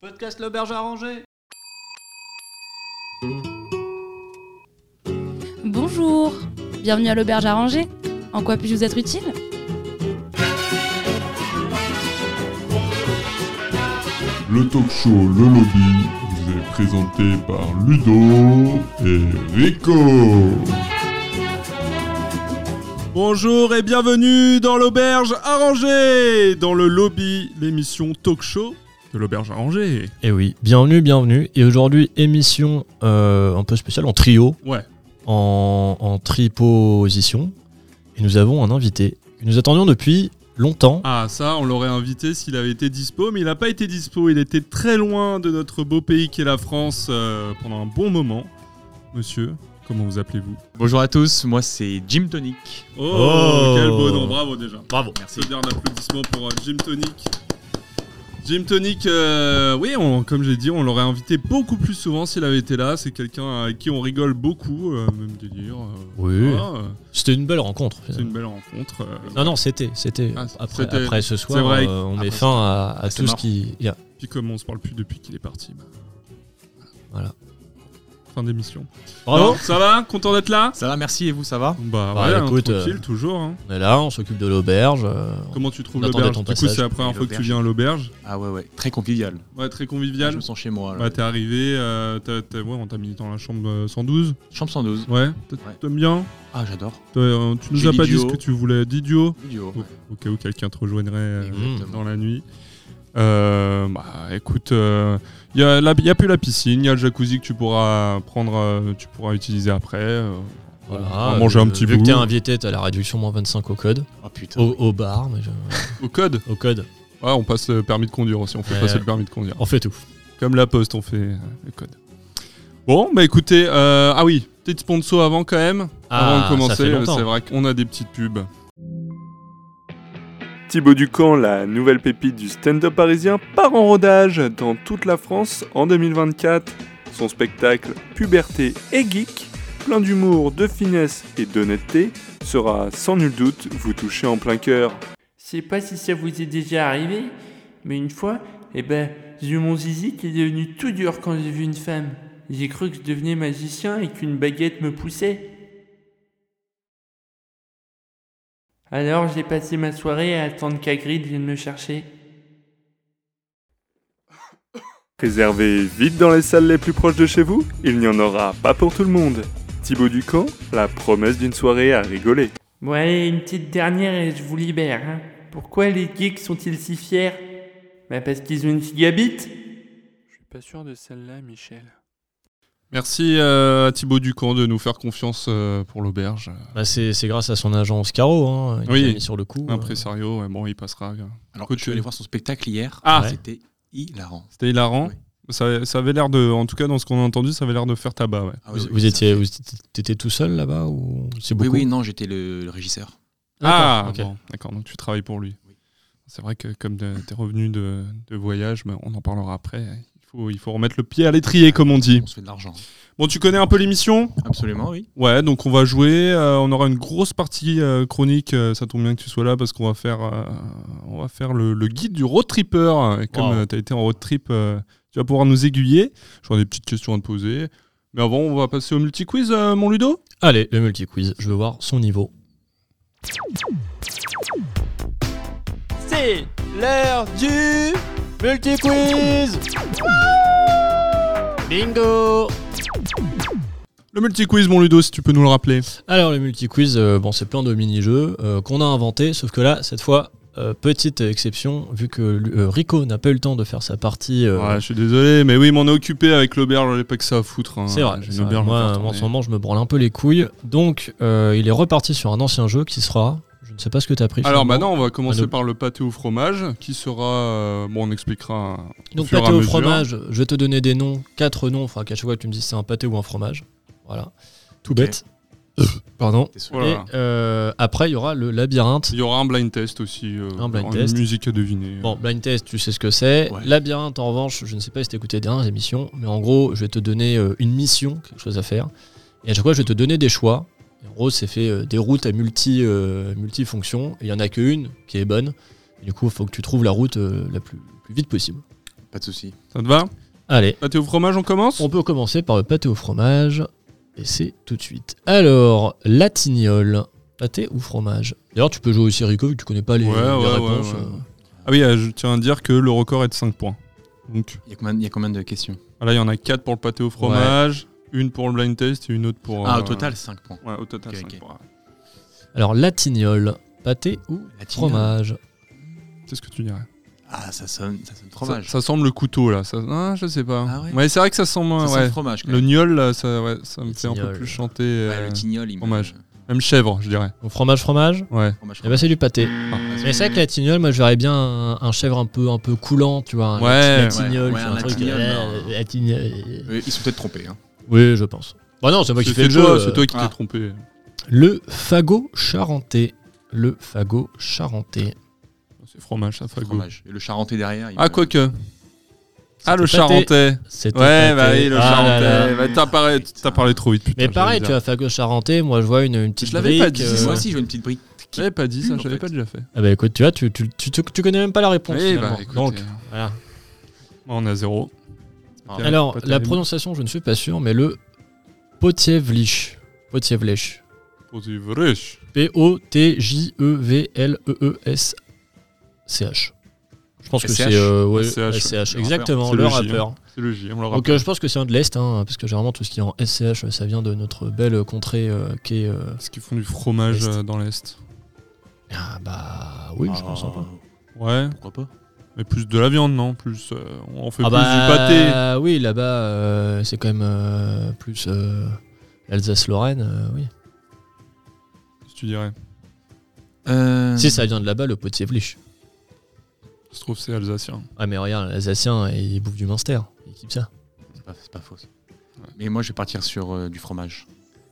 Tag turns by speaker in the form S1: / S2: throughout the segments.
S1: Podcast l'auberge arrangée.
S2: Bonjour, bienvenue à l'auberge arrangée. En quoi puis-je vous être utile
S3: Le talk show Le Lobby vous est présenté par Ludo et Rico.
S4: Bonjour et bienvenue dans l'auberge arrangée Dans le lobby, l'émission talk show de l'auberge arrangée.
S5: Et Eh oui, bienvenue, bienvenue. Et aujourd'hui, émission euh, un peu spéciale en trio,
S4: Ouais,
S5: en, en triposition. Et nous avons un invité que nous attendions depuis longtemps.
S4: ah ça, on l'aurait invité s'il avait été dispo, mais il n'a pas été dispo, il était très loin de notre beau pays qu'est la France euh, pendant un bon moment. Monsieur, comment vous appelez-vous
S6: Bonjour à tous, moi c'est Jim Tonic.
S4: oh,
S5: Oh.
S4: quel beau nom, bravo déjà
S5: Bravo.
S4: Merci. Bien un applaudissement pour euh, Jim Tonic. Jim Tonic, euh, oui, on- comme j'ai dit, on l'aurait invité beaucoup plus souvent s'il avait été là. C'est quelqu'un à qui on rigole beaucoup, euh, même délire. euh,
S5: Oui.
S4: voilà, euh,
S5: C'était une belle rencontre.
S4: c'est une belle rencontre. euh,
S5: Non, non, c'était. c'était
S4: Ah,
S5: après,
S4: c'était-
S5: après ce soir,
S4: vrai. Ah, bah,
S5: euh, on
S6: Après
S5: met
S6: ce
S5: fin à, à
S6: c'est
S5: tout ce
S6: mort.
S5: qui. il y a-
S4: Puis comme on se parle plus depuis qu'il est parti. bah,
S5: Voilà.
S4: Fin d'émission.
S5: Bravo.
S4: Alors, ça va Content d'être là
S6: Ça va, merci et vous, ça va
S4: Bah,
S5: Bah,
S4: ouais, hein,
S5: écoute,
S4: tranquille,
S5: euh,
S4: toujours. hein.
S5: On est là, on s'occupe de l'auberge. euh,
S4: Comment tu trouves
S5: on attendait
S4: l'auberge
S5: ton
S4: Du coup,
S5: passage.
S4: c'est la première fois que tu
S6: L'auberge.
S4: viens à l'auberge.
S6: Ah ouais, ouais, très convivial.
S4: Ouais, très
S6: Je
S4: convivial.
S6: me sens chez moi. là.
S4: Bah, t'es arrivé, euh, t'as- t'as- ouais, on t'a mis dans la chambre euh, 112.
S6: Chambre 112.
S4: Ouais, t-
S6: Ouais.
S4: t'aimes bien
S6: Ah, j'adore.
S4: T'as- euh, Tu nous
S6: J'ai
S4: as pas dit
S6: l'idiot.
S4: ce que tu voulais, d'idiot
S6: Vidéo.
S4: Au- Au cas où quelqu'un te rejoindrait euh,
S6: Exactement.
S4: dans la nuit. Euh, bah écoute, il n'y a, la- y a plus la piscine, il y a le jacuzzi que tu pourras prendre, euh, tu pourras utiliser après. euh,
S5: voilà,
S4: on va manger
S5: euh,
S4: un petit
S5: vu
S4: bout.
S5: que t'es invité, t'as la réduction moins 25 au code.
S6: Ah putain.
S5: Au, au bar, mais je-
S4: Au code
S5: au code.
S4: Ouais, on passe le permis de conduire aussi, on fait
S5: Ouais.
S4: passer le permis de conduire.
S5: On fait tout.
S4: Comme la poste, on fait euh, le code. Bon, bah écoutez, euh, ah oui, petite sponsor avant quand même, avant de
S5: Ah, ça
S4: commencer,
S5: fait
S4: euh,
S5: longtemps.
S4: c'est vrai qu'on a des petites pubs.
S7: Thibaut Ducamp, la nouvelle pépite du stand-up parisien, part en rodage dans toute la France en 2024. Son spectacle Puberté et Geek, plein d'humour, de finesse et d'honnêteté, sera sans nul doute vous toucher en plein cœur.
S8: Je sais pas si ça vous est déjà arrivé, mais une fois, eh ben, j'ai eu mon zizi qui est devenu tout dur quand j'ai vu une femme. J'ai cru que je devenais magicien et qu'une baguette me poussait. Alors j'ai passé ma soirée à attendre qu'Agrid vienne me chercher.
S7: Réservé vite dans les salles les plus proches de chez vous, il n'y en aura pas pour tout le monde. Thibaut Ducamp, la promesse d'une soirée à rigoler.
S8: Bon allez, une petite dernière et je vous libère. hein. Pourquoi les geeks sont-ils si fiers Bah parce qu'ils ont une gigabit Je suis pas sûr de celle-là, Michel.
S4: Merci euh, à Thibaut Ducamp de nous faire confiance euh, pour l'auberge.
S5: Bah, c'est c'est grâce à son agent Oscaro, hein, qui
S4: Oui.
S5: l'a mis sur le coup.
S4: Impresario, ouais, bon, il passera.
S6: Alors,
S4: Écoute,
S6: je suis allé voir son spectacle hier.
S4: Ah,
S5: Ouais.
S6: C'était hilarant.
S4: C'était hilarant.
S6: Oui.
S4: Ça, ça avait l'air de, en tout cas dans ce qu'on a entendu, ça avait l'air de faire tabac. Ouais.
S6: Ah,
S5: Vous,
S6: oui, oui,
S5: vous
S6: ça
S5: étiez,
S6: fait-
S5: vous étiez- t'étais tout seul là-bas ou c'est
S6: Oui,
S5: beaucoup
S6: oui, non, j'étais le, le régisseur.
S4: Ah,
S5: D'accord, ok.
S4: bon, d'accord, donc tu travailles pour lui.
S6: Oui.
S4: C'est vrai que comme de- t'es revenu de, de voyage, mais on en parlera après. Il faut, il faut remettre le pied à l'étrier, comme on dit.
S6: On se fait de l'argent.
S4: Bon, tu connais un peu l'émission
S6: Absolument, oui.
S4: Ouais, donc on va jouer. euh, on aura une grosse partie euh, chronique. euh, ça tombe bien que tu sois là parce qu'on va faire, euh, on va faire le, le guide du road tripper. euh, Et comme
S5: Wow.
S4: tu as été en road trip, euh, tu vas pouvoir nous aiguiller. J'aurai des petites questions à te poser. Mais avant, on va passer au multi-quiz, euh, mon Ludo
S5: Allez, le multi-quiz, je veux voir son niveau.
S1: C'est l'heure du multi-quiz. Bingo.
S4: Le multi-quiz, mon Ludo, si tu peux nous le rappeler.
S5: Alors, le multi-quiz, euh, bon, c'est plein de mini-jeux euh, qu'on a inventés, sauf que là, cette fois, euh, petite exception, vu que euh, Rico n'a pas eu le temps de faire sa partie. euh,
S4: Ouais, je suis désolé, mais oui, m'en est occupé avec l'auberge. J'ai pas que ça à foutre. hein.
S5: C'est vrai,
S4: J'ai
S5: c'est
S4: une
S5: vrai.
S4: auberge à faire
S5: moi
S4: tourner.
S5: en ce moment je me branle un peu les couilles. Donc euh, il est reparti sur un ancien jeu qui sera, je ne sais pas ce que tu as pris.
S4: Alors bah,
S5: finalement.
S4: maintenant, on va commencer
S5: Allô.
S4: par le pâté au fromage, qui sera... euh, bon, on expliquera euh,
S5: Donc
S4: fur et à
S5: pâté au
S4: mesure.
S5: fromage, je vais te donner des noms, quatre noms, enfin qu'à chaque fois tu me dis si c'est un pâté ou un fromage. Voilà. Tout
S6: Ok.
S5: bête. Pardon.
S6: Oh
S4: Voilà.
S5: Et euh, après il y aura le labyrinthe.
S4: Il y aura un blind test aussi. euh,
S5: Un blind
S4: une
S5: test.
S4: musique à deviner.
S5: Bon, blind test, tu sais ce que c'est.
S6: Ouais.
S5: Labyrinthe, en revanche, je ne sais pas si t'as écouté les dernières émissions, mais en gros, je vais te donner euh, une mission, quelque chose à faire. Et à chaque fois, je vais te donner des choix. Et en gros, c'est fait euh, des routes à multi, euh, multifonctions. Et il n'y en a qu'une qui est bonne. Et du coup, il faut que tu trouves la route euh, la plus, plus vite possible.
S6: Pas de souci.
S4: Ça te va
S5: Allez,
S4: Pâté au fromage, on commence
S5: on peut commencer par le pâté au fromage. Et c'est tout de suite. Alors, latignole. Pâté ou fromage D'ailleurs, tu peux jouer aussi Rico vu que tu connais pas les,
S4: Ouais,
S5: les
S4: ouais, ouais,
S5: réponses.
S4: ouais.
S5: euh.
S4: Ah oui, euh, je tiens à dire que le record est de 5 points. Donc ah,
S6: Il y, a combien- il y a combien de questions
S4: là, il y en a 4 pour le pâté au fromage, une pour le blind taste et une autre pour.
S6: Ah,
S4: euh,
S6: au total, 5 points.
S4: Ouais, au total euh,
S6: Ok,
S4: 5
S6: ok.
S4: points.
S5: Alors, latignole. Pâté ou
S6: Latignole.
S5: fromage
S4: C'est ce que tu dirais.
S6: Ah, ça sonne, ça sonne
S4: Ça,
S6: fromage.
S4: ça semble le couteau là. Ça... Ah, je sais pas.
S6: Ah ouais
S4: c'est vrai que ça semble.
S6: Ça
S4: euh,
S6: sonne
S4: ouais.
S6: fromage. Quand
S4: Le
S6: même.
S4: niol, là, ça, ouais, ça me
S5: Le
S4: fait un peu
S5: tignol.
S4: plus chanter.
S6: Ouais,
S4: euh,
S6: le tignol, il me-
S4: fromage. Même chèvre, je dirais.
S5: Donc, fromage, fromage
S4: Ouais.
S6: Fromage.
S5: Eh ben, c'est du pâté.
S6: fromage.
S5: Mais c'est vrai que latignole, moi je verrais bien un, un chèvre un peu, un peu coulant, tu vois. un
S4: Ouais.
S5: latignole,
S6: Ouais,
S5: tu
S6: ouais,
S5: vois, un
S6: un
S5: truc,
S6: latignole,
S5: euh,
S6: non.
S5: latignole.
S6: Euh, Ils sont peut-être trompés. Hein.
S5: Oui, je pense. Bah non, c'est moi qui
S4: C'est
S5: fais le
S4: c'est
S5: jeu.
S4: toi,
S5: euh.
S4: c'est toi qui
S6: Ah.
S4: t'es trompé.
S5: Le fagot charentais. Le fagot charentais.
S4: C'est fromage, ça, fagot.
S6: Fromage. Et le charentais derrière. il
S4: Ah,
S6: me-
S4: quoique. Ah, le
S5: C'était pâté.
S4: charentais.
S5: C'était
S4: Ouais,
S5: pâté.
S4: bah oui, le
S5: Ah là là.
S4: charentais. Bah, T'as parlé,
S6: Putain.
S4: t'as parlé trop vite, putain.
S5: Mais pareil, tu
S4: j'allais
S5: as fagot charentais, moi je vois une, une petite
S4: Je l'avais pas
S5: brique,
S4: dit,
S5: euh,
S6: Moi aussi, je veux une petite brique.
S4: dire. J'avais pas dit ça,
S6: En
S4: j'avais
S6: fait.
S4: pas déjà fait.
S5: Ah bah écoute, tu vois, tu, tu, tu, tu- tu connais même pas la réponse.
S4: Oui, bah
S5: finalement.
S4: écoute.
S5: Donc,
S4: euh,
S5: voilà.
S4: On est à zéro.
S6: Ah.
S4: Terrible,
S5: Alors,
S4: pas
S5: la
S4: terrible.
S5: prononciation, je ne suis pas sûr, mais le potievlich. Potievlich.
S4: Potivrish.
S5: E P-O-T-J-E-V-L-E-E-S-C-H. Je pense que
S6: SCH.
S5: c'est euh, ouais,
S4: SCH.
S5: SCH,
S6: Le
S5: exactement,
S4: rappeur.
S5: le
S4: C'est le J,
S5: rappeur.
S4: C'est le J, on le
S5: Donc
S4: rappelle.
S5: euh, je pense que c'est un de l'Est, hein, parce que généralement tout ce qui est en SCH, ça vient de notre belle contrée euh, qui est... euh,
S4: Parce qu'ils font du fromage
S5: L'Est.
S4: euh, dans l'Est.
S5: Ah bah oui, je pense un peu.
S4: Ouais,
S6: euh, Pourquoi pas
S4: mais plus de la viande, non Plus, euh, On fait
S5: Ah
S4: plus du pâté.
S5: bah oui, là-bas euh, c'est quand même euh, plus euh, l'Alsace-Lorraine, euh, oui.
S4: Si tu dirais.
S6: Euh,
S5: Si ça vient de là-bas, le potier vlich.
S4: Je trouve que c'est alsacien.
S5: Ah mais regarde, l'Alsacien, il bouffe du Munster, il kiffe ça.
S6: C'est pas, c'est pas faux. ça. Mais moi, je vais partir sur euh, du fromage.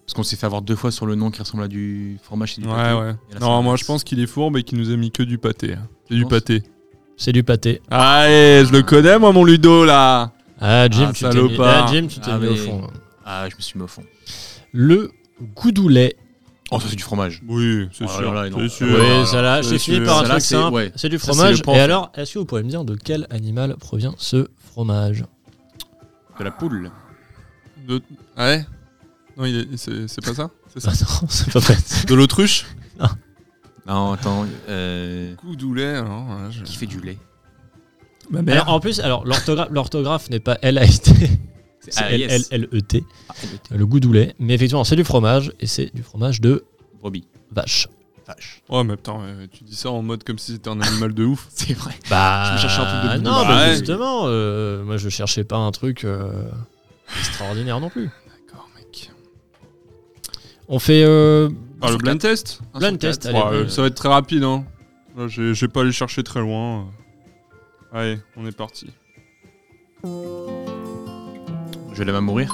S6: Parce qu'on s'est fait avoir deux fois sur le nom qui ressemble à du fromage et du
S4: Ouais,
S6: pâté.
S4: ouais.
S6: Et là, c'est
S4: Non, moi
S6: l'inverse.
S4: je pense qu'il est fourbe et qu'il nous a mis que du pâté. C'est
S6: Tu
S4: du
S6: penses
S4: pâté.
S5: C'est du pâté.
S4: Allez, je le connais, moi, mon Ludo, là.
S5: Ah Jim,
S6: Ah,
S5: tu t'es mis,
S4: salopard.
S5: ah, Jim, tu t'es
S6: Ah,
S5: mis au
S6: mais-
S5: fond. hein.
S6: Ah, je me suis mis au fond.
S5: Le goudoulet.
S6: Oh, ça, c'est du fromage.
S4: Oui, c'est
S6: Oh là
S4: sûr.
S6: là, non.
S4: c'est sûr.
S6: Ouais,
S5: oui,
S6: alors,
S5: ça là,
S4: ça,
S5: j'ai fini
S4: c'est-
S5: par un
S6: ça, là,
S5: truc
S6: c'est-
S5: simple.
S6: ouais.
S5: C'est du
S6: Ça, c'est le
S5: fromage.
S6: porc.
S5: Et alors, est-ce que vous pouvez me dire de quel animal provient ce fromage
S6: De la poule.
S4: De- Ouais. Non, il est- c'est c'est pas ça C'est
S5: Ah
S4: ça
S5: non, c'est pas vrai.
S4: De l'autruche
S6: Non, attends. euh,
S4: Coup doulet, alors. ouais, je-
S6: qui fait du lait
S4: Ma
S5: Alors, en plus, alors l'orthographe, l'orthographe n'est pas L-A-I-T, c'est
S6: Ah, yes.
S5: L-L-L-E-T,
S6: Ah, le thé.
S5: E, Euh, le goudoulet. Mais effectivement, c'est du fromage et c'est du fromage de
S6: Brebis.
S5: vache.
S6: Vache.
S4: Ouais, mais putain, euh, tu dis ça en mode comme si c'était un animal de ouf.
S6: C'est vrai.
S5: Bah,
S6: Je me cherchais un truc de
S5: non,
S4: goudou.
S5: bah,
S4: Bah, ouais.
S5: justement, euh, moi je cherchais pas un truc euh, extraordinaire non plus.
S4: D'accord, mec.
S5: On fait euh,
S4: Ah, le blind test
S5: plein de tests.
S4: Ouais,
S5: allez.
S4: euh, Ça va être très rapide, hein. Là, j'ai j'ai pas allé chercher très loin. Allez, on est parti.
S6: Je vais la même mourir.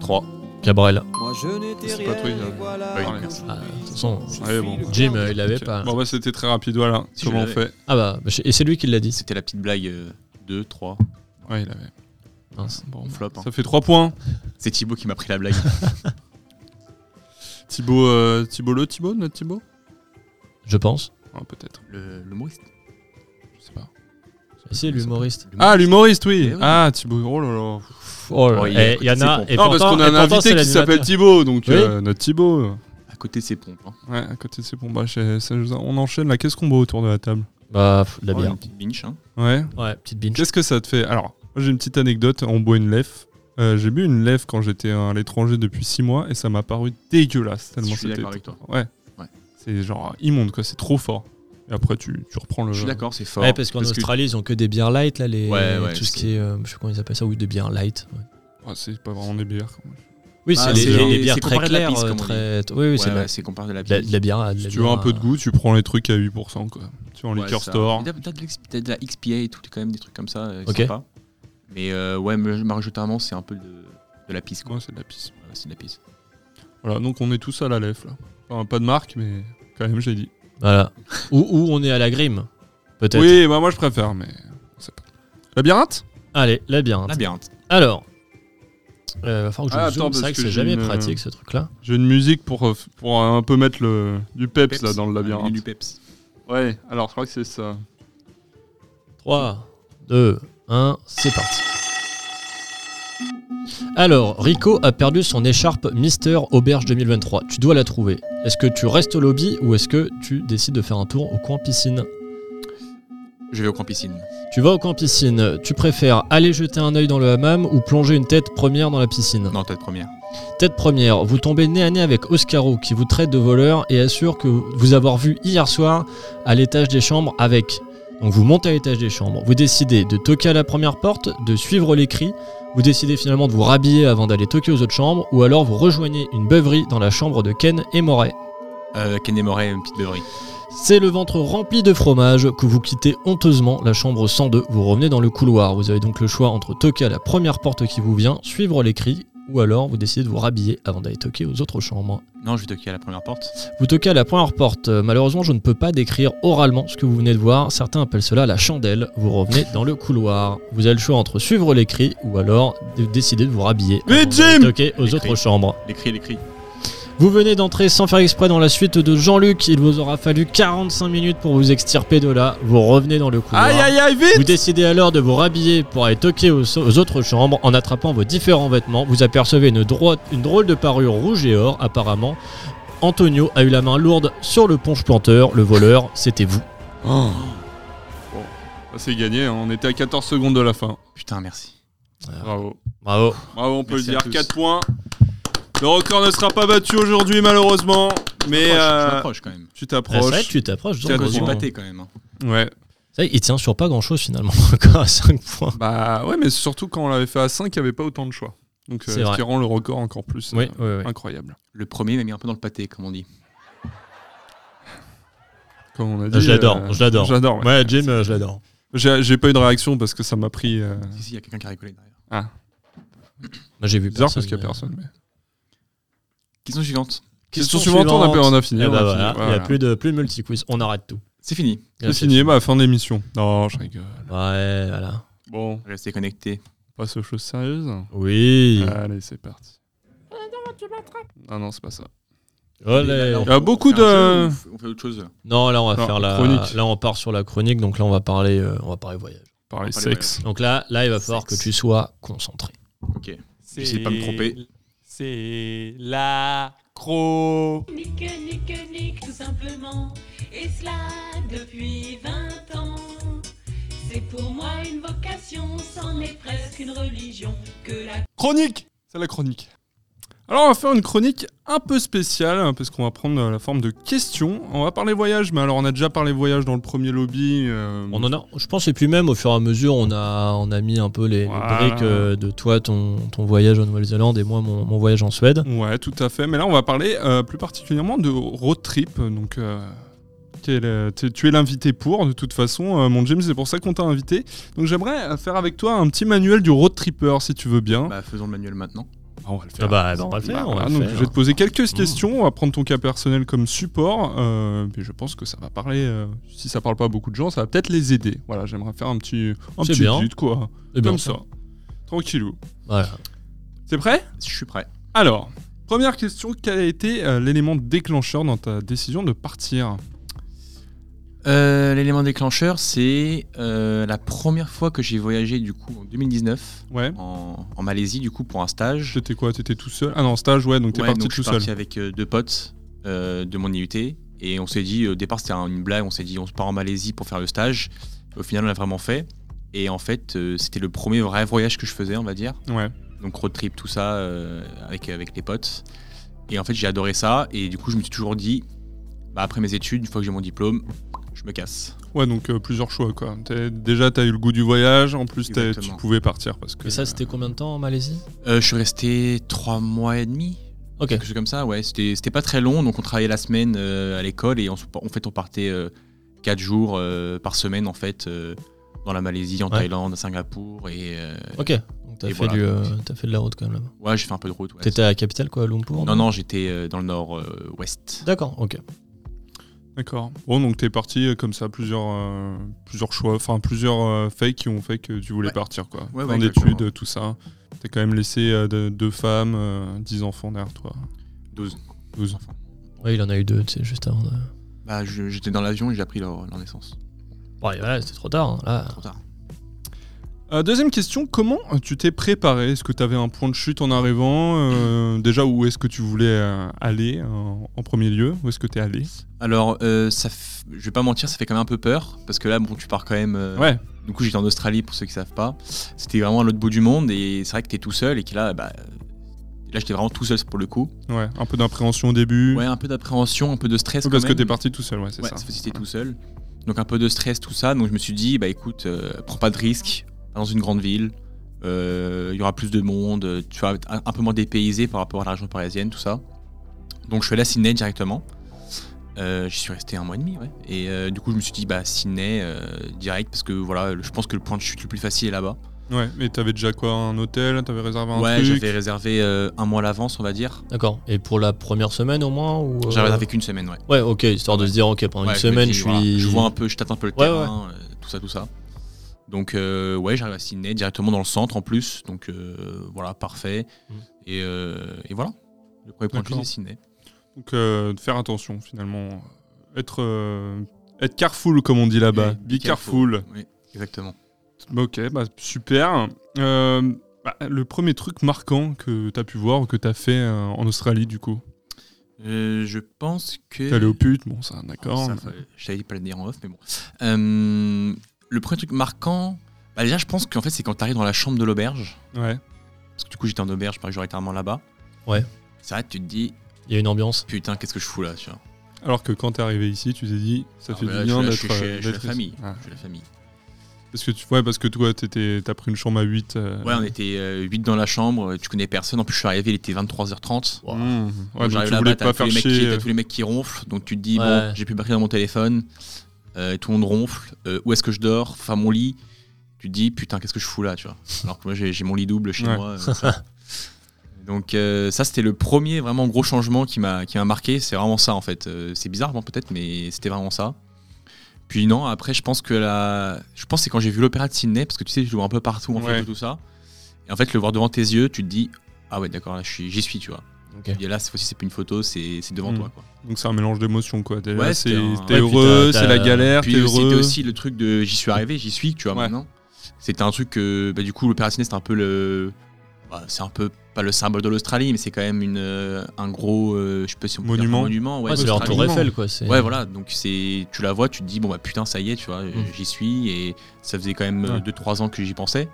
S4: 3.
S5: Cabrel.
S9: Moi je n'étais
S4: C'est pas
S9: rien
S4: toi, il a-
S9: et voilà
S4: oui,
S9: qu'un
S4: merci.
S5: Ah,
S9: jour,
S5: de toute façon,
S4: Allez, bon.
S5: Jim, euh, il l'avait
S4: Ok.
S5: pas.
S4: Bon, bah, c'était très rapide, voilà.
S6: Si,
S4: Comment on
S6: je
S4: fait
S5: Ah bah, bah, et c'est lui qui l'a dit.
S6: C'était la petite blague 2, 3.
S4: Ouais, il avait.
S5: Mince.
S4: Bon,
S6: On flop. hein.
S4: ça fait 3 points.
S6: C'est Thibaut qui m'a pris la blague.
S4: Thibaut, euh, Thibaut le Thibaut, notre Thibaut
S5: Je pense.
S4: Ah, peut-être.
S6: le, l'humoriste.
S4: Je sais pas.
S5: C'est l'humoriste.
S4: Ah, l'humoriste, oui.
S6: Eh oui.
S4: Ah, Thibaut, oh là là.
S5: Oh,
S6: Oh,
S5: là
S6: il
S5: là.
S6: est à
S5: Eh,
S6: côté
S5: il y en
S6: de ses
S5: a.
S6: pompes.
S5: et
S4: non, parce
S5: pourtant-
S4: qu'on
S5: et
S4: a un
S5: pourtant,
S4: invité
S5: c'est
S4: qui s'appelle
S5: l'animateur.
S4: Thibaut, donc
S5: Oui.
S4: euh, notre Thibaut. euh.
S5: Ah.
S6: À côté de ses pompes. hein.
S4: Ouais, à côté de ses bon, bah, c'est- ça nous a- on enchaîne là. Qu'est-ce qu'on boit autour de la table
S5: Bah, pff, la
S6: Oh,
S5: bière.
S6: une petite binge. Hein.
S4: Ouais.
S5: Ouais, petite binge.
S4: Qu'est-ce que ça te fait Alors, moi, j'ai une petite anecdote. On boit une lèvre. Euh, j'ai bu une lèvre quand j'étais à l'étranger depuis 6 mois et ça m'a paru dégueulasse. Tellement
S6: Je suis
S4: c'était.
S6: d'accord avec toi.
S4: Ouais.
S6: Ouais.
S4: C'est genre immonde, quoi. C'est trop fort. Et après, tu, tu reprends le.
S6: Je suis d'accord, c'est fort.
S5: Ouais, parce qu'en
S6: Parce que-
S5: Australie, ils ont que des bières light, là, les,
S6: Ouais, ouais,
S5: tout ce
S6: c'est-
S5: qui est, euh, je sais comment ils appellent ça, oui, des bières light. ouais.
S4: Ouais, c'est pas vraiment des bières. quoi.
S5: Oui,
S6: Bah,
S5: c'est
S4: Ah, c'est
S5: les, les-
S4: genre-
S5: les bières
S6: c'est
S5: très
S6: comparé à de la
S5: claires,
S6: pisse,
S5: euh,
S6: comme on
S5: très. Oui, oui,
S6: Ouais,
S5: c'est de la-
S6: ouais, c'est qu'on parle de la
S5: de la,
S6: bière.
S5: de la bière. de
S4: Si
S5: la
S4: tu veux un
S5: bière,
S4: peu de
S5: euh,
S4: goût, tu prends les trucs à 8%, quoi. Tu vois, en
S6: Ouais,
S4: liquor
S6: ça.
S4: store.
S6: T'as t'as de l'ex- t'as de la XPA et tout, t'as quand même des trucs comme ça. euh,
S5: Ok.
S6: sympa. Mais euh, ouais, me- majoritairement, c'est un peu de, de la pisse. Quoi.
S4: Ouais, c'est de la pisse.
S6: Ouais, c'est de la pisse.
S4: Voilà, donc on est tous à la lèvre, là. Enfin, pas de marque, mais quand même, j'ai dit.
S5: Voilà. ou, ou on est à la grime, peut-être.
S4: Oui, bah moi je préfère, mais. on sait pas. Labyrinthe
S5: Allez, la bière.
S6: La bière.
S5: Alors. Euh, va falloir que je
S4: Ah,
S5: zoome,
S4: attends,
S5: c'est vrai
S4: parce
S5: que,
S4: que
S5: c'est
S4: j'ai
S5: jamais
S4: une, euh,
S5: pratique ce truc-là.
S4: J'ai une musique pour, euh, f- pour euh, un peu mettre le, du peps, là dans le
S6: Ah,
S4: labyrinthe.
S6: Du peps.
S4: Ouais, alors je crois que c'est ça.
S5: 3, 2, 1, c'est parti. Alors, Rico a perdu son écharpe Mister Auberge 2023. Tu dois la trouver. Est-ce que tu restes au lobby ou est-ce que tu décides de faire un tour au coin piscine
S6: Je vais au camp piscine.
S5: Tu vas au coin piscine. Tu préfères aller jeter un œil dans le hammam ou plonger une tête première dans la piscine
S6: Non, tête première.
S5: Tête première, vous tombez nez à nez avec Oscaro qui vous traite de voleur et assure que vous avoir vu hier soir à l'étage des chambres avec. Donc vous montez à l'étage des chambres, vous décidez de toquer à la première porte, de suivre les cris, vous décidez finalement de vous rhabiller avant d'aller toquer aux autres chambres ou alors vous rejoignez une beuverie dans la chambre de Ken et Moret.
S6: Euh, Ken et Moret, une petite beuverie.
S5: C'est le ventre rempli de fromage que vous quittez honteusement la chambre 102. Vous revenez dans le couloir. Vous avez donc le choix entre toquer à la première porte qui vous vient, suivre les cris, ou alors vous décidez de vous rhabiller avant d'aller toquer aux autres chambres.
S6: Non, je vais toquer à la première porte.
S5: Vous toquez à la première porte. Euh, Malheureusement, je ne peux pas décrire oralement ce que vous venez de voir. Certains appellent cela la chandelle. Vous revenez dans le couloir. Vous avez le choix entre suivre les cris ou alors de décider de vous rhabiller.
S4: Vite,
S5: avant d'aller
S4: Jim
S5: Toquer aux
S6: Les
S5: autres
S6: cris.
S5: chambres.
S6: Les cris, les cris.
S5: Vous venez d'entrer sans faire exprès dans la suite de Jean-Luc. Il vous aura fallu 45 minutes pour vous extirper de là. Vous revenez dans le couloir.
S4: Aïe aïe aïe,
S5: Vous
S4: vite
S5: décidez alors de vous rhabiller pour aller toquer aux, aux autres chambres en attrapant vos différents vêtements. Vous apercevez une, droite- une drôle de parure rouge et or, apparemment. Antonio a eu la main lourde sur le ponche planteur. Le voleur, c'était vous.
S4: Ah, C'est gagné, hein, on était à 14 secondes de la fin.
S6: Putain, merci.
S4: Bravo.
S5: Bravo.
S4: Bravo, on peut
S6: Merci
S4: le
S6: à
S4: dire.
S6: tous.
S4: 4 points. Le record ne sera pas battu aujourd'hui, malheureusement. Mais
S6: Proche,
S4: euh,
S6: Je m'approche quand même.
S4: tu
S5: Ah, c'est vrai
S4: t'approches.
S5: que tu t'approches. donc.
S4: Quatre
S6: Je suis
S4: points.
S6: pâté quand même. hein.
S4: Ouais.
S5: C'est vrai qu'il tient sur pas grand chose finalement. Encore à 5 points.
S4: Bah ouais, mais surtout quand on l'avait fait à 5, il n'y avait pas autant de choix. Donc euh,
S5: C'est vrai.
S4: ce qui rend le record encore plus euh,
S5: Oui, oui, oui.
S4: incroyable.
S6: Le premier m'a mis un peu dans le pâté, comme on dit.
S4: Comme on a dit,
S5: Je l'adore,
S4: euh,
S5: je l'adore.
S4: J'adore. ouais.
S5: Ouais, Jim, euh, je l'adore.
S4: J'ai j'ai pas eu de réaction parce que ça m'a pris. euh,
S6: Si, si, il y a quelqu'un qui a rigolé derrière.
S5: Moi, J'ai vu
S4: bizarre
S5: personne, euh,
S4: parce qu'il n'y a
S5: mais- euh,
S4: personne. mais-
S6: Question suivante.
S4: Question suivante, on, a, on a fini.
S5: Eh
S4: on
S5: bah
S4: a
S5: voilà,
S4: fini,
S5: Il
S4: voilà.
S5: n'y a plus de, plus de multi-quiz. On arrête tout.
S6: C'est fini.
S4: C'est fini, bah, fin de l'émission. Non, je rigole.
S5: Ouais, voilà.
S4: Bon,
S6: Restez connectés.
S4: passe aux choses sérieuses.
S5: Oui.
S4: Allez, c'est parti. Ah non, c'est pas ça.
S5: Olé.
S6: Là, on
S4: Il y a
S6: fait-
S4: beaucoup
S6: on fait un
S4: de-
S6: jeu ou On fait autre chose.
S5: Non, là on va
S4: Non,
S5: faire la
S4: chronique.
S5: Là on part sur la chronique, donc là on va parler, euh, on va parler voyage.
S4: Parler
S6: Parler
S4: sexe.
S5: Donc là, là il va falloir que
S6: Sexe.
S5: tu sois concentré.
S6: Ok. J'essaie de pas me tromper.
S1: C'est la cro.
S9: Nique, nique, nique, tout simplement. Et cela depuis 20 ans. C'est pour moi une vocation, c'en est presque une religion. Que la
S4: Chronique C'est la chronique. Alors on va faire une chronique un peu spéciale, hein, parce qu'on va prendre euh, la forme de questions. On va parler voyage, mais alors on a déjà parlé voyage dans le premier lobby. euh,
S5: On en a, je pense, et puis même au fur et à mesure, on a, on a mis un peu les, les
S4: Voilà.
S5: briques euh, de toi, ton, ton voyage en Nouvelle-Zélande et moi mon, mon voyage en Suède.
S4: Ouais, tout à fait. Mais là, on va parler euh, plus particulièrement de road trip. Donc, euh, quel, euh, t'es- tu es l'invité pour, de toute façon, euh, mon James, c'est pour ça qu'on t'a invité. Donc, j'aimerais euh, faire avec toi un petit manuel du road tripper, si tu veux bien.
S6: Bah, faisons le manuel maintenant.
S4: Ah, on va le
S5: Ah bah, bah, on va le faire, on va
S4: voilà,
S5: le
S4: donc,
S5: faire. Mmh.
S4: je vais te poser quelques questions. On va prendre ton cas personnel comme support. euh, puis je pense que ça va parler. euh, si ça parle pas à beaucoup de gens, ça va peut-être les aider. Voilà, j'aimerais faire un petit, un
S5: C'est
S4: petit
S5: bien.
S4: but, quoi.
S5: Et Eh bien,
S4: comme ça. Tranquillou.
S5: Voilà.
S4: T'es prêt
S6: Je suis prêt.
S4: alors, première question, quel a été euh, l'élément déclencheur dans ta décision de partir
S6: Euh, L'élément déclencheur, c'est euh, la première fois que j'ai voyagé du coup en 2019
S4: Ouais.
S6: en, en Malaisie du coup pour un stage.
S4: T'étais quoi T'étais tout seul Ah non, en stage, ouais, donc t'es
S6: Ouais,
S4: parti
S6: donc je
S4: tout
S6: suis
S4: seul.
S6: parti avec euh, deux potes euh, de mon IUT et on s'est dit euh, au départ c'était un- une blague, on s'est dit on se part en Malaisie pour faire le stage. Au final on l'a vraiment fait et en fait euh, c'était le premier vrai voyage que je faisais on va dire.
S4: Ouais.
S6: donc road trip tout ça euh, avec avec les potes et en fait j'ai adoré ça et du coup je me suis toujours dit bah, après mes études une fois que j'ai mon diplôme je me casse
S4: Ouais, donc euh, plusieurs choix, quoi. T'es- déjà, t'as eu le goût du voyage, en plus, t'as- tu
S6: Exactement.
S4: pouvais partir parce que.
S5: Et ça, c'était combien de temps en Malaisie
S6: Euh, je suis resté trois mois et demi
S5: Ok.
S6: quelque chose comme ça ouais c'était c'était pas très long donc on travaillait la semaine euh, à l'école et on, se- en fait on partait euh, quatre jours euh, par semaine en fait euh, dans la Malaisie en
S5: Ouais.
S6: Thaïlande à Singapour et euh,
S5: Ok. Donc t'as
S6: Et
S5: fait,
S6: voilà.
S5: du, euh, t'as fait de la route quand même là-bas.
S6: ouais j'ai fait un peu de route ouais.
S5: T'étais à la capitale quoi, à Lumpur
S6: non non j'étais euh, dans le nord euh, ouest
S5: D'accord, ok.
S4: D'accord. Bon, donc t'es parti euh, comme ça, plusieurs, euh, plusieurs choix, enfin plusieurs euh, faits qui ont fait que tu voulais
S6: Ouais.
S4: partir, quoi.
S6: Ouais,
S4: fin
S6: ouais, exactement.
S4: d'études, euh, tout ça. T'as quand même laissé euh, de- deux femmes, euh, dix enfants derrière toi.
S6: 12
S4: 12.
S6: enfants
S5: Ouais, il en a eu deux, tu sais, juste avant. de-
S6: bah je- j'étais dans l'avion et j'ai appris leur, leur naissance
S5: Bon, et voilà, c'était trop tard. hein, là.
S6: Trop tard.
S4: Euh, deuxième question, comment tu t'es préparé Est-ce que tu avais un point de chute en arrivant euh, Déjà, où est-ce que tu voulais euh, aller euh, en premier lieu Où est-ce que tu es allé
S6: Alors, euh, ça f- je vais pas mentir, ça fait quand même un peu peur parce que là, bon, tu pars quand même. euh,
S4: Ouais,
S6: Du coup, j'étais en Australie pour ceux qui savent pas. C'était vraiment à l'autre bout du monde et c'est vrai que t'es tout seul et que là, bah, là, j'étais vraiment tout seul pour le coup.
S4: ouais, un peu d'appréhension au début.
S6: Ouais, un peu d'appréhension, un peu de stress.
S4: parce que
S6: quand même.
S4: t'es parti tout seul, ouais, c'est
S6: Ouais,
S4: ça.
S6: c'est parce que t'es tout seul. Donc un peu de stress, tout ça. Donc je me suis dit, bah écoute, euh, prends pas de risque. Pas dans une grande ville. Euh, Il y aura plus de monde. euh, Tu vas être un un peu moins dépaysé par rapport à la région parisienne, tout ça. Donc je suis allé à Sydney directement. Euh, J'y suis resté un mois et demi, ouais. Et euh, du coup, je me suis dit, bah Sydney euh, direct, parce que voilà, le- je pense que le point de chute le plus facile est là-bas.
S4: Ouais, mais t'avais déjà quoi Un hôtel T'avais réservé un
S6: Ouais,
S4: truc
S6: j'avais réservé euh, un mois à l'avance, on va dire.
S5: D'accord. Et pour la première semaine au moins ou, euh,
S6: J'avais réservé qu'une semaine, ouais.
S5: Ouais, ok, histoire de se dire, ok, pendant
S6: Ouais,
S5: une
S6: je me
S5: semaine,
S6: dis,
S5: je suis.
S6: voilà, je vois un peu, je tâte un peu le
S5: Ouais,
S6: terrain, euh, tout ça, tout ça. Donc, euh, ouais, j'arrive à Sydney directement dans le centre en plus. Donc, euh, voilà, parfait.
S5: Mm.
S6: Et, euh, et voilà. Le premier point de vue,
S4: D'accord.
S6: c'est Sydney.
S4: Donc, euh, de faire attention finalement. Être, euh, être careful, comme on dit là-bas.
S6: Et
S4: Be careful.
S6: Oui, exactement.
S4: Bah, ok, bah, super. Euh, bah, le premier truc marquant que t'as pu voir, ou que t'as fait euh, en Australie du coup
S6: Euh, je pense que.
S4: T'es allé aux putes, bon, ça, d'accord.
S6: Ça, fallait- Je t'avais dit pas le dire en off, mais bon. Euh, le premier truc marquant. bah, déjà, je pense qu'en fait, c'est quand t'arrives dans la chambre de l'auberge.
S4: Ouais.
S6: Parce que du coup, j'étais en auberge majoritairement là-bas.
S5: Ouais.
S6: C'est vrai, tu te dis,
S5: Il y a une ambiance.
S6: putain, qu'est-ce que je fous là, tu vois.
S4: Alors que quand t'es arrivé ici, tu t'es dit, ça
S6: Ah,
S4: fait
S6: mais là,
S4: du bien
S6: je
S4: d'être.
S6: suis- je suis- je
S4: d'être
S6: suis la
S4: ici.
S6: famille.
S4: Ah.
S6: Je suis la famille.
S4: Parce que tu, ouais, parce que toi, t'étais- t'as pris une chambre à 8. euh,
S6: Ouais, on était 8 dans la chambre, euh, tu connais personne. En plus, je suis arrivé, il était 23h30.
S5: Wow.
S4: mmh. Ouais, donc
S6: j'arrive
S4: tu voulais
S6: là-bas,
S4: pas
S6: t'as tous,
S4: faire
S6: les mecs qui-
S4: chier.
S6: t'as
S4: euh,
S6: tous les mecs qui ronflent. Donc tu te dis,
S5: Ouais.
S6: bon, j'ai plus batterie dans mon téléphone, euh, tout le monde ronfle. euh, où est-ce que je dors Enfin, mon lit. Tu te dis, putain, qu'est-ce que je fous là, tu vois. Alors que moi, j'ai j'ai mon lit double chez
S4: Ouais.
S6: moi. euh, ça. Donc euh, ça c'était le premier vraiment gros changement qui m'a qui m'a marqué, c'est vraiment ça en fait. Euh, c'est bizarre bon, peut-être mais c'était vraiment ça. Puis non, après je pense que la je pense que c'est quand j'ai vu l'opéra de Sydney parce que tu sais je le vois un peu partout en
S4: Ouais.
S6: fait tout ça. Et en fait le voir devant tes yeux, tu te dis ah ouais d'accord là je suis- j'y suis tu vois.
S5: Ok. Hmm.
S6: Et là cette fois-ci c'est plus une photo, c'est c'est devant
S4: Mm.
S6: toi quoi.
S4: Donc c'est un mélange d'émotions, quoi. T'es là,
S6: Ouais,
S4: c'est-
S6: c'était un-
S4: t'es
S5: Ouais,
S4: heureux,
S5: puis t'as-
S4: c'est la
S5: t'as-
S4: galère, t'es
S6: Puis c'était
S4: heureux.
S6: aussi le truc de j'y suis arrivé, j'y suis, tu vois,
S4: Ouais.
S6: maintenant. C'était un truc que, bah, du coup, l'Opéra Sydney, c'était un peu le. bah, c'est un peu pas le symbole de l'Australie, mais c'est quand même une, euh, un gros. euh, je sais pas si on peut dire
S4: Monument.
S6: un monument. Ouais,
S5: Ouais, c'est leur
S6: d'Australie.
S5: tour Eiffel, quoi. c'est- Hmm.
S6: Ouais, voilà. Donc c'est, tu la vois, tu te dis, bon, bah putain, ça y est, tu vois, euh, j'y suis. Et ça faisait quand même
S4: Ouais.
S6: 2-3 ans que j'y pensais.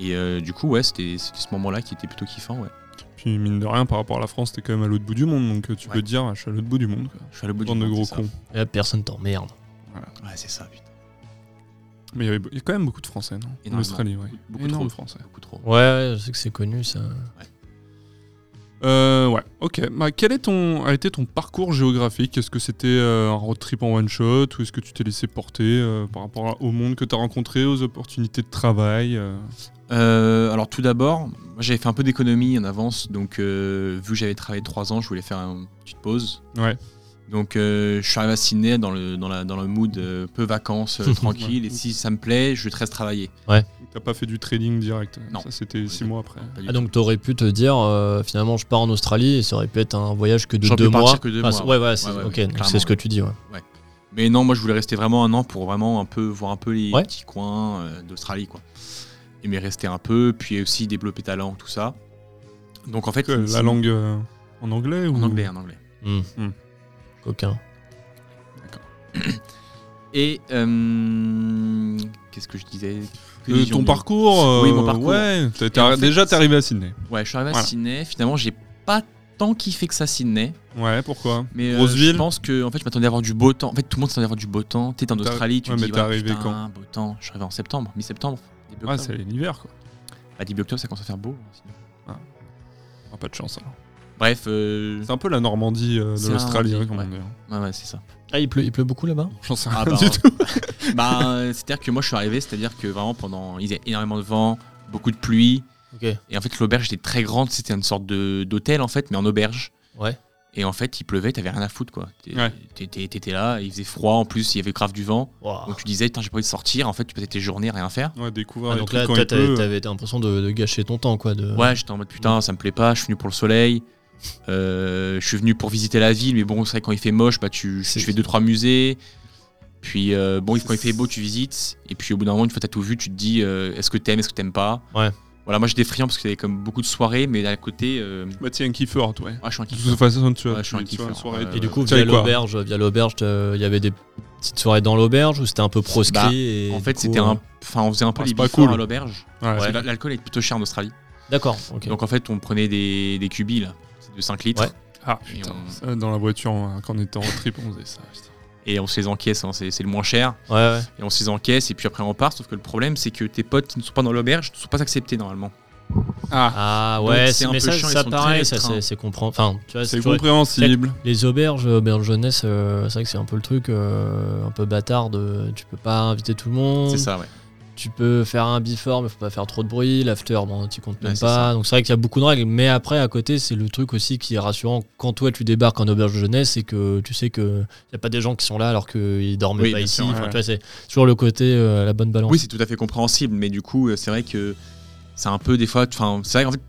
S6: Et euh, du coup, ouais, c'était c'était ce moment-là qui était plutôt kiffant, ouais.
S4: Puis mine de rien, par rapport à la France, t'es quand même à l'autre bout du monde, donc euh, tu
S6: Ouais.
S4: peux te dire, ah, je suis à l'autre bout du monde, quoi.
S6: Je suis à le bout du
S4: Bande de
S6: monde,
S4: gros
S6: c'est ça.
S4: cons.
S5: Et là, euh, personne t'emmerde.
S6: Ouais, c'est ça, putain.
S4: Mais il y avait il y a quand même beaucoup de Français, non En
S6: Énormément.
S4: Australie, ouais.
S6: Beaucoup- beaucoup
S4: Énorme
S6: trop.
S4: de Français.
S6: Beaucoup trop.
S5: Ouais, ouais, je sais que c'est connu, ça.
S4: Euh, ouais, ok. Bah, quel est ton, a été ton parcours géographique Est-ce que c'était euh, un road trip en one shot ou est-ce que tu t'es laissé porter euh, par rapport à- au monde que tu as rencontré, aux opportunités de travail euh
S6: Euh, alors tout d'abord, moi, j'avais fait un peu d'économie en avance, donc euh, vu que j'avais travaillé 3 ans, je voulais faire une petite pause.
S4: Ouais.
S6: Donc euh, je suis arrivé à Sydney dans le, dans la, dans le mood euh, peu vacances, euh, tranquille, et si ça me plaît, je vais très travailler.
S4: T'as pas fait du trading direct
S6: Non.
S4: Ça, c'était six mois après.
S6: Pas du
S5: Ah,
S6: tout.
S5: donc t'aurais pu te dire, euh, finalement, je pars en Australie et ça aurait pu être un voyage que de
S6: J'aurais pu
S5: deux
S6: partir
S5: mois.
S6: que deux
S5: Enfin, c'est-
S6: mois,
S5: Ouais, voilà, c'est
S6: ouais,
S5: ok,
S6: ouais,
S5: donc c'est
S6: clairement.
S5: ce que tu dis, ouais.
S6: Mais non, moi je voulais rester vraiment un an pour vraiment un peu voir un peu les
S5: Ouais.
S6: petits coins euh, d'Australie, quoi. Et mais rester un peu, puis aussi développer ta langue, tout ça. Donc en fait,
S4: Que la
S6: Sydney-
S4: langue euh, en anglais ou...
S6: en anglais, hein. en anglais.
S5: Hmm.
S4: Hmm.
S5: Coquin.
S6: Et euh, qu'est-ce que je disais Que
S4: Euh,
S6: disais-je
S4: ton
S6: bien
S4: parcours, euh,
S6: Oui, mon parcours.
S4: Ouais, t'as- t'as-
S6: Et en fait,
S4: déjà t'es
S6: c'est-
S4: arrivé à Sydney.
S6: Ouais, je suis arrivé à
S4: Voilà.
S6: Sydney. Finalement, j'ai pas tant kiffé que ça Sydney.
S4: Ouais, pourquoi
S6: Mais euh,
S4: Grosse
S6: je
S4: ville.
S6: pense que en fait, je m'attendais à avoir du beau temps. En fait, tout le monde s'attendait à avoir du beau temps. T'es en
S4: T'as-
S6: Australie, tu
S4: ouais,
S6: te
S4: mais
S6: dis
S4: t'es
S6: ouais,
S4: arrivé
S6: putain,
S4: quand
S6: beau temps. Je suis arrivé en septembre, mi-septembre. début
S4: Ouais,
S6: octobre.
S4: Ah, c'est l'hiver quoi.
S6: Bah, début octobre, ça commence à faire beau. sinon.
S4: Ah, pas de chance alors.
S6: Bref, euh,
S4: C'est un peu la Normandie euh, de
S6: C'est la
S4: l'Australie,
S6: Normandie,
S4: comme on
S6: ouais.
S4: dit, hein.
S6: ouais, ouais, c'est ça.
S5: Ah, il pleut, il pleut beaucoup là-bas
S4: J'en sais
S6: Ah,
S4: rien
S6: bah,
S4: du
S6: hein.
S4: tout.
S6: bah, euh, c'est-à-dire que moi, je suis arrivé, c'est-à-dire que vraiment pendant, il y a énormément de vent, beaucoup de pluie.
S5: Ok.
S6: Et en fait, l'auberge était très grande. C'était une sorte de- d'hôtel en fait, mais en auberge.
S5: Ouais.
S6: Et en fait, il pleuvait, t'avais rien à foutre quoi. T'es-
S4: Ouais.
S6: T'étais t'étais là, il faisait froid en plus, il y avait grave du vent.
S5: Waouh.
S6: Donc tu disais, putain, j'ai pas envie de sortir. En fait, tu passais tes journées, rien faire.
S4: Ouais, découvrir
S5: Ah,
S4: les
S5: donc
S4: trucs
S5: là,
S4: quand
S5: toi,
S4: il
S5: t'avais
S4: pleut.
S5: t'avais l'impression de, de gâcher ton temps, quoi. De...
S6: euh, Ouais, j'étais en mode putain, ça me plaît pas, je suis venu pour le soleil. Euh, je suis venu pour visiter la ville, mais bon, c'est vrai, quand il fait moche, bah, tu, je
S5: C'est-
S6: fais 2-3 musées. Puis euh, bon, quand il fait beau, tu visites. Et puis au bout d'un moment, une fois que t'as tout vu, tu te dis euh, est-ce que t'aimes, est-ce que t'aimes pas.
S5: Ouais.
S6: Voilà, moi j'étais friand parce qu'il y avait comme beaucoup de soirées, mais à côté, euh,
S4: Bah, tiens, un kiffeur, toi.
S6: ah, je suis un
S4: De
S6: kiffeur.
S4: toute façon, tu
S6: Ouais,
S4: vois,
S6: je suis un
S4: tu- tu vois,
S6: kiffeur.
S4: une soirée,
S6: Euh,
S5: Et du coup,
S4: tu savais
S5: via
S4: quoi
S5: l'auberge, via l'auberge, euh, il y avait des petites soirées dans l'auberge où c'était un peu proscrit.
S6: Bah,
S5: et
S6: En
S5: du
S6: fait,
S5: coup,
S6: c'était
S5: euh,
S6: un. Enfin, on faisait un peu
S4: Ah,
S6: les
S4: c'est pas
S6: before
S4: cool.
S6: à l'auberge.
S4: Ouais,
S6: Parce
S4: c'est
S6: que L'alcool est plutôt cher en Australie.
S5: D'accord. ok.
S6: Donc en fait, on prenait des, des cubis là, de 5 litres.
S5: Ouais.
S4: Ah
S6: Et
S4: putain,
S6: on,
S4: ça, dans la voiture, hein, quand on était en trip, on faisait ça. putain.
S6: et on se les encaisse, hein, c'est c'est le moins cher.
S5: Ouais, ouais.
S6: Et on se les encaisse, et puis après on part. Sauf que le problème, c'est que tes potes qui ne sont pas dans l'auberge ne sont pas acceptés normalement.
S4: Ah,
S5: Ah
S6: Donc,
S5: ouais,
S6: c'est
S5: c'est-
S6: un
S5: mais
S6: peu
S5: ça,
S6: chiant, ils
S5: ça
S6: sont
S5: pareil,
S6: très
S5: ça
S6: restreints.
S5: c'est c'est comprendre. Enfin, tu vois,
S4: c'est
S5: c'est toujours-
S4: compréhensible.
S5: les auberges euh, auberge jeunesse, euh, c'est vrai que c'est un peu le truc euh, un peu bâtard de tu peux pas inviter tout le monde.
S6: C'est ça, ouais.
S5: Tu peux faire un before, mais faut pas faire trop de bruit. L'after, bon, tu comptes
S6: Ouais,
S5: même
S6: c'est
S5: pas. Donc c'est vrai qu'il y a beaucoup de règles. Mais après, à côté, c'est le truc aussi qui est rassurant quand toi tu débarques en auberge de jeunesse, c'est que tu sais que y a pas des gens qui sont là alors qu'ils dormaient
S6: Oui,
S5: pas
S6: bien
S5: ici.
S6: sûr, ouais,
S5: Enfin,
S4: ouais.
S5: tu vois, c'est toujours le côté euh, la bonne balance.
S6: Oui, c'est tout à fait compréhensible, mais du coup, euh, c'est vrai que c'est un peu des fois. Enfin, c'est vrai qu'en fait,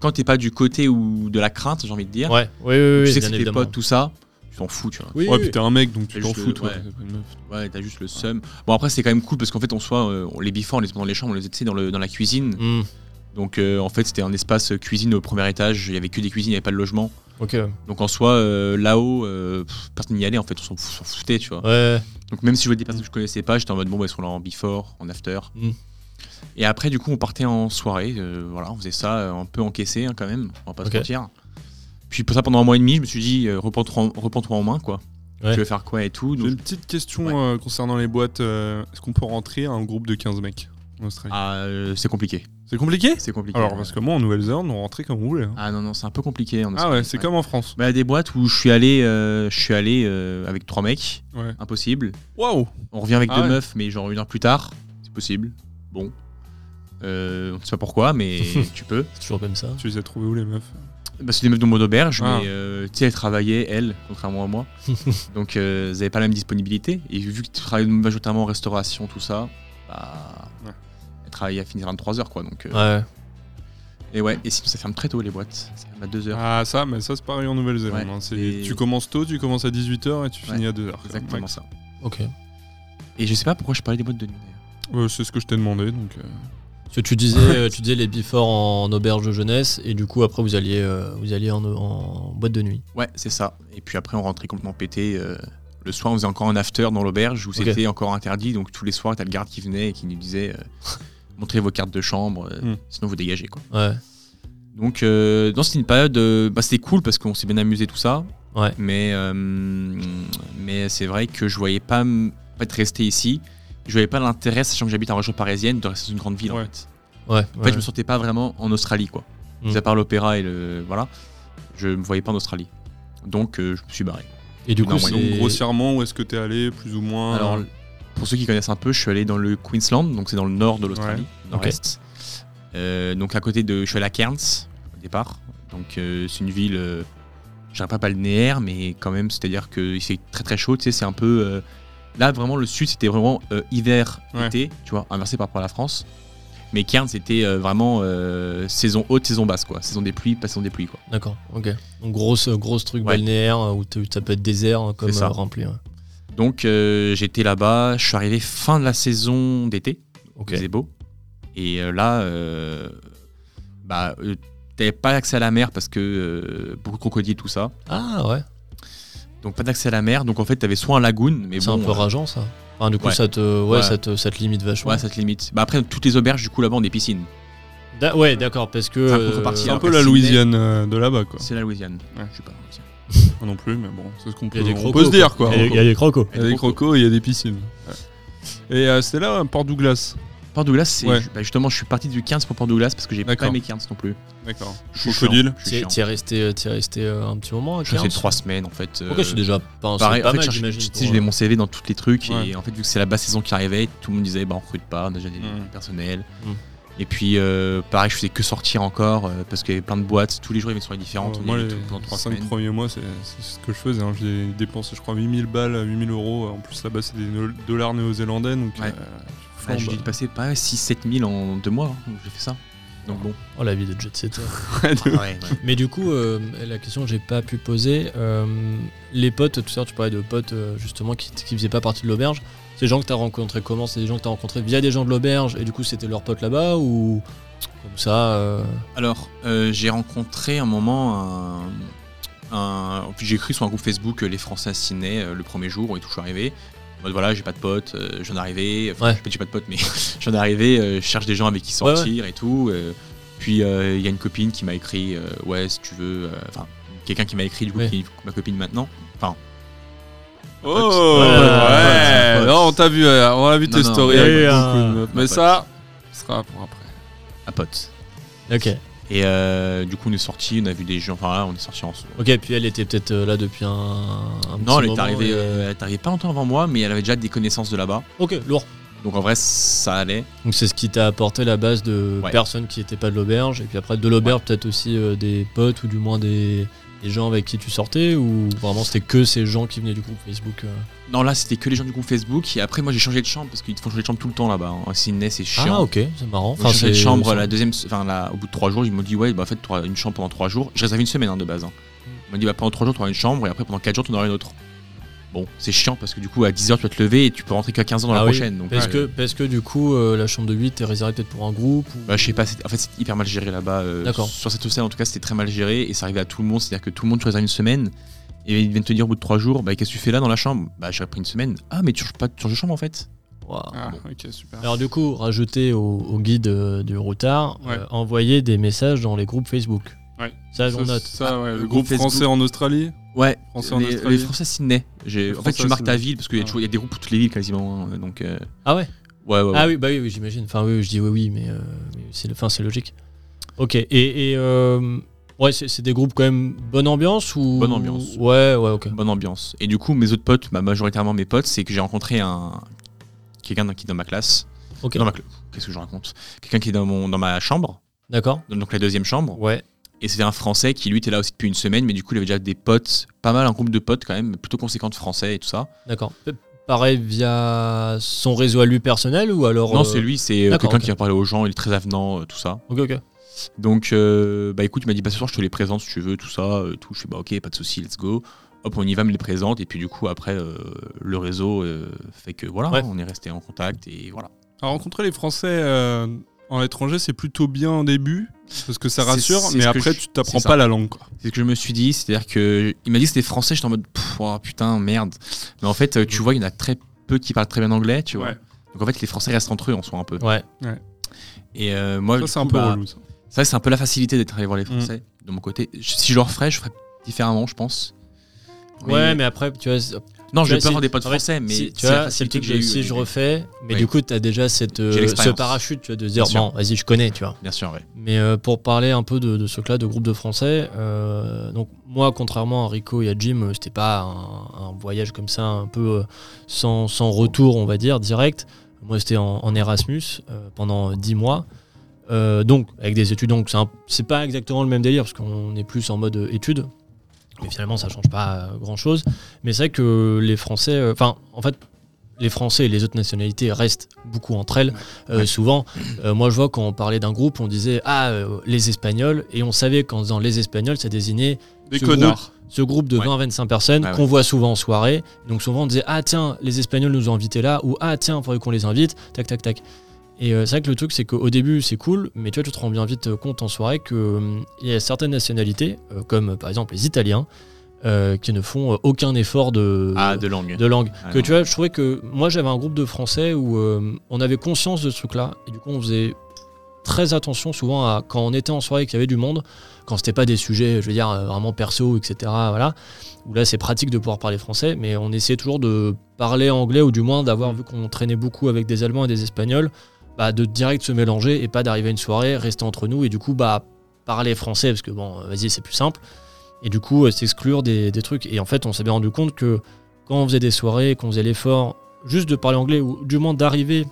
S6: quand t'es pas du côté ou de la crainte, j'ai envie de dire,
S5: ouais, oui, oui, oui,
S6: tu sais que
S5: bien
S6: c'est tes
S5: évidemment.
S6: potes, tout ça, tu t'en fous, tu vois.
S5: Oui,
S4: ouais,
S5: oui,
S4: puis t'es un mec, donc tu
S6: Et
S4: t'en
S6: juste le-
S4: fous, toi.
S6: ouais.
S4: t'es pas une meuf.
S6: Ouais, t'as juste le seum. Bon, après, c'est quand même cool parce qu'en fait, en soi, euh, on- les before, on les faisait dans les chambres, on les faisait tu sais, dans, le, dans la cuisine.
S5: oui. Hmm,
S6: Donc, euh, en fait, c'était un espace cuisine au premier étage. Il y avait que des cuisines, il n'y avait pas de logement.
S5: ok. Ouais.
S6: Donc, en soi, euh, là-haut, euh, pff, personne n'y allait. En fait, on s'en fou- s'en foutait, tu vois.
S5: ouais.
S6: Donc, même si je voyais des personnes que je connaissais pas, j'étais en mode bon, bah, ils sont là en before, en after.
S5: Mm.
S6: Et après, du coup, on partait en soirée. euh, voilà, on faisait ça euh, un peu encaissé hein, quand même. On va pas
S5: Ok.
S6: se mentir. Puis, pour ça, pendant un mois et demi, je me suis dit, euh, reprends-toi en- reprends-toi en main, quoi.
S5: Ouais.
S6: Tu veux faire quoi et tout.
S4: J'ai
S6: Donc,
S4: une petite question euh, concernant les boîtes. euh, Est-ce qu'on peut rentrer à un groupe de 15 mecs en Australie
S6: ah, euh, c'est compliqué.
S4: C'est compliqué
S6: C'est compliqué.
S4: Alors, parce que moi, en Nouvelle-Zélande, on rentrait comme on voulait. hein.
S6: Ah non, non, c'est un peu compliqué. en
S4: Ah ouais,
S6: Australie,
S4: c'est comme en France.
S6: Bah, des boîtes où je suis allé, euh, je suis allé euh, avec trois mecs,
S4: Ouais.
S6: impossible.
S4: Waouh
S6: On revient avec
S4: Ah
S6: deux
S4: ouais.
S6: meufs, mais genre une heure plus tard, c'est possible. Bon. Euh, on ne sait pas pourquoi, mais tu peux.
S5: C'est toujours comme ça.
S4: Tu les as trouvés où, les meufs
S6: Bah, c'est des meufs de mon auberge,
S4: Ah.
S6: mais euh, tu sais, elles travaillaient, elles, contrairement à moi. Donc, euh, elles n'avaient pas la même disponibilité. Et vu que tu travailles majoritairement en restauration, tout ça, bah.
S4: Ouais.
S6: Elles travaillaient à finir à 23h, quoi. Donc, euh,
S5: Ouais.
S6: Et ouais, et sinon, ça ferme très tôt les boîtes. Ça ferme à 2h.
S4: Ah, ça, mais ça, c'est pareil en Nouvelle-Zélande.
S6: Ouais,
S4: hein. C'est-
S6: et-
S4: Tu commences tôt, tu commences à 18h et tu
S6: Ouais,
S4: finis à 2h.
S6: Exactement ça.
S5: Ok.
S6: Et je sais pas pourquoi je parlais des boîtes de nuit. d'ailleurs.
S4: Euh, c'est ce que je t'ai demandé, donc. euh,
S5: Parce que tu disais, euh, tu disais les before en auberge de jeunesse et du coup après vous alliez, euh, vous alliez en, en boîte de nuit.
S6: Ouais, c'est ça. Et puis après, on rentrait complètement pété. euh, le soir, on faisait encore un after dans l'auberge où c'était encore interdit. Donc tous les soirs, t'as le garde qui venait et qui nous disait euh, montrez vos cartes de chambre, euh,
S4: Hmm.
S6: sinon vous dégagez quoi.
S5: Ouais.
S6: Donc euh, non, c'était une période. euh, bah, c'était cool parce qu'on s'est bien amusé tout ça.
S5: Ouais.
S6: Mais euh, mais c'est vrai que je voyais pas m- pas être resté ici. Je voyais pas l'intérêt, sachant que j'habite en région parisienne, de rester dans une grande ville en
S4: Ouais.
S6: fait.
S5: Ouais.
S6: En fait, je me sentais pas vraiment en Australie, quoi.
S5: Mm.
S6: Mis à part l'opéra et le. Voilà. Je me voyais pas en Australie. Donc, euh, je me suis barré.
S5: Et du coup,
S6: Non, ouais.
S5: c'est
S4: donc, grossièrement, où est-ce que t'es allé, plus ou moins hein
S6: Alors, pour ceux qui connaissent un peu, je suis allé dans le Queensland, donc c'est dans le nord de l'Australie, nord-est. Euh, donc, à côté de. Je suis allé à Cairns, au départ. Donc, euh, c'est une ville. Euh, je dirais pas balnéaire, mais quand même, c'est-à-dire qu'il fait très très chaud, tu sais, c'est un peu. euh, là, vraiment, le sud, c'était vraiment
S4: Ouais.
S6: hiver-été, tu vois, inversé par rapport à la France. Mais Cairns, c'était euh, vraiment euh, saison haute, saison basse, quoi. Saison des pluies, pas saison des pluies, quoi.
S5: D'accord. Ok. Donc grosse, grosse truc
S6: Ouais.
S5: balnéaire euh, où, t- où ça peut être désert hein, comme
S6: C'est ça.
S5: euh, rempli. ouais.
S6: Donc euh, j'étais là-bas, je suis arrivé fin de la saison d'été,
S5: Ok.
S6: il faisait beau. Et euh, là, euh, bah, euh, t'avais pas accès à la mer parce que euh, beaucoup de crocodiles, tout ça.
S5: Ah ouais.
S6: Donc pas d'accès à la mer, donc en fait t'avais soit un lagoon, mais
S5: C'est
S6: bon,
S5: un peu
S6: euh,
S5: rageant ça. Enfin, du coup,
S6: Ouais.
S5: ça te, ouais,
S6: Ouais.
S5: ça te, ça te limite vachement.
S6: ouais, ça te limite. Bah après toutes les auberges du coup là-bas ont des piscines.
S5: Da- Ouais, d'accord, parce que.
S6: C'est un contrepartie, hein.
S4: C'est
S5: euh,
S4: un
S6: alors
S4: peu
S6: que
S4: la
S6: Sydney-
S4: Louisiane euh, de là-bas, quoi.
S6: C'est la Louisiane.
S4: Ouais.
S6: Je suis pas. dans la Louisiane.
S4: Moi non plus, mais bon, c'est ce qu'on
S5: Il
S4: peut,
S5: y a des
S4: on
S5: crocos.
S4: peut se dire, quoi.
S5: Il y a- il y a des crocos.
S4: Il y a des crocos et il y a des piscines. Et euh, c'était là, euh, Port Douglas.
S6: Port Douglas, c'est
S4: Ouais.
S6: bah, justement je suis parti du 15 pour Port Douglas parce que j'ai pas
S4: D'accord.
S6: aimé Cairns non plus.
S4: D'accord.
S6: Je suis
S4: Crocodile.
S6: chiant, Je suis
S5: T'y
S6: chiant.
S5: t'y es resté, euh, t'y es resté euh, un petit moment. à
S6: Je suis resté
S5: Cairns
S6: trois semaines en fait.
S5: Pourquoi je suis déjà pas,
S6: Pareil,
S5: pas
S6: en fait,
S5: mal,
S6: je, je-
S5: j'imagine.
S6: tu sais,
S5: pour, euh,
S6: je mets mon CV dans tous les trucs et
S4: Ouais.
S6: en fait, vu que c'est la basse saison qui arrivait, tout le monde disait bah on recrute pas, on a déjà des
S4: Mm.
S6: personnels.
S5: Mm.
S6: Et puis, euh, pareil, je faisais que sortir encore euh, parce qu'il y avait plein de boîtes. Tous les jours, il y avait une soirée différente.
S4: Euh,
S6: on
S4: moi,
S6: y
S4: les
S6: allait tout- pendant trois
S4: 5
S6: semaines.
S4: premiers mois, c'est c'est ce que je faisais. hein. J'ai dépensé, je crois, 8000 balles, 8000 euros. En plus, là-bas, c'est des no- dollars néo-zélandais. Donc,
S6: Ouais.
S4: euh, je
S6: Ah,
S4: flambe.
S6: j'ai dû passer pas 6-7 000 en deux mois. hein, donc j'ai fait ça. Donc bon.
S5: Oh la vie de jet setter.
S6: ouais, ouais.
S5: Mais du coup, euh, la question que j'ai pas pu poser, euh, les potes, tout ça, tu parlais de potes euh, justement qui, qui faisaient pas partie de l'auberge. Ces gens que t'as rencontrés comment C'est des gens que t'as rencontrés via des gens de l'auberge et du coup c'était leurs potes là-bas ou comme ça euh,
S6: Alors, euh, j'ai rencontré un moment un. un- puis j'ai écrit sur un groupe Facebook euh, Les Français assassinés euh, le premier jour où et tout, je suis arrivé. En mode, voilà, j'ai pas de potes, euh, j'en ai arrivé. Enfin,
S5: Ouais.
S6: je peux dire j'ai pas de potes, mais j'en ai arrivé, euh, je cherche des gens avec qui
S5: Ouais, ouais.
S6: sortir et tout. euh, puis euh, il y a une copine qui m'a écrit euh, Ouais, si tu veux. euh, Enfin, quelqu'un qui m'a écrit, du coup,
S5: Ouais.
S6: qui est ma copine maintenant.
S4: Oh
S5: Ouais,
S4: ouais,
S6: ouais, ouais.
S4: Non, on t'a vu, euh, on a vu
S6: Non,
S4: tes
S6: non,
S4: stories.
S6: ouais,
S4: avec
S5: ouais.
S4: beaucoup de notes.
S6: Ouais,
S4: Mais
S6: ouais.
S4: ça, ce sera pour après.
S6: Un pote.
S5: Ok,
S6: Et euh, du coup, on est sorti, on a vu des gens. Enfin, là, on est sorti ensemble.
S5: ok. Puis elle était peut-être euh, là depuis un, un
S6: Non,
S5: petit
S6: elle est
S5: moment
S6: arrivée,
S5: et-
S6: euh, elle est arrivée pas longtemps avant moi, mais elle avait déjà des connaissances de là-bas.
S5: Ok, lourd.
S6: Donc en vrai, ça allait.
S5: Donc c'est ce qui t'a apporté la base de
S6: Ouais.
S5: personnes qui n'étaient pas de l'auberge et puis après de l'auberge peut-être aussi euh, des potes ou du moins des, des gens avec qui tu sortais ou vraiment c'était que ces gens qui venaient du groupe Facebook. euh.
S6: Non, là, c'était que les gens du groupe Facebook. Et après, moi, j'ai changé de chambre parce qu'ils te font changer de chambre tout le temps là-bas. hein. À Sydney, c'est
S5: Ah
S6: chiant.
S5: ok, c'est marrant.
S6: Enfin, j'ai changé de
S5: c'est-
S6: chambre
S5: c'est-
S6: la deuxième, se- enfin, la- au bout de trois jours, ils m'ont dit ouais, bah en fait, tu auras une chambre pendant trois jours. Je réserve une semaine hein, de base. hein. Ils m'ont dit bah pendant trois jours, tu auras une chambre et après pendant quatre jours, tu en auras une autre. Bon, c'est chiant parce que du coup, à 10h, tu vas te lever et tu peux rentrer qu'à 15 ans dans
S5: Ah
S6: la
S5: oui,
S6: prochaine. Donc,
S5: Parce,
S6: euh,
S5: que, parce que du coup euh, la chambre de 8 est réservée peut-être pour un groupe ou...
S6: Bah, je sais pas, c'est- en fait c'est hyper mal géré là-bas. euh,
S5: D'accord.
S6: sur cette hôtel en tout cas c'était très mal géré et ça arrivait à tout le monde, c'est-à-dire que tout le monde tu réserves une semaine et ils viennent te dire au bout de trois jours, bah qu'est-ce que tu fais là dans la chambre Bah j'aurais pris une semaine. Ah mais tu changes pas, tu changes de chambre en fait.
S5: Ouah.
S4: Ah, ok, super.
S5: Alors du coup, rajouter au, au guide euh, du routard,
S4: Ouais.
S5: euh, envoyer des messages dans les groupes Facebook.
S4: Ouais.
S5: Ça, j'en
S4: Ça,
S5: note.
S4: ça, ouais,
S6: le
S4: le
S6: groupe
S4: groupe
S6: Facebook.
S4: français en Australie.
S6: Ouais.
S4: Français en
S6: les,
S4: Australie.
S6: les Français à Sydney.
S4: Les
S6: J'ai- En fait
S4: Français
S6: tu
S4: à
S6: marques ta
S4: Sydney.
S6: ville parce qu'il y, a
S4: Ah.
S6: toujours- il y a des routes pour toutes les villes quasiment. hein, donc euh,
S5: Ah ouais
S6: ouais ouais. ouais.
S5: Ah oui, bah oui, oui, j'imagine. Enfin, oui, je dis oui, oui, mais, euh, mais c'est enfin, c'est logique. Ok, et, et, euh, ouais, c'est c'est des groupes quand même bonne ambiance ou
S6: Bonne ambiance.
S5: Ouais, ouais, ok.
S6: Bonne ambiance. Et du coup mes autres potes, bah, majoritairement mes potes, c'est que j'ai rencontré un quelqu'un qui est dans ma classe.
S5: Ok.
S6: Dans ma cla- Qu'est-ce que je raconte Quelqu'un qui est dans mon dans ma chambre,
S5: D'accord.
S6: donc la deuxième chambre.
S5: Ouais.
S6: Et c'était un Français qui, lui, était là aussi depuis une semaine, mais du coup, il avait déjà des potes, pas mal, un groupe de potes quand même, plutôt conséquent de Français et tout ça.
S5: D'accord. Euh, Pareil via son réseau à lui personnel ou alors
S6: non,
S5: euh,
S6: c'est lui, c'est euh,
S5: d'accord,
S6: quelqu'un
S5: ok.
S6: qui va parler aux gens, il est très avenant, euh, tout ça.
S5: Ok, ok.
S6: Donc, euh, bah écoute, il m'a dit, bah ce soir, je te les présente si tu veux, tout ça, euh, tout. Je fais, bah ok, pas de souci, let's go. Hop, on y va, me les présente, et puis du coup, après, euh, le réseau euh, fait que voilà,
S5: Ouais.
S6: on est resté en contact, et voilà.
S4: Alors, rencontrer les Français euh, en étranger, c'est plutôt bien au début, parce que ça
S6: C'est-
S4: rassure,
S6: c'est
S4: mais
S6: ce que
S4: après,
S6: je-
S4: tu t'apprends
S6: c'est ça.
S4: pas la langue. Quoi.
S6: C'est ce que je me suis dit, c'est-à-dire que il m'a dit que c'était français, j'étais en mode Pff, oh, putain merde. Mais en fait, euh,
S5: Mm.
S6: tu vois, il y en a très peu qui parlent très bien anglais, tu vois.
S4: Ouais.
S6: Donc en fait, les Français restent entre eux en soi un peu.
S5: Ouais.
S4: Ouais.
S6: Et euh, moi,
S4: Ça,
S6: du
S4: c'est un
S6: coup,
S4: peu
S6: bah,
S4: relou. Mm. ça.
S6: c'est vrai que c'est un peu la facilité d'être allé voir les Français de mon côté. Je- si je le referais, je ferais différemment, je pense. Mais-
S5: Ouais, mais après, tu vois, c'est-
S6: non, je
S5: tu
S6: vais
S5: vois,
S6: pas avoir
S5: si-
S6: des potes
S5: en fait,
S6: français, mais
S5: si, tu
S6: c'est la
S5: vois, c'est le
S6: facilité
S5: truc
S6: que
S5: de
S6: j'ai
S5: si
S6: eu.
S5: je refais, mais
S6: Oui.
S5: du coup, t'as déjà cette, euh, ce
S6: l'expérience.
S5: parachute, tu vois, de se dire,
S6: Bien
S5: bon,
S6: sûr.
S5: vas-y, je connais, tu vois.
S6: Bien sûr, ouais.
S5: Mais euh, pour parler un peu de, de ce là de groupe de français, euh, donc moi, contrairement à Rico et à Jim, euh, c'était pas un, un voyage comme ça, un peu euh, sans, sans retour, on va dire, direct. Moi, c'était en, en Erasmus euh, pendant euh, 10 mois. Euh, donc, avec des études, donc c'est un- c'est pas exactement le même délire, parce qu'on est plus en mode euh, études. Mais finalement, ça change pas grand chose. Mais c'est vrai que les Français, euh, enfin, en fait, les Français et les autres nationalités restent beaucoup entre elles. Euh, Souvent, euh, moi, je vois quand on parlait d'un groupe, on disait ah euh, les Espagnols, et on savait qu'en disant les Espagnols, ça désignait
S4: Des
S5: ce
S4: connards.
S5: ce groupe de
S6: Ouais.
S5: 20-25 personnes
S6: Ah ouais.
S5: qu'on voit souvent en soirée. Donc souvent on disait ah tiens les Espagnols nous ont invités là ou ah tiens faudrait qu'on les invite. Tac tac tac. Et euh, c'est vrai que le truc c'est qu'au début c'est cool, mais tu vois tu te rends bien vite euh, compte en soirée que euh, il y a certaines nationalités euh, comme euh, par exemple les Italiens euh, qui ne font euh, aucun effort de
S6: Ah, de langue.
S5: de langue.
S6: Ah,
S5: que
S6: non.
S5: tu vois, je trouvais que moi j'avais un groupe de Français où euh, on avait conscience de ce truc-là et du coup on faisait très attention souvent à quand on était en soirée et qu'il y avait du monde, quand c'était pas des sujets, je veux dire euh, vraiment perso, etc. Voilà, où là c'est pratique de pouvoir parler français, mais on essayait toujours de parler anglais ou du moins
S6: Mm.
S5: d'avoir vu qu'on traînait beaucoup avec des Allemands et des Espagnols, bah, de direct se mélanger et pas d'arriver à une soirée, rester entre nous et du coup bah parler français parce que bon euh, vas-y c'est plus simple et du coup euh, s'exclure des, des trucs et en fait on s'est bien rendu compte que quand on faisait des soirées, qu'on faisait l'effort juste de parler anglais ou du moins d'arriver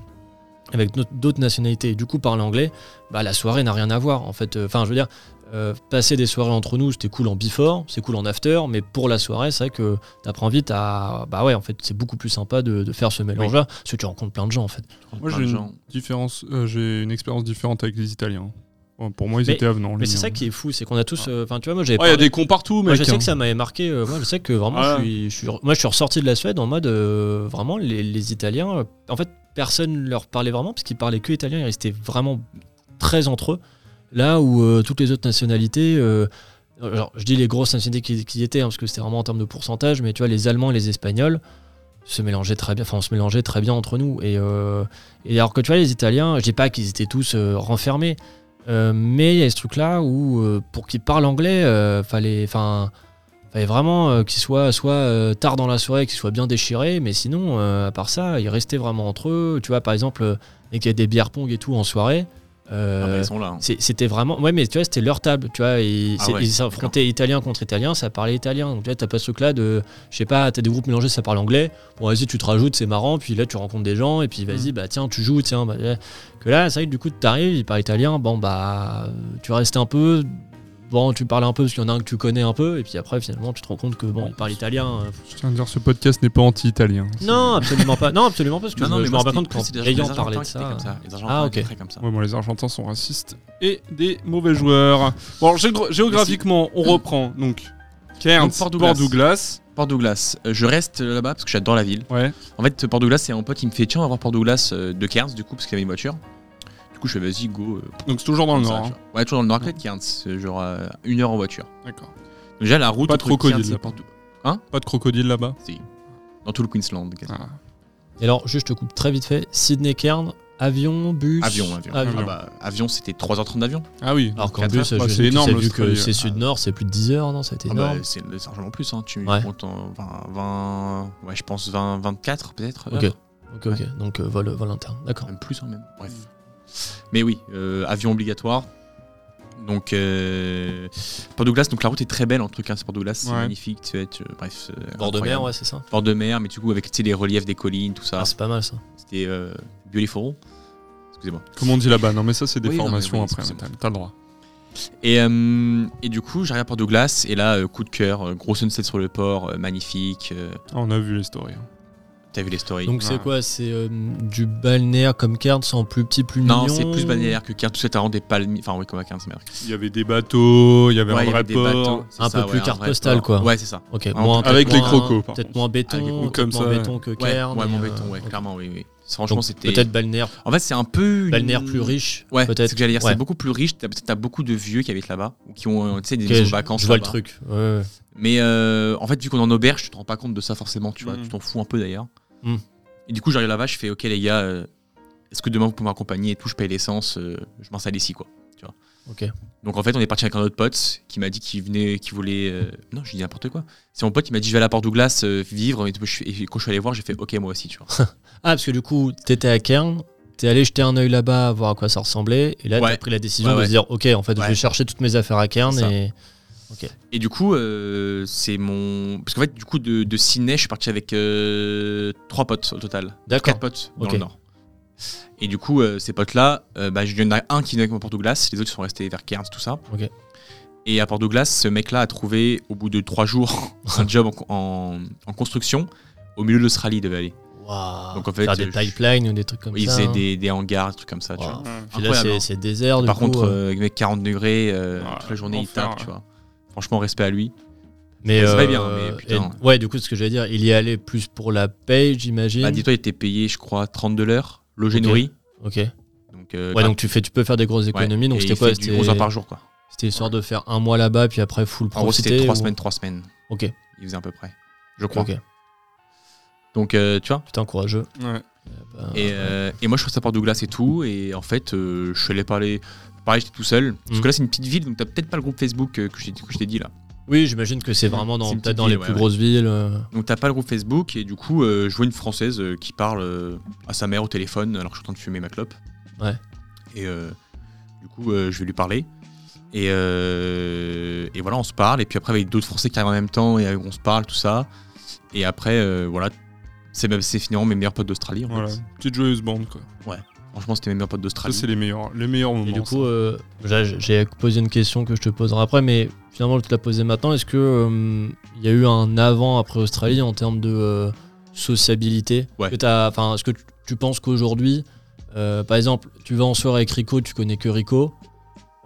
S5: avec no- d'autres nationalités et du coup parler anglais, bah la soirée n'a rien à voir en fait. Enfin, je veux dire, euh, passer des soirées entre nous, c'était cool en before, c'est cool en after, mais pour la soirée, c'est vrai que t'apprends vite à bah ouais, en fait, c'est beaucoup plus sympa de, de faire ce mélange-là, parce que tu rencontres plein de gens en fait.
S6: Tu rencontres
S4: Moi,
S6: plein
S4: j'ai
S6: de
S4: une
S6: gens. Ah,
S4: différence, euh, j'ai une expérience différente avec les Italiens. Bon, Pour moi, ils
S5: Mais-
S4: étaient avenants. hein.
S5: Mais c'est ça qui est fou, c'est qu'on a tous. euh, Enfin, tu vois, moi j'avais.
S4: Il y a
S5: parlé-
S4: des cons partout,
S5: Moi,
S4: mec.
S5: je sais
S4: hein.
S5: que ça m'avait marqué. euh, moi, je sais que vraiment,
S4: Ah
S5: je,
S4: ouais.
S5: suis, je suis- moi, je suis ressorti de la Suède en mode euh, vraiment les, les Italiens. euh, en fait, personne leur parlait vraiment parce qu'ils parlaient que italien. Ils restaient vraiment très entre eux. Là où euh, toutes les autres nationalités, euh, alors, je dis les grosses nationalités qui, qui y étaient, hein, parce que c'était vraiment en termes de pourcentage, mais tu vois, les Allemands, et les Espagnols se mélangeaient très bien. Enfin, on se mélangeait très bien entre nous. Et, euh, et alors que tu vois, les Italiens, je dis pas qu'ils étaient tous euh, renfermés. euh, mais il y a ce truc-là où, euh, pour qu'ils parlent anglais, euh, fallait, enfin, Fallait vraiment euh, qu'ils soient soit euh, tard dans la soirée, qu'ils soient bien déchirés, mais sinon, euh, à part ça, ils restaient vraiment entre eux. Tu vois, par exemple, euh, dès qu'il y a des bières pong et tout en soirée, euh,
S6: Ah bah, ils sont là. hein.
S5: c'est- c'était vraiment. Ouais, mais tu vois, c'était leur table. Tu vois, ils
S6: Ah
S5: c'est-
S6: ouais,
S5: ils s'affrontaient italien contre italien, ça parlait italien. Donc tu vois, t'as pas ce truc-là de. Je sais pas, t'as des groupes mélangés, ça parle anglais. Bon, vas-y, tu te rajoutes, c'est marrant. Puis là, tu rencontres des gens, et puis
S6: Mm.
S5: vas-y, bah tiens, tu joues, tiens. bah, euh, que là, ça y est, du coup, t'arrives, il parle italien. Bon, bah. euh, Tu restes un peu. Bon, tu parles un peu parce qu'il y en a un que tu connais un peu. Et puis après, finalement, tu te rends compte que bon, il parle italien. euh,
S4: Je tiens à dire, ce podcast n'est pas anti-italien.
S5: Non, absolument pas. Non, absolument pas. Parce que
S6: Non, non,
S5: je
S6: mais
S5: me
S6: moi,
S5: rends pas
S6: c'était
S5: compte
S6: plus les
S5: qu'en ayant
S6: Argentins
S5: parlé de
S6: qui étaient
S5: ça.
S6: comme Les Argentins
S5: Ah,
S6: qui
S5: ok.
S6: étaient très comme ça.
S4: Ouais, bon, les Argentins sont racistes et des mauvais joueurs. Bon, alors, géo- géographiquement, on reprend. Donc, Cairns,
S6: Donc, Fort Douglas.
S4: Fort Douglas.
S6: Port Douglas, euh, je reste euh, là-bas parce que j'adore la ville.
S4: Ouais.
S6: En fait, Port Douglas, c'est un pote qui me fait tiens, on va voir Port Douglas euh, de Cairns du coup, parce qu'il avait une voiture. Du coup, je fais vas-y, go. euh,
S4: Donc, c'est toujours dans le
S6: comme ça,
S4: nord.
S6: tu
S4: hein.
S6: vois. Ouais, toujours dans le nord, peut-être Cairns, euh, genre euh, une heure en voiture.
S4: D'accord.
S6: Donc, Déjà, la route
S4: Pas de
S6: entre
S4: crocodile,
S6: Cairns et
S4: là.
S6: Port Douglas.
S4: Pas de crocodile là-bas.
S6: Si. Dans tout le Queensland, quasiment.
S4: Ah.
S5: Et alors, juste, je te coupe très vite fait. Sydney Kern, avion, bus.
S6: Avion, avion. Ah bah, avion, c'était 3h30 d'avion.
S4: Ah oui.
S5: Alors qu'en
S6: Quatre
S5: plus,
S6: heures,
S5: je
S4: bah,
S5: sais
S4: c'est
S5: plus,
S4: énorme,
S5: c'est vu que
S4: l'Australie.
S5: c'est sud-nord, c'est plus de 10 heures, non C'était
S6: Ah bah,
S5: énorme.
S6: c'est c'est largement plus, hein. tu
S5: Ouais.
S6: comptes en 20, 20 ouais, je pense 20, 24 peut-être.
S5: Ok.
S6: heures.
S5: ok, ok. Donc, euh, vol, vol interne. D'accord.
S6: Même plus, hein, même. Bref. Mais oui, euh, avion obligatoire. Donc, euh, Port Douglas, donc la route est très belle entre Cairns et Port Douglas, c'est
S4: Ouais.
S6: magnifique, tu sais, tu- bref. euh,
S5: Bord de mer,
S6: incroyable.
S5: ouais, c'est ça.
S6: Bord de mer, mais du coup, avec tu sais, les reliefs des collines, tout ça.
S5: Ah, c'est pas mal ça.
S6: C'était euh, beautiful. Excusez-moi.
S4: Comment on dit là-bas Non, mais ça, c'est des
S6: Oui, non, mais
S4: formations
S6: oui,
S4: après.
S6: excusez-moi.
S4: mais T'as t'as le droit.
S6: Et, euh, et du coup, j'arrive à Port Douglas, et là, euh, coup de cœur, euh, gros sunset sur le port, euh, magnifique. euh,
S4: Ah, on a vu les stories.
S6: T'as vu les stories
S5: Donc, c'est
S4: Ouais.
S5: quoi C'est euh, du balnéaire comme Cairns en plus petit, plus mignon
S6: Non, c'est plus balnéaire que Cairns, tout ça, t'as vraiment des palmiers. Enfin, oui, comme à Cairns, merde.
S4: Il y avait des bateaux, il y avait
S6: Ouais, il
S4: un
S6: y
S4: vrai
S6: avait des bateaux,
S4: port.
S6: c'est
S5: Un
S6: ça,
S5: peu plus
S6: un
S5: carte
S6: vrai
S5: postale,
S6: port.
S5: quoi.
S6: Ouais, c'est ça.
S5: Ok,
S6: En-
S5: moins,
S4: avec
S5: peut-être
S4: les
S5: moins-
S4: crocos, par
S5: Peut-être
S4: contre.
S5: moins
S6: Avec les
S5: béton,
S6: crocos,
S5: peut-être
S4: comme
S5: moins
S4: ça.
S5: béton que
S6: Ouais,
S5: Cairns.
S6: ouais,
S5: mais,
S6: mon
S5: euh,
S6: béton, ouais,
S5: ok.
S6: clairement, oui, oui. C'est- Franchement,
S5: Donc,
S6: c'était.
S5: Peut-être balnéaire,
S6: En fait, c'est un peu. une-
S5: balnéaire plus riche.
S6: Ouais, c'est
S5: peut-être.
S6: ce que j'allais dire.
S5: Ouais.
S6: C'est beaucoup plus riche. T'as t'as beaucoup de vieux qui habitent là-bas, ou qui ont euh, tu sais, des
S5: Ok,
S6: maisons de
S5: je-
S6: vacances.
S5: Je vois le
S6: là-bas.
S5: truc. Ouais, ouais.
S6: Mais euh, en fait, vu qu'on est en auberge, tu te rends pas compte de ça forcément, tu vois.
S4: Mm.
S6: Tu t'en fous un peu d'ailleurs.
S5: Mm.
S6: Et du coup, j'arrive là-bas, je fais Ok, les gars, euh, est-ce que demain vous pouvez m'accompagner et tout Je paye l'essence, euh, je m'installe ici, quoi. Tu vois.
S5: Ok.
S6: Donc en fait, on est parti avec un autre pote qui m'a dit qu'il venait, qu'il voulait. euh, Non, je dis n'importe quoi. C'est mon pote qui m'a dit Je vais à la Porte Douglas euh, vivre. Et, tout, je suis- et quand je suis allé voir, j'ai fait Ok, moi aussi, tu vois.
S5: Ah, parce que du coup, t'étais à Cairns, t'es allé jeter un œil là-bas, voir à quoi ça ressemblait, et là,
S6: Ouais.
S5: t'as pris la décision
S6: Ouais,
S5: de
S6: ouais.
S5: se dire, ok, en fait, je
S6: Ouais.
S5: vais chercher toutes mes affaires à Cairns,
S6: C'est ça.
S5: et
S6: Et du coup, euh, c'est mon. Parce qu'en fait, du coup, de, de Sydney, je suis parti avec euh, trois potes au total.
S5: D'accord.
S6: Euh, Quatre potes dans
S5: Ok.
S6: le Nord. Et du coup, euh, ces potes-là, euh, bah, il y en a un qui venait avec moi à Port Douglas, les autres sont restés vers Cairns, tout ça.
S5: Ok.
S6: Et à Port Douglas, ce mec-là a trouvé, au bout de trois jours, un job en, en- en construction au milieu de l'Australie, il devait aller.
S5: Waouh.
S6: Donc, en fait,
S5: faire des
S6: je-
S5: pipelines ou des trucs comme
S6: il
S5: ça.
S6: faisait
S5: hein.
S6: des, des hangars, des trucs comme ça, tu
S5: Waouh.
S6: vois.
S5: Puis là,
S6: Incroyable,
S5: c'est-
S6: hein.
S5: c'est désert. du
S6: Par
S5: coup,
S6: contre,
S5: euh,
S6: euh, avec 40 degrés, euh,
S4: Ah,
S6: toute la journée, il
S4: enfer,
S6: tape,
S4: ouais.
S6: tu vois. Franchement, respect à lui.
S5: mais
S6: c'est pas
S5: euh,
S6: bien, mais putain.
S5: et- ouais, du coup, ce que j'allais dire, il y allait plus pour la paye, j'imagine.
S6: Bah, dis-toi, il était payé, je crois, 30 de l'heure, logé,
S5: Ok.
S6: nourri.
S5: ok. Ouais,
S6: Donc, euh,
S5: donc tu fais, tu peux faire des grosses
S6: ouais.
S5: économies.
S6: Et
S5: Donc c'était
S6: il
S5: quoi
S6: fait du 11 heures
S5: C'était
S6: par jour, quoi.
S5: c'était histoire de faire un mois là-bas, puis après full
S6: En gros,
S5: profiter.
S6: c'était 3
S5: ou-
S6: semaines, 3 semaines.
S5: Ok.
S6: Il faisait à peu près. Je crois.
S5: Ok.
S6: Donc, euh, tu vois.
S5: Putain, courageux.
S4: Ouais.
S5: Bah,
S6: Et, euh, et moi, je suis resté à Port Douglas et tout. Et en fait, euh, je suis allé parler. Pareil, j'étais tout seul. Parce
S5: Mm.
S6: que là, c'est une petite ville, donc t'as peut-être pas le groupe Facebook euh, que je t'ai- que je t'ai dit là.
S5: Oui, j'imagine que c'est vraiment dans
S6: C'est une
S5: peut-être
S6: petite
S5: dans les
S6: ville,
S5: plus
S6: ouais, ouais.
S5: grosses villes. euh,
S6: Donc, t'as pas le groupe Facebook. Et du coup, euh, je vois une française euh, qui parle euh, à sa mère au téléphone alors que je suis en train de fumer ma clope.
S5: Ouais.
S6: Et euh, du coup, euh, je vais lui parler. Et, euh, et voilà, on se parle. Et puis après, avec d'autres Français qui arrivent en même temps, et euh, on se parle, tout ça. Et après, euh, voilà, c'est même- c'est finalement mes meilleurs potes d'Australie. en fait.
S4: Voilà. Petite joyeuse bande, quoi.
S6: Franchement, c'était mes meilleurs potes
S4: Ça,
S6: d'Australie.
S4: c'est les meilleurs, les meilleurs moments.
S5: Et du
S4: ça.
S5: coup, euh, là, j'ai- j'ai posé une question que je te poserai après, mais finalement, je vais te la poser maintenant. Est-ce que euh, il y a eu un avant après Australie en termes de euh, sociabilité
S6: Ouais.
S5: Est-ce que t'as- enfin, Est-ce que tu, tu penses qu'aujourd'hui, euh, par exemple, tu vas en soirée avec Rico, tu connais que Rico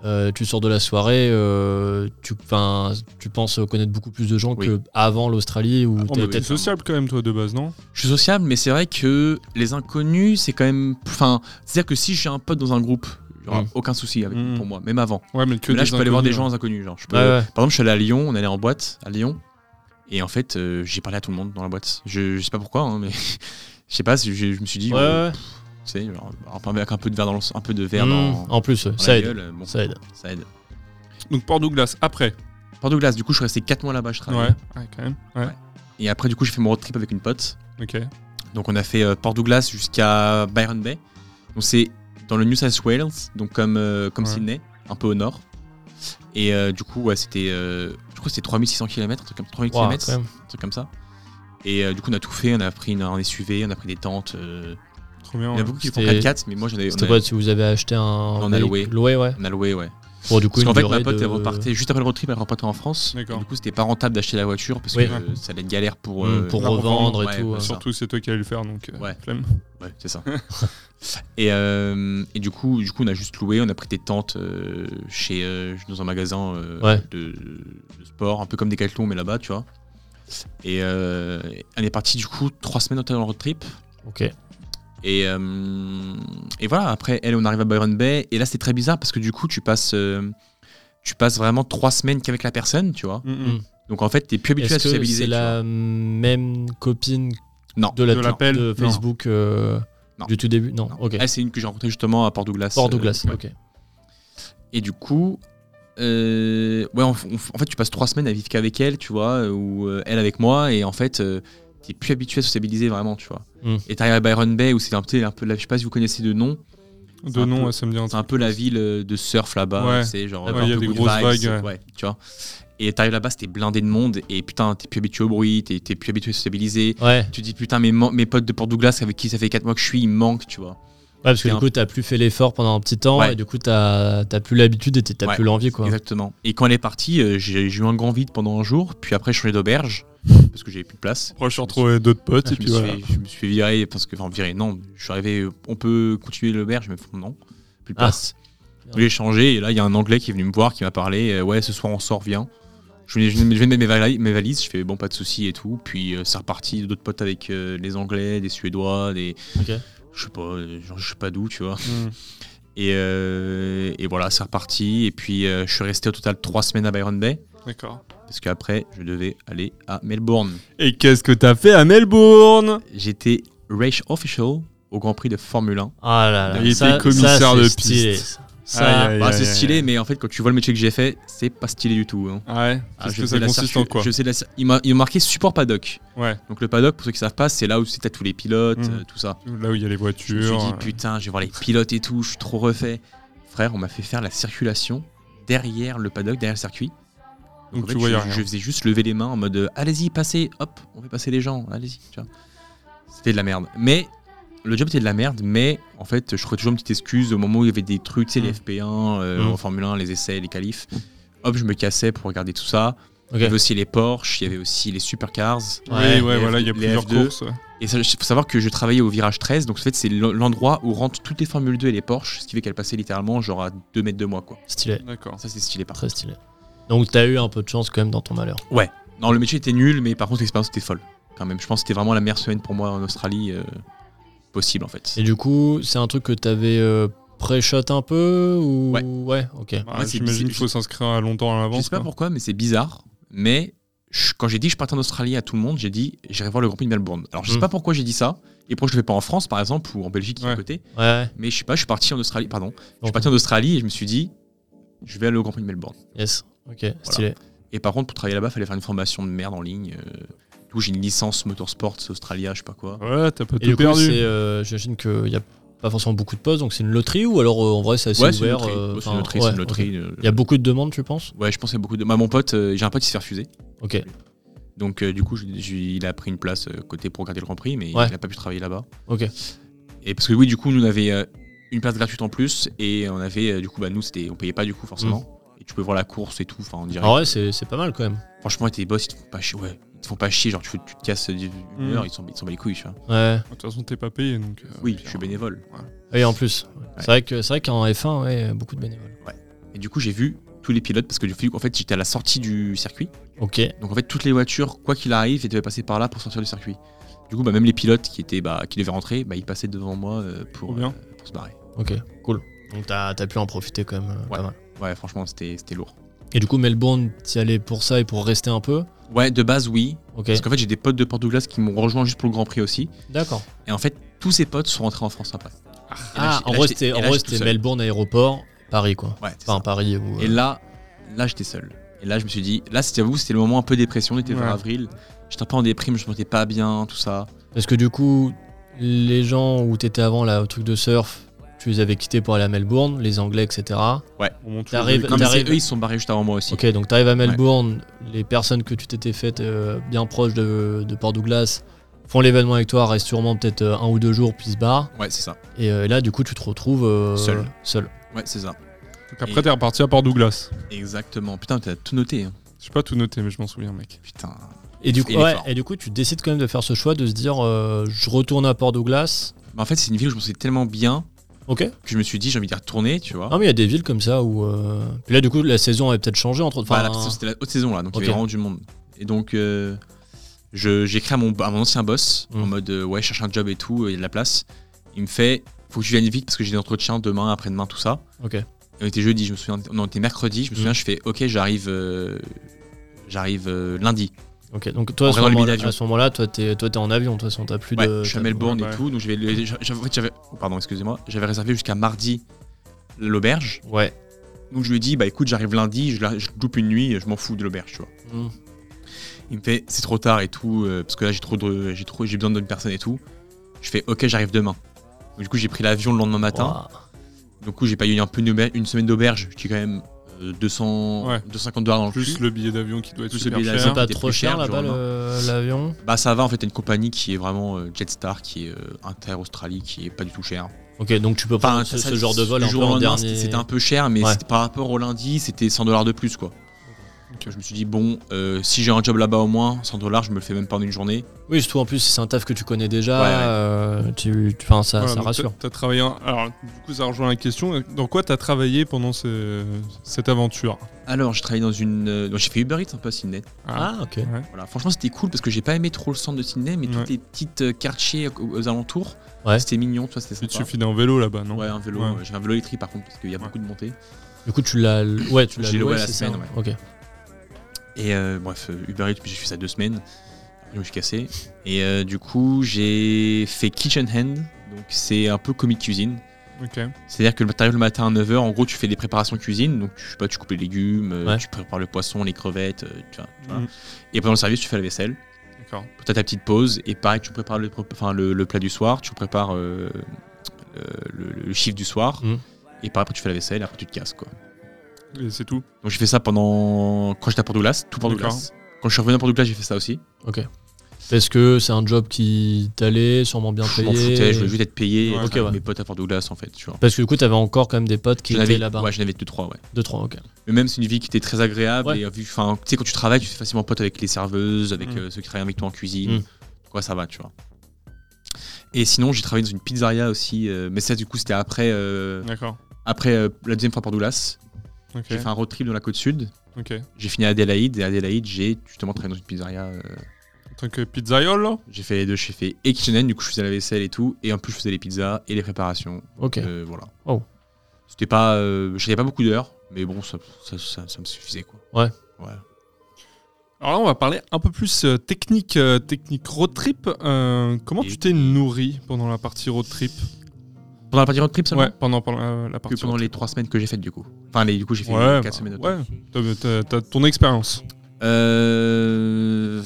S5: Euh, tu sors de la soirée, euh, tu, 'fin, tu penses connaître beaucoup plus de gens
S6: Oui.
S5: que avant l'Australie où
S6: Ah,
S5: t'es
S6: bah oui.
S5: peut-être-
S4: Oh, T'es sociable quand même, toi, de base, non
S6: Je suis sociable, mais c'est vrai que les inconnus, c'est quand même. Enfin, c'est-à-dire que si j'ai un pote dans un groupe, il y aura
S5: Mm.
S6: aucun souci avec
S4: Mm.
S6: pour moi, même avant.
S4: Ouais, mais que
S6: Mais là,
S4: des
S6: je peux aller voir des
S4: inconnus, hein.
S6: gens inconnus. Genre, je peux-
S5: Ouais, ouais.
S6: Par exemple, je suis allé à Lyon, on allait en boîte à Lyon, et en fait, euh, j'ai parlé à tout le monde dans la boîte. Je, je sais pas pourquoi, hein, mais je sais pas, c'est- je, je me suis dit,
S4: hein.
S5: Ouais,
S6: euh,
S5: ouais.
S6: tu sais, genre, avec un peu de verre dans, le- un peu de verre
S5: Mm.
S6: dans,
S5: En plus,
S6: dans
S5: ça
S6: la
S5: aide.
S6: gueule, euh, bon,
S5: Ça aide.
S6: ça aide.
S4: hein. Donc, Port Douglas, après.
S6: Port Douglas, du coup, je suis resté 4 mois là-bas, je
S4: Ouais.
S6: travaillais.
S4: ouais, quand même. Ouais.
S6: Et après, du coup, j'ai fait mon road trip avec une pote.
S4: Ok.
S6: Donc, on a fait euh, Port Douglas jusqu'à Byron Bay. Donc, c'est dans le New South Wales, donc comme, euh, comme
S4: Ouais.
S6: Sydney, un peu au nord. Et euh, du coup, ouais, c'était. euh, je crois que c'était 3600 km, un truc comme 3000
S5: Ouah,
S6: km.
S5: quand même.
S6: un truc comme ça. Et euh, du coup, on a tout fait, on a pris une, un SUV, on a pris des tentes. euh,
S4: Trop bien.
S6: il y en a
S4: ouais.
S6: beaucoup qui font
S5: C'était-
S6: 4x4, mais moi j'en ai.
S5: C'était
S6: On,
S5: quoi
S6: a-
S5: si vous avez acheté un.
S6: en a
S5: véhicule-
S6: loué.
S5: ouais.
S6: on a loué, ouais.
S5: Bon, du coup,
S6: Parce
S5: une
S6: qu'en fait,
S5: durée
S6: ma pote,
S5: de-
S6: elle repartait juste après le road trip, elle repartait en France. Et
S4: D'accord.
S6: du coup, c'était pas rentable d'acheter la voiture parce
S5: Oui.
S6: que euh, ça allait être galère pour.
S5: Mm,
S6: euh,
S5: pour
S4: la
S5: revendre et
S6: revendre,
S5: tout. euh.
S6: ouais, bien sûr.
S4: Surtout, c'est toi qui allais le faire, donc. euh,
S6: Ouais.
S4: flemme.
S6: Ouais, c'est ça. et, euh, et du coup, du coup, on a juste loué, on a pris des tentes euh, chez euh, dans un magasin euh,
S5: Ouais.
S6: de, de sport, un peu comme des Decathlon mais là-bas, tu vois. Et euh, on est parti du coup trois semaines dans le road trip.
S5: Ok.
S6: Et, euh, et voilà, après, elle, on arrive à Byron Bay. Et là, c'est très bizarre parce que du coup, tu passes, euh, tu passes vraiment trois semaines qu'avec la personne, tu vois.
S4: Mm, mm.
S6: Donc en fait, t'es plus habitué à
S5: Est-ce que
S6: sociabiliser.
S5: c'est
S6: tu
S5: la même copine
S6: Non.
S5: de la
S4: De l'appel,
S5: de
S4: non.
S5: Facebook euh,
S6: Non.
S5: du tout début Non,
S6: vois.
S5: ok.
S6: Elle, c'est une que j'ai rencontrée justement à Port Douglas.
S5: Port
S6: euh,
S5: Douglas,
S6: ouais.
S5: ok.
S6: Et du coup, euh, ouais, on- on- en fait, tu passes trois semaines à vivre qu'avec elle, tu vois, ou euh, elle avec moi. Et en fait, euh, t'es plus habitué à sociabiliser vraiment, tu vois.
S5: Mm.
S6: Et t'arrives à Byron Bay où c'est un peu, un peu la- je sais pas si vous connaissez de nom, C'est
S4: De
S6: un
S4: nom,
S6: peu-
S4: ouais, ça me dit un
S6: C'est un peu la ville euh, de surf là-bas.
S4: Ouais.
S6: C'est genre. euh,
S4: Ouais,
S6: un
S4: il y a
S6: peu
S4: des
S6: good
S4: grosses
S6: vibes,
S4: vagues, ouais.
S6: ouais, tu vois. Et t'arrives là-bas, c'était blindé de monde. Et putain, t'es plus habitué au bruit, t'es t'es plus habitué à sociabiliser.
S5: Ouais. ouais,
S6: Tu te dis putain, mes, man- mes potes de Port Douglas avec qui ça fait 4 mois que je suis, ils me manquent, tu vois.
S5: parce que
S6: C'est
S5: du
S6: un-
S5: coup, t'as plus fait l'effort pendant un petit temps
S6: Ouais.
S5: et du coup, t'as t'as plus l'habitude et t'es- t'as
S6: Ouais,
S5: plus l'envie, quoi.
S6: Exactement. Et quand elle est partie, euh, j'ai j'ai eu un grand vide pendant un jour. Puis après, je suis allé d'auberge parce que j'avais plus de place.
S4: Après, je suis retrouvé d'autres potes, et
S6: Je me,
S4: puis voilà.
S6: suis, je me suis fait virer parce que, enfin, virer, non. Je suis arrivé, euh, on peut continuer l'auberge, mais non, plus de
S5: Ah.
S6: place. Donc, J'ai changé et là, il y a un anglais qui est venu me voir qui m'a parlé. euh, ouais, ce soir, on sort, viens. Je venais, je venais- je venais de mettre mes, vali- mes valises, je fais bon, pas de soucis et tout. Puis euh, c'est reparti, d'autres potes avec euh, les anglais, des suédois, des.
S5: Ok.
S6: Je sais pas, euh, genre, je sais pas d'où, tu vois.
S4: Mm.
S6: Et, euh, et voilà, c'est reparti. Et puis euh, je suis resté au total trois semaines à Byron Bay
S4: D'accord.
S6: parce qu'après, je devais aller à Melbourne.
S4: Et qu'est-ce que t'as fait à Melbourne
S6: J'étais race official au Grand Prix de Formule 1.
S5: Ah là là.
S4: Il était
S5: ça-
S4: commissaire
S5: ça, c'est
S4: de
S5: stylé.
S4: piste.
S5: Ça,
S4: Aïe, aïe,
S6: Bah,
S4: aïe,
S6: c'est
S4: aïe,
S6: stylé,
S4: aïe.
S6: mais en fait, quand tu vois le métier que j'ai fait, c'est pas stylé du tout. hein.
S4: Ah ouais
S6: Ah,
S4: Qu'est-ce
S6: je
S4: que
S6: fais
S4: ça
S6: de la
S4: consiste
S6: circu-
S4: en quoi
S6: je sais de la cir- Ils m'a- ils m'ont marqué support paddock.
S4: Ouais.
S6: Donc le paddock, pour ceux qui savent pas, c'est là où t'as tous les pilotes,
S4: Mhm.
S6: euh, tout ça.
S4: Là où il y a les
S6: Je me suis
S4: voitures.
S6: dit, putain, je vais voir les pilotes et tout, je suis trop refait. Frère, on m'a fait faire la circulation derrière le paddock, derrière le circuit. Donc,
S4: Donc
S6: en
S4: tu
S6: fait,
S4: voyais
S6: je,
S4: rien.
S6: je faisais juste lever les mains en mode euh, allez-y, passez, hop, on fait passer les gens, allez-y. tu vois. C'était de la merde. Mais le job était de la merde, mais en fait, je trouvais toujours une petite excuse au moment où il y avait des trucs, tu sais, les FP1, euh,
S5: Mm.
S6: en Formule 1, les essais, les qualifs. Hop, je me cassais pour regarder tout ça.
S5: Ok.
S6: Il y avait aussi les Porsche, il y avait aussi les supercars.
S4: Oui,
S5: Ouais,
S4: ouais,
S6: les
S4: voilà,
S6: F-
S4: il y a
S6: les
S4: plusieurs
S6: F2.
S4: courses.
S6: Et il faut savoir que je travaillais au virage 13, donc en fait, c'est l'en- l'endroit où rentrent toutes les Formule 2 et les Porsche, ce qui fait qu'elles passaient littéralement genre à 2 mètres de moi, quoi.
S5: Stylé.
S4: D'accord.
S6: Ça, c'est stylé par
S5: Très stylé. Donc, t'as eu un peu de chance quand même dans ton malheur.
S6: Non, le métier était nul, mais par contre, l'expérience était folle. Quand même, je pense que c'était vraiment la meilleure semaine pour moi en Australie euh, possible, en fait.
S5: Et du coup, c'est un truc que t'avais euh, pré-shot un peu ou
S6: Ouais.
S5: ok.
S4: Bah,
S6: Ouais, c'est-
S4: J'imagine
S6: c'est-
S4: qu'il faut s'inscrire à longtemps à
S6: Je
S4: l'avance.
S6: sais pas
S4: quoi.
S6: pourquoi, mais c'est bizarre. Mais je- quand j'ai dit que je partais en Australie à tout le monde, j'ai dit j'irai voir le Grand Prix de Melbourne. Alors, je sais
S5: Mm.
S6: pas pourquoi j'ai dit ça, et pourquoi je le fais pas en France, par exemple, ou en Belgique, qui est à
S4: Hmm. Ouais.
S6: côté.
S5: Ouais, ouais.
S6: Mais je sais pas, je suis parti en Australie, pardon. Je suis
S5: Donc,
S6: parti en Australie et je me suis dit je vais aller au Grand Prix de Melbourne.
S5: Yes. Ok, stylé.
S6: Et par contre, pour travailler là-bas, fallait faire une formation de merde en ligne. euh, du coup, j'ai une licence motorsports Australia, je sais pas quoi.
S4: Ouais, t'as pas
S5: Et du
S4: tout
S5: coup, c'est,
S4: perdu.
S5: euh, j'imagine qu'il n'y a pas forcément beaucoup de postes, donc c'est une loterie ou alors euh, en vrai c'est assez
S6: Ouais, c'est une
S5: ouvert
S6: loterie.
S5: euh,
S6: Ouais, c'est
S5: enfin,
S6: une loterie,
S5: ouais,
S6: c'est une loterie,
S5: ok.
S6: euh,
S5: Il y a beaucoup de demandes, tu penses
S6: Ouais, je pense qu'il y a beaucoup de. Bah, mon pote, euh, j'ai un pote qui s'est fait refuser.
S5: Ok.
S6: Donc, euh, du coup, je- je- il a pris une place euh, côté pour regarder le Grand Prix, mais
S5: Ouais.
S6: il n'a pas pu travailler là-bas.
S5: Ok.
S6: Et parce que, oui, du coup, nous, on avait euh, une place gratuite en plus, et on avait, euh, du coup, bah, nous, c'était, on payait pas, du coup, forcément. Et tu pouvais voir la course et tout, enfin, en direct.
S5: Mm. Ah ouais, c'est c'est pas mal quand même.
S6: Franchement, tes boss, ils te font pas chier, ouais. Ils te font pas chier, genre, tu, tu te casses une
S4: Mm.
S6: heure, ils s'en ils s'en battent les couilles, tu vois.
S5: Ouais.
S4: De toute façon, t'es pas payé. donc. euh,
S6: Oui,
S4: puis,
S6: je suis
S4: hein.
S6: bénévole.
S5: Et en plus, c'est vrai que c'est vrai qu'en F1, ouais, beaucoup de bénévoles.
S6: Et du coup, j'ai vu tous les pilotes parce que du coup, en fait, j'étais à la sortie du circuit.
S5: Ok.
S6: Donc en fait, toutes les voitures, quoi qu'il arrive, elles devaient passer par là pour sortir du circuit. Du coup, bah, même les pilotes qui étaient, bah, qui devaient rentrer, bah, ils passaient devant moi euh,
S4: Trop
S6: pour,
S4: bien.
S6: euh, pour se barrer.
S5: Ok, cool. Donc t'as as pu en profiter quand même euh,
S6: Ouais.
S5: pas mal.
S6: Ouais, franchement, c'était c'était lourd.
S5: Et du coup, Melbourne, t'y allais pour ça et pour rester un peu
S6: Ouais, de base, oui.
S5: Ok,
S6: Parce qu'en fait, j'ai des potes de Port Douglas qui m'ont rejoint juste pour le Grand Prix aussi.
S5: d'accord.
S6: Et en fait, tous ces potes sont rentrés en France après. Et là,
S5: Ah,
S6: j'ai-
S5: en
S6: et là,
S5: gros,
S6: j'étais-
S5: c'était
S6: et
S5: en
S6: là,
S5: gros,
S6: j'étais
S5: c'était
S6: seul.
S5: Melbourne, aéroport, Paris, quoi.
S6: Ouais, c'est
S5: Enfin, Paris ou... euh,
S6: ça. Et là, là j'étais seul. Et là, je me suis dit, là, c'était vous, c'était le moment un peu dépression, on était vers
S4: Ouais.
S6: avril. J'étais un peu en déprime, je me sentais pas bien, tout ça.
S5: Parce que du coup, les gens où t'étais avant, là, au truc de surf, tu les avais quittés pour aller à Melbourne, les Anglais, etc.
S4: On monte tous
S5: T'arrives-
S4: les deux.
S6: Non, mais c'est
S5: t'arrives-
S6: eux, ils se sont barrés juste avant moi aussi.
S5: Ok, donc t'arrives à Melbourne, les personnes que tu t'étais faites euh, bien proches de, de Port Douglas font l'événement avec toi, restent sûrement peut-être euh, un ou deux jours, puis se barrent.
S6: Ouais, c'est ça.
S5: Et euh, là, du coup, tu te retrouves euh,
S6: Seul. Ouais, c'est ça.
S4: Donc après, t'es reparti à Port Douglas.
S6: Exactement. Putain, t'as tout noté. hein.
S4: J'ai pas tout noté, mais je m'en souviens, mec.
S6: Putain.
S5: Et du, coup,
S6: Et les
S5: ouais,
S6: forts.
S5: et du coup, tu décides quand même de faire ce choix de se dire euh, je retourne à Port Douglas.
S6: Mais en fait, c'est une ville où je me sentais tellement bien
S5: Ok.
S6: que je me suis dit, j'ai envie d'y retourner, tu vois.
S5: Ah, mais il y a des villes comme ça où. euh, Puis là, du coup, la saison avait peut-être changé entre.
S6: Enfin,
S5: Enfin,
S6: Bah, la- c'était la haute saison là, donc il y
S5: Ok.
S6: avait vraiment du monde. Et donc, euh, je- j'ai écrit à mon, à mon ancien boss
S5: Mm.
S6: en mode euh, ouais, je cherche un job et tout, euh, il y a de la place. Il me fait, faut que je vienne vite parce que j'ai des entretiens demain, après-demain, tout ça.
S5: Ok. Mmh.
S6: Et on était jeudi, je me souviens, on était mercredi, je me souviens, je fais ok, j'arrive euh, j'arrive euh, lundi.
S5: ok, donc toi,
S6: On
S5: à ce,
S6: regarde le
S5: moment,
S6: billet d'avion.
S5: à ce moment-là, toi, t'es toi, t'es en avion, de toute façon, t'as plus
S6: Ouais,
S5: de.
S6: je suis à
S5: t'as-
S6: Melbourne
S4: ouais.
S6: et tout, donc je vais le- j'a- j'a- en fait, j'avais, oh, pardon, excusez-moi, j'avais réservé jusqu'à mardi l'auberge.
S5: Ouais.
S6: Donc je lui dis, bah écoute, j'arrive lundi, je, la- je loupe une nuit, je m'en fous de l'auberge, tu vois.
S5: Mm.
S6: Il me fait, c'est trop tard et tout, euh, parce que là j'ai trop de, j'ai trop, j'ai besoin d'une personne et tout. Je fais, ok, j'arrive demain. Donc, du coup, j'ai pris l'avion le lendemain matin.
S5: Ouah.
S6: Du coup, j'ai payé un peu une, auber- une semaine d'auberge, qui est quand même euh, 200,
S4: Ouais.
S6: 250 dollars dans le
S4: Plus
S6: cul.
S4: le billet d'avion qui doit être
S6: Plus le
S4: super
S6: billet
S4: cher.
S5: C'est
S6: d'avion.
S5: pas
S6: des
S5: trop
S6: plus
S5: cher
S6: chers,
S5: là-bas
S6: genre,
S5: le- l'avion
S6: Bah ça va, en fait, t'as une compagnie qui est vraiment euh, Jetstar, qui est euh, Inter-Australie, qui est pas du tout chère.
S5: Ok, donc tu peux
S6: Enfin,
S5: prendre ce,
S6: ça-
S5: ce genre de vol
S6: du
S5: un peu
S6: jour au
S5: en
S6: lendemain,
S5: dernier.
S6: c'était- C'était un peu cher, mais
S5: Ouais.
S6: c'était par rapport au lundi, c'était 100 dollars de plus, quoi. Je me suis dit, bon, euh, si j'ai un job là-bas au moins, 100 dollars, je me le fais même pas en une journée.
S5: Oui, surtout en plus, c'est un taf que tu connais déjà.
S6: Ouais, ouais.
S5: euh, tu... tu- Enfin, ça,
S4: Voilà,
S5: ça
S4: donc
S5: rassure.
S4: t'as- T'as travaillé. en- Alors, du coup, ça rejoint la question. Dans quoi t'as travaillé pendant ce- cette aventure
S6: Alors, j'ai travaillé dans une. euh, donc, j'ai fait Uber Eats un peu à Sydney.
S5: Ah, ok.
S6: Voilà. Franchement, c'était cool parce que j'ai pas aimé trop le centre de Sydney, mais
S4: Ouais.
S6: toutes les petites euh, quartiers aux, aux alentours,
S5: Ouais.
S6: c'était mignon, tu vois, c'était
S4: Il te
S6: sympa.
S4: suffit d'un vélo là-bas, non
S6: Ouais, un vélo.
S4: Ouais.
S6: euh, J'avais un vélo électrique par contre, parce qu'il y a
S4: Ouais.
S6: beaucoup de montées.
S5: Du coup, tu l'as. Ouais, tu l'as
S6: J'ai loué
S5: loué
S6: la
S5: c'est
S6: semaine,
S5: ça
S6: ouais.
S5: Ok.
S6: Et euh, bref, euh, Uber Eats, j'ai fait ça deux semaines. Après, Je me suis cassé. Et euh, du coup, j'ai fait Kitchen Hand. Donc, c'est un peu comique cuisine.
S4: Ok.
S6: C'est-à-dire que t'arrives le matin à 9h, en gros, tu fais des préparations cuisine. Donc, tu- je sais pas, tu coupes les légumes, euh,
S5: Ouais.
S6: tu prépares le poisson, les crevettes, euh, tu vois. tu vois.
S4: Mhm.
S6: Et pendant le service, tu fais la vaisselle.
S4: D'accord.
S6: T'as ta petite pause. Et pareil, tu prépares le, prép- enfin, le, le plat du soir, tu prépares euh, euh, le, le chiffre du soir.
S5: Mhm.
S6: Et par après, tu fais la vaisselle, et après, tu te casses, quoi.
S4: Et c'est tout.
S6: Donc j'ai fait ça pendant quand j'étais à Port Douglas, tout Port
S4: D'accord.
S6: Douglas. Quand je suis revenu à Port Douglas, j'ai fait ça aussi.
S5: Parce que c'est un job qui t'allait, sûrement bien
S6: Je
S5: payé.
S6: m'en foutais, je voulais juste être payé
S4: Ouais,
S6: avec
S5: ok, ouais.
S6: mes potes à Port Douglas en fait, tu vois.
S5: Parce que du coup, t'avais encore quand même des potes qui
S6: J'en
S5: étaient
S6: avais
S5: là-bas.
S6: Ouais, j'en avais deux trois, ouais.
S5: Deux, trois, ok.
S6: Mais même c'est une vie qui était très agréable
S5: Ouais.
S6: et euh, vu enfin, tu sais quand tu travailles, tu fais facilement pote avec les serveuses, avec
S4: Mm.
S6: euh, ceux qui travaillent avec toi en cuisine.
S5: Mm.
S6: Quoi, ça va, tu vois. Et sinon, j'ai travaillé dans une pizzeria aussi, euh, mais ça du coup, c'était après euh,
S4: D'accord.
S6: après euh, la deuxième fois à Port Douglas.
S4: Ok.
S6: J'ai fait un road trip dans la côte sud.
S4: Ok.
S6: J'ai fini à Adélaïde et à Adélaïde, j'ai justement travaillé dans une pizzeria euh,
S4: En tant que pizzaiolo
S6: J'ai fait les deux, j'ai fait et KitchenAid, du coup je faisais la vaisselle et tout, et en plus je faisais les pizzas et les préparations.
S5: Ok.
S6: Euh, voilà.
S5: Oh.
S6: C'était pas. Euh, je n'avais pas beaucoup d'heures, mais bon, ça, ça, ça- ça me suffisait quoi.
S5: Ouais.
S6: Ouais.
S4: Alors là, on va parler un peu plus euh, technique, euh, technique road trip. Euh, comment
S6: Et-
S4: tu t'es nourri pendant la partie road trip
S6: Pendant la partie road trip, ça
S4: Ouais, pendant, pendant, euh, la
S6: Que
S4: partie.
S6: pendant
S4: road
S6: les trois semaines que j'ai faites du coup. Enfin, les, du coup j'ai fait
S4: trip. Ouais,
S6: quatre
S4: bah,
S6: semaines de
S4: ouais. T'as- t'as- t'as ton expérience.
S6: Euh,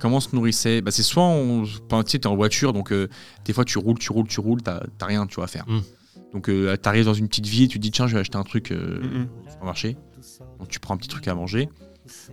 S6: Comment on se nourrissait bah, C'est soit on. Enfin, tu sais, t'es en voiture, donc euh, des fois tu roules, tu roules, tu roules, t'as t'as rien tu vois, à faire.
S4: Hmm.
S5: Mm.
S6: Donc euh, t'arrives dans une petite ville, tu te dis tiens, je vais acheter un truc euh,
S4: Mm, mm.
S6: au supermarché. Donc tu prends un petit truc à manger.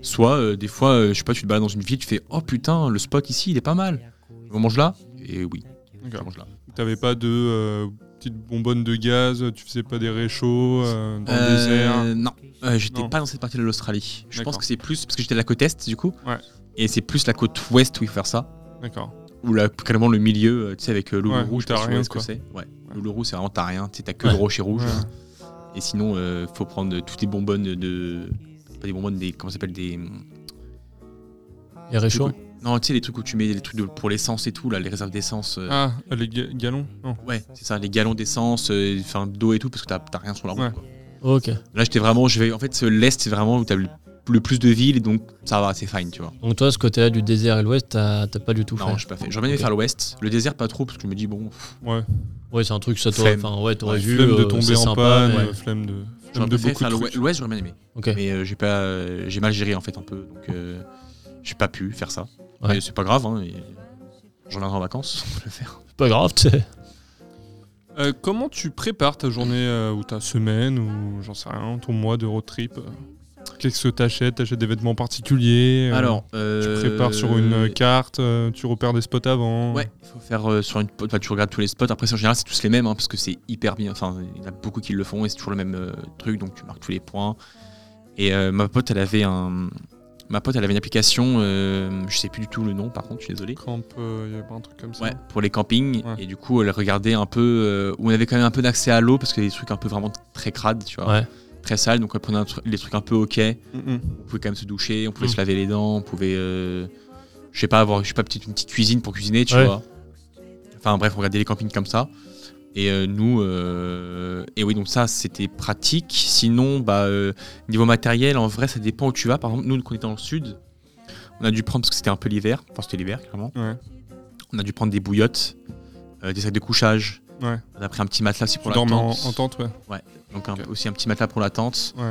S6: Soit euh, des fois, euh, je sais pas, tu te balades dans une ville, tu fais oh putain, le spot ici il est pas mal. On mange là Et oui, on
S4: D'accord.
S6: mange là.
S4: T'avais pas de euh, petites bonbonnes de gaz, tu faisais pas des réchauds euh, dans le désert.
S6: Euh, non, Euh, j'étais
S4: Non.
S6: pas dans cette partie de l'Australie. Je
S4: D'accord.
S6: pense que c'est plus parce que j'étais à la côte est du coup.
S4: Ouais.
S6: Et c'est plus la côte ouest où il faut faire ça.
S4: D'accord.
S6: ou là carrément le milieu euh, tu sais avec euh,
S4: Ouais,
S6: Uluru
S4: où
S6: rouge
S4: t'as rien,
S6: ce que
S4: quoi.
S6: c'est ouais Uluru c'est vraiment t'as rien tu sais, t'as que le rocher rouge
S4: Ouais.
S6: Et sinon, euh, faut prendre toutes les bonbonnes de. Pas des bonbonnes, des. Comment ça s'appelle Des.
S5: Les réchauds
S6: Non, tu sais, les trucs où tu mets les trucs de- pour l'essence et tout, là, les réserves d'essence. euh,
S4: Ah, les ga- galons Non.
S6: Ouais, c'est ça, les galons d'essence, euh, enfin d'eau et tout, parce que t'as t'as rien sur la route.
S4: Ouais.
S6: quoi.
S5: Ok.
S6: Là, j'étais vraiment. Je vais, en fait, ce- l'Est, c'est vraiment où t'as le, le plus de villes, et donc ça va, c'est fine, tu vois.
S5: Donc toi, ce côté-là du désert et l'ouest, t'as t'as pas du tout
S6: Non,
S5: fait.
S6: j'ai pas fait. J'aurais bien aimé
S5: Ok.
S6: faire l'Ouest. Le désert, pas trop, parce que je me dis, bon,
S4: Ouais.
S5: Ouais, c'est un truc, ça t'aurait
S6: Flemme.
S5: enfin, ouais, t'aurais
S4: Ouais,
S5: vu.
S4: Ah, flemme de
S5: euh,
S4: tomber
S5: c'est
S4: en
S5: sympa,
S4: panne,
S5: mais-
S4: euh, flemme de, flemme
S6: j'aurais
S4: de
S6: préféré
S4: beaucoup de
S6: faire l'Ouest,
S4: trucs.
S6: l'Ouest, j'aurais bien aimé.
S5: Ok.
S6: Mais euh, j'ai pas, euh, j'ai mal géré, en fait, un peu. Donc, euh, j'ai pas pu faire ça.
S5: Ouais.
S6: Mais c'est pas grave, hein. et- J'en viendrai en vacances, on peut le faire.
S5: Pas grave, tu sais.
S4: Euh, comment tu prépares ta journée euh, ou ta semaine ou j'en sais rien, ton mois de road trip euh, Qu'est-ce que t'achètes T'achètes des vêtements particuliers euh, Tu
S6: euh,
S4: prépares sur une euh, carte, euh, tu repères des spots avant.
S6: Ouais, il faut faire euh, sur une. Enfin, tu regardes tous les spots. Après, en général, c'est tous les mêmes, hein, parce que c'est hyper bien. Enfin, il y en a beaucoup qui le font et c'est toujours le même euh, truc, donc tu marques tous les points. Et euh, ma pote, elle avait un. Ma pote, elle avait une application, euh, je sais plus du tout le nom, par contre, je suis désolé.
S4: Camp, euh, y a pas un truc comme ça.
S6: Ouais, pour les campings.
S4: Ouais.
S6: Et du coup, elle regardait un peu. euh, où on avait quand même un peu d'accès à l'eau, parce qu'il y a des trucs un peu vraiment très crades, tu vois.
S5: Ouais.
S6: Très sales, donc elle prenait un tru- les trucs un peu ok.
S4: Mm, mm.
S6: On pouvait quand même se doucher, on pouvait
S4: Mm.
S6: se laver les dents, on pouvait, euh, je sais pas, avoir, je sais pas, peut-être une petite cuisine pour cuisiner, tu
S5: Ouais.
S6: vois. Enfin bref, on regardait les campings comme ça. Et euh, nous, euh, et oui, donc ça, c'était pratique. Sinon, bah, euh, niveau matériel, en vrai, ça dépend où tu vas. Par exemple, nous, quand on était dans le sud, on a dû prendre, parce que c'était un peu l'hiver, enfin c'était l'hiver, clairement.
S4: Ouais.
S6: On a dû prendre des bouillottes, euh, des sacs de couchage.
S4: Ouais.
S6: On a pris un petit matelas aussi
S4: Tu
S6: pour la
S4: dormais en,
S6: tente.
S4: en tente, ouais.
S6: Donc un-
S4: Ok.
S6: aussi un petit matelas pour la tente.
S4: Ouais,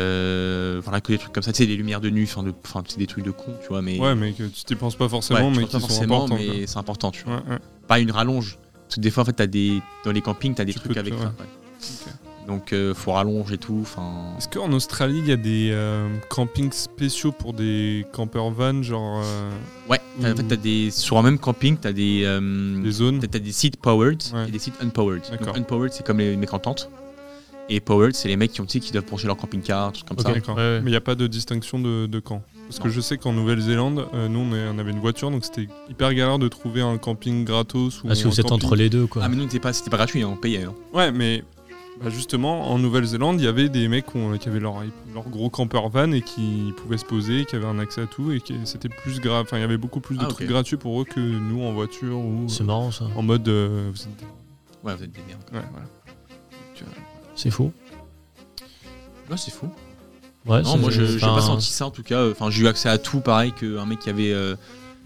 S6: Euh, voilà que des trucs comme ça, tu sais, des lumières de nuit, enfin, de- enfin, c'est des trucs de con, tu vois, mais.
S4: ouais mais que tu t'y penses pas
S6: Ouais,
S4: forcément,
S6: tu
S4: mais
S6: penses pas
S4: qui sont
S6: forcément,
S4: importants. quoi.
S6: mais c'est important, tu vois.
S4: Ouais, ouais.
S6: Pas une rallonge. Parce que des fois, en fait, t'as des. Dans les campings, t'as des
S4: Tu
S6: trucs
S4: peux te-
S6: avec.
S4: ouais.
S6: ça, ouais. Donc, euh, faut rallonge et tout, enfin.
S4: Est-ce qu'en Australie, il y a des euh, campings spéciaux pour des campers vans, genre euh,
S6: Ouais, t'as- en fait, t'as des. Sur un même camping, t'as des. euh,
S4: des zones
S6: t'as- T'as des sites powered
S4: Ouais.
S6: et des sites unpowered.
S4: D'accord.
S6: Donc, unpowered, c'est comme les mécontentes. Et powered, c'est les mecs qui ont, tu sais, qui doivent brancher leur camping-car, trucs comme
S5: Ok.
S6: ça.
S4: D'accord.
S5: Ouais, ouais.
S4: Mais il n'y a pas de distinction de, de camp. Parce que
S6: Non.
S4: je sais qu'en Nouvelle-Zélande, euh, nous on, est- on avait une voiture, donc c'était hyper galère de trouver un camping gratos. Ou
S5: Parce que
S4: un
S5: vous êtes
S4: camping-
S5: entre les deux, quoi.
S6: Ah, mais nous, c'était pas, c'était pas gratuit, hein, on payait. hein.
S4: Ouais, mais bah, justement, en Nouvelle-Zélande, il y avait des mecs qui ont- qui avaient leur, leur gros camper van et qui pouvaient se poser, qui avaient un accès à tout, et qui- c'était plus grave. Enfin, il y avait beaucoup plus de
S6: Ah, ok.
S4: trucs gratuits pour eux que nous en voiture ou
S5: C'est
S4: euh,
S5: marrant, ça.
S4: en mode. euh, vous êtes-
S6: Ouais, vous êtes des merdes.
S4: ouais, voilà.
S5: C'est fou.
S6: Ouais, c'est fou.
S5: Ouais,
S6: Ah Non,
S5: c'est-
S6: moi je j'ai
S5: enfin,
S6: pas senti ça en tout cas. Enfin, j'ai eu accès à tout pareil qu'un mec qui avait. euh,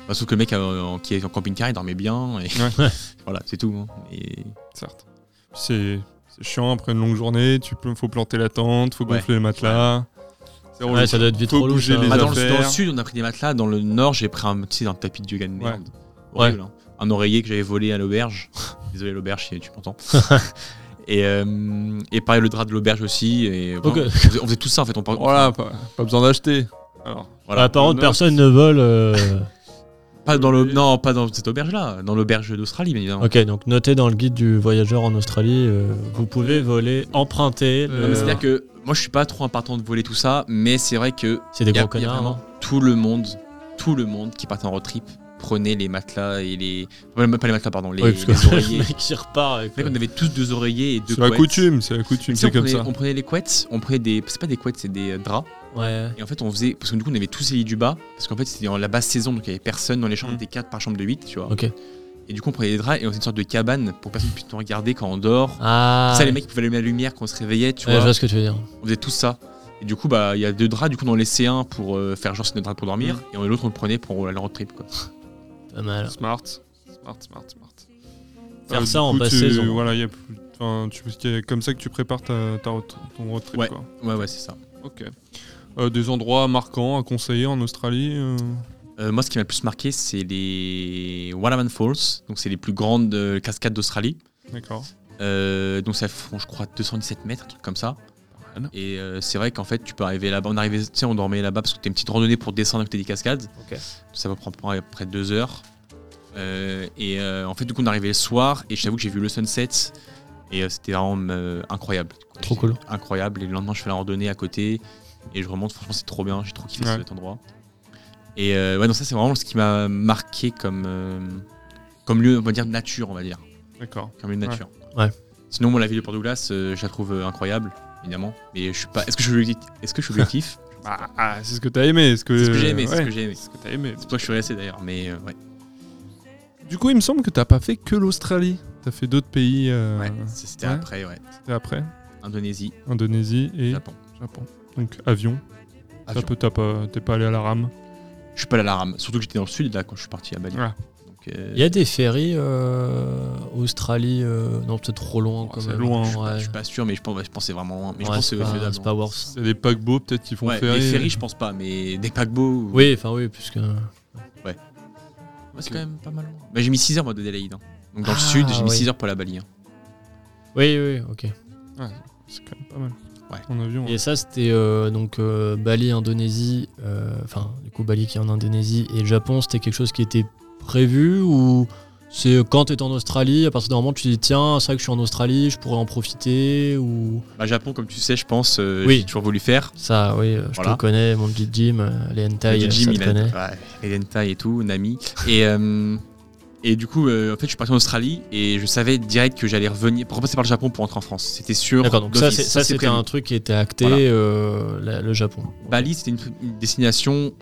S6: bah, sauf que le mec euh, en- qui est en camping-car, il dormait bien. Et
S4: Ouais.
S6: voilà, c'est tout. hein. Et...
S4: Certes. C'est c'est chiant après une longue journée, tu peux- faut planter la tente, faut
S6: Ouais.
S4: gonfler le matelas. C'est relou.
S5: Ouais, ça doit être vite
S4: Faut
S5: relou,
S4: bouger
S5: ça.
S4: les
S5: Bah,
S6: Ah, dans, le,
S4: affaires.
S6: dans le sud, on a pris des matelas. Dans le nord, j'ai pris un, tu sais, un tapis de yoga de merde. Horrible, hein. Un oreiller que j'avais volé à l'auberge. Désolé, l'auberge, si tu m'entends. et, euh, et pareil, le drap de l'auberge aussi. Et,
S5: Ok.
S6: on, faisait, on faisait tout ça en fait. On par-
S4: Voilà, pas, pas besoin d'acheter. Alors,
S5: Bah,
S6: voilà.
S5: par contre,
S4: Non,
S5: personne ne vole. euh,
S6: Pas dans le, non, pas dans cette auberge là. Dans l'auberge d'Australie, bien évidemment.
S5: Ok, donc notez dans le guide du voyageur en Australie, euh, vous pouvez voler, emprunter.
S4: Euh,
S6: Non, mais
S5: le-
S6: C'est-à-dire que moi, je suis pas trop un partant de voler tout ça, mais c'est vrai que
S5: euh, C'est des
S6: Il y a-
S5: gros
S6: il y a
S5: connards.
S6: vraiment
S5: hein.
S6: tout le monde, tout le monde qui partait en road trip prenait les matelas et les. Pas les matelas, pardon, les,
S5: Oui, parce que
S6: les
S5: le
S6: oreillers.
S5: mec qui repart avec. euh,
S6: Mec, on avait tous deux oreillers et deux
S4: C'est la
S6: couettes.
S4: coutume, c'est la coutume,
S6: Tu
S4: c'est
S6: sais, on,
S4: comme
S6: prenait,
S4: ça.
S6: on prenait les couettes, on prenait des. C'est pas des couettes, c'est des euh, draps.
S5: Ouais.
S6: Et en fait, on faisait. Parce que du coup, on avait tous les lits du bas. Parce qu'en fait, c'était en la basse saison, donc il y avait personne dans les chambres.
S4: Mhm.
S6: des 4 par chambre de 8, tu vois.
S5: Mm. Ok.
S6: Et du coup, on prenait des draps et on faisait une sorte de cabane pour que personne puisse nous regarder quand on dort.
S5: Ah.
S6: ça, les mecs, ils pouvaient allumer la lumière quand on se réveillait, tu
S5: ouais,
S6: vois.
S5: je vois ce que tu veux dire.
S6: On faisait tout ça. Et du coup, bah, il y a deux draps, du coup, on en laissait un pour euh, faire genre c'est notre drap pour dormir, et l'autre, on le prenait pour euh, la road trip, quoi.
S5: Pas mal.
S4: Smart, smart, smart, smart.
S6: Euh,
S5: Faire
S4: du
S5: ça en
S4: coup,
S5: basse
S4: tu-
S5: saison.
S4: euh, Voilà, il y a plus- enfin, tu- c'est comme ça que tu prépares ta, ta road- ton road trip. Quoi.
S6: Ouais, ouais, c'est ça.
S4: Ok. Euh, des endroits marquants à conseiller en Australie. euh,
S6: Euh, moi, ce qui m'a le plus marqué, c'est les Wallaman Falls, donc c'est les plus grandes euh, cascades d'Australie.
S4: D'accord.
S6: Euh, donc ça font, je crois, 217 mètres, un truc comme ça. Et euh, c'est vrai qu'en fait, tu peux arriver là-bas. On arrivait, tu sais, on dormait là-bas parce que t'as une petite randonnée pour descendre à côté des cascades.
S5: Ok.
S6: Ça va prendre à peu près deux heures. Euh, et euh, en fait, du coup, on est arrivé le soir et je t'avoue que j'ai vu le sunset et euh, c'était vraiment euh, incroyable.
S5: Trop cool.
S6: Incroyable. Et le lendemain, je fais la randonnée à côté et je remonte. Franchement, c'est trop bien. J'ai trop kiffé
S4: Ouais.
S6: cet endroit. Et euh, ouais, non, ça, c'est vraiment ce qui m'a marqué comme, euh, comme lieu, on va dire, nature, on va dire
S4: D'accord.
S6: comme une nature.
S5: Ouais.
S6: Sinon, moi, la ville de Port Douglas, euh, je la trouve euh, incroyable. évidemment. Mais je suis pas. Est-ce que je suis objectif Est-ce que je suis objectif
S4: Ah, ah, c'est ce que t'as aimé. ce que,
S6: C'est ce que j'ai
S5: Euh,
S6: aimé,
S4: ouais,
S6: c'est ce que j'ai aimé.
S4: ce que t'as aimé.
S6: C'est pour ça que je suis resté d'ailleurs. Mais euh, ouais,
S4: Du coup, il me semble que t'as pas fait que l'Australie. T'as fait d'autres pays euh,
S6: ouais, c'est- c'était
S4: ouais.
S6: après, ouais.
S4: c'était après.
S6: Indonésie,
S4: Indonésie et
S6: Japon.
S4: Japon. Donc avion.
S6: Avion.
S4: T'as peu- t'as pas- T'es pas allé à la rame.
S6: Je suis pas allé à la rame, surtout que j'étais dans le sud là quand je suis parti à Bali.
S4: Ah.
S6: Donc, euh,
S5: Il y a des ferries euh, Australie, euh, non peut-être trop loin
S4: Oh,
S5: quand
S4: c'est
S5: même.
S4: loin, hein.
S5: Ouais.
S6: bah, Je suis pas sûr, mais je pense, ouais, je pense que c'est vraiment loin. Mais je
S5: Ouais,
S6: pense que
S5: c'est
S6: c'est
S5: pas,
S6: faisable. hein.
S5: c'est pas worth. euh.
S4: Il y a des paquebots peut-être qui font
S6: Ouais,
S4: ferry.
S6: les ferries, je pense pas, mais des paquebots. ou-
S5: Oui, enfin oui, puisque.
S6: Ouais, c'est quand même pas mal. loin. Bah, j'ai mis 6 heures moi de Adélaïde. hein. Donc dans le
S5: Ah,
S6: sud, j'ai mis
S5: oui.
S6: 6 heures pour la Bali. hein.
S5: Oui, oui, ok.
S4: C'est quand même pas mal.
S6: Ouais.
S4: En avion.
S5: Et ça, c'était euh, donc euh, Bali, Indonésie, euh, enfin, du coup, Bali qui est en Indonésie et le Japon, c'était quelque chose qui était prévu ou c'est euh, quand tu es en Australie, à partir d'un moment, tu dis tiens, c'est vrai que je suis en Australie, je pourrais en profiter ou.
S6: Bah, Japon, comme tu sais, je pense, euh,
S5: Oui.
S6: j'ai toujours voulu faire.
S5: Ça, oui, euh, je
S6: Voilà.
S5: te connais, mon petit Jim, euh, les hentai,
S6: Et
S5: euh,
S6: Jim,
S5: ça te
S6: il a-
S5: connaît.
S6: ouais, les hentai et tout, Nami. Et, euh, et du coup, euh, en fait, je suis parti en Australie et je savais direct que j'allais revenir pour passer par le Japon pour rentrer en France. C'était sûr.
S5: D'accord, donc ça,
S6: d'office.
S5: c'est- ça, c'était
S6: prévu.
S5: un truc qui était acté,
S6: Voilà.
S5: euh, la- le Japon.
S6: Bali, c'était une, une destination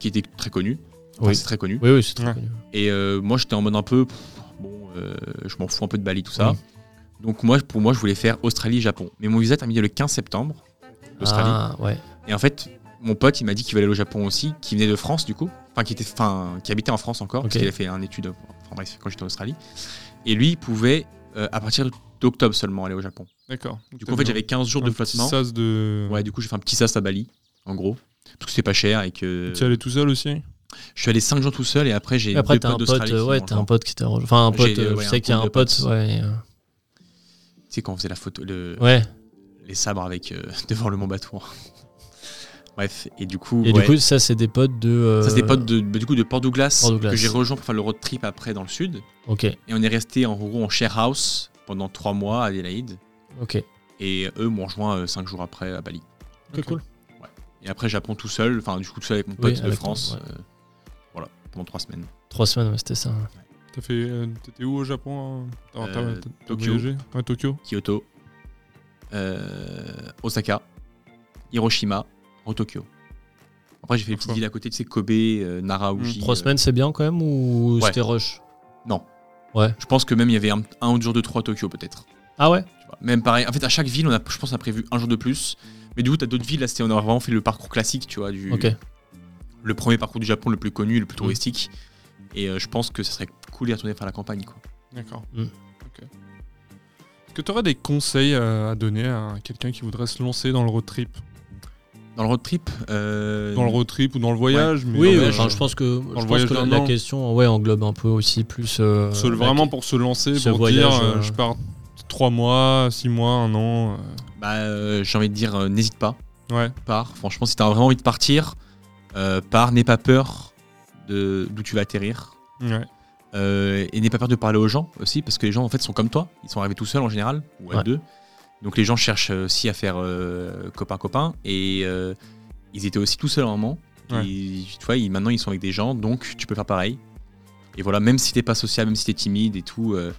S6: qui était très connue. Enfin,
S5: Oui.
S6: c'est très connu.
S5: Oui, oui, c'est très
S4: Ouais.
S5: connu.
S6: Et euh, moi, j'étais en mode un peu. pff, Bon, euh, je m'en fous un peu de Bali, tout ça.
S5: Oui.
S6: Donc, moi, pour moi, je voulais faire Australie-Japon. Mais mon visa terminé le 15 septembre, l'Australie.
S5: Ah, ouais.
S6: Et en fait, mon pote, il m'a dit qu'il voulait aller au Japon aussi, qui venait de France, du coup. Enfin, qui, était, enfin, qui habitait en France encore,
S5: Ok.
S6: parce qu'il a fait un étude, enfin bref, quand j'étais en Australie. Et lui, il pouvait, euh, à partir d'octobre seulement, aller au Japon.
S4: D'accord.
S6: Du coup, en fait, j'avais 15 jours de flottement.
S4: sas de.
S6: Ouais, du coup, j'ai fait un petit sas à Bali, en gros. Parce que c'était pas cher et que.
S4: Tu es allé tout seul aussi hein
S6: Je suis allé 5 jours tout seul et après, j'ai
S5: Et après,
S6: deux
S5: t'as un
S6: potes
S5: pote,
S6: d'Australie.
S5: euh,
S6: qui
S5: ouais,
S6: m'ont
S5: t'as
S6: rejoint.
S5: un pote qui t'a rejoint. Enfin, un
S6: J'ai,
S5: pote,
S6: euh,
S5: euh,
S6: ouais,
S5: je
S6: un
S5: sais qu'il y a
S6: groupe
S5: un
S6: de
S5: pote,
S6: potes.
S5: ouais. euh,
S6: Tu sais, quand on faisait la photo, le-
S5: Ouais.
S6: les sabres avec euh, devant le Mont Batour. Bref, et du coup.
S5: Et du
S6: ouais.
S4: euh,
S5: coup, ça, c'est des potes de. euh,
S6: ça, c'est des potes de, bah, du coup, de Port Douglas,
S5: Port Douglas.
S6: que j'ai rejoint pour faire le road trip après dans le sud.
S5: Ok,
S6: Et on est resté en gros en share house pendant trois mois à Adélaïde.
S5: ok.
S6: Et eux m'ont rejoint euh, cinq jours après à Bali.
S5: Ok, cool.
S6: Et après Japon tout seul, enfin du coup tout seul avec mon pote de
S5: avec
S6: France.
S5: toi, ouais.
S6: euh, voilà, pendant trois semaines.
S5: Trois semaines, ouais, c'était ça.
S4: T'as fait. euh, T'étais où au Japon hein T'as- t'as-
S6: Euh,
S4: t'as- t'as
S6: Tokyo.
S4: voyagé Ouais, Tokyo.
S6: Kyoto, euh, Osaka, Hiroshima, en Tokyo. Après j'ai fait une petite
S4: D'accord.
S6: ville à côté, tu sais Kobe, euh, Nara, Uji.
S5: Trois
S6: euh,
S5: semaines, c'est bien quand même ou
S6: Ouais.
S5: c'était rush
S6: Je pense que même il y avait un, un ou deux jours de trois à Tokyo peut-être.
S5: Ah ouais
S6: Tu vois. Même pareil, en fait à chaque ville on a, je pense, on a prévu un jour de plus. Mais du coup t'as d'autres villes là, c'était- on a vraiment fait le parcours classique, tu vois, du,
S5: Ok.
S6: le premier parcours du Japon le plus connu,
S4: Mm.
S6: le plus touristique. Et euh, je pense que ça serait cool d'y retourner faire la campagne. Quoi.
S4: D'accord.
S5: Mm.
S4: Ok. Est-ce que t'aurais des conseils euh, à donner à quelqu'un qui voudrait se lancer dans le road trip
S6: Dans le road trip euh,
S4: Dans le road trip ou dans le voyage mais
S5: Oui,
S4: dans
S5: ouais,
S4: le-
S5: enfin, je pense que, je
S4: le
S5: pense
S4: voyage
S5: que la,
S4: d'un
S5: la
S4: an.
S5: question ouais, englobe un peu aussi plus. euh,
S4: se-
S6: bah,
S5: la-
S4: vraiment pour se lancer,
S5: ce
S4: pour
S5: voyage,
S4: dire euh,
S5: euh,
S4: je pars trois mois, six mois, un an. euh,
S6: bah, euh, J'ai envie de dire, euh, n'hésite pas,
S4: Ouais.
S6: pars. Franchement, si t'as vraiment envie de partir, euh, pars, n'aie pas peur de- d'où tu vas atterrir.
S4: Ouais.
S6: Euh, et n'aie pas peur de parler aux gens aussi, parce que les gens en fait sont comme toi, ils sont arrivés tout seuls en général, ou à
S5: Ouais.
S6: deux. Donc les gens cherchent aussi à faire euh, copain-copain, et euh, ils étaient aussi tout seuls à un moment.
S4: Ouais.
S6: Ils- tu vois, ils- maintenant ils sont avec des gens, donc tu peux faire pareil. Et voilà, même si t'es pas social, même si t'es timide et tout, euh,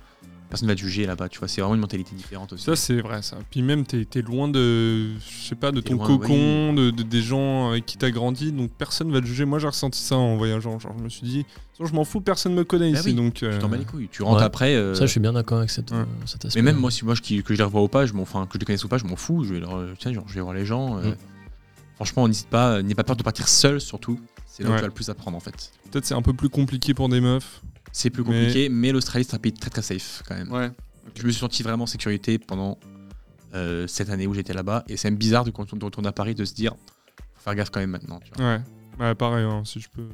S6: personne va te juger là-bas, tu vois, c'est vraiment une mentalité différente aussi.
S4: Ça, c'est vrai, ça. Puis même, t'es t'es loin de, je sais pas, de
S6: T'es
S4: ton
S6: loin,
S4: cocon, de, de- des gens avec qui t'as grandi, donc personne va te juger. Moi, j'ai ressenti ça en voyageant. Genre, je me suis dit, de toute façon, je m'en fous, personne me connaît
S6: Bah
S4: ici,
S6: oui,
S4: donc. euh,
S6: tu t'en bats les couilles, tu rentres
S5: Ouais.
S6: après. euh,
S5: Ça, je suis bien d'accord avec cette,
S4: Ouais.
S5: euh, cet aspect.
S6: mais même moi, si moi je- qui- que je les revois ou pas, je m'en- enfin, que je les connaisse ou pas, je m'en fous. Je vais, leur, tu sais, genre, je vais voir les gens. euh,
S5: Mm.
S6: Franchement, n'hésite pas, euh, n'aie pas peur de partir seul surtout. C'est là où
S4: Ouais.
S6: tu vas le plus apprendre en fait.
S4: Peut-être c'est un peu plus compliqué pour des meufs.
S6: C'est plus
S4: Mais-
S6: compliqué, mais, l'Australie c'est un pays très très safe quand même.
S7: Ouais.
S6: Je me suis senti vraiment en sécurité pendant euh, cette année où j'étais là-bas. Et c'est même bizarre de, quand on de retourner à Paris de se dire, faut faire gaffe quand même maintenant. tu vois.
S4: Ouais. Ouais, pareil, hein, si je peux.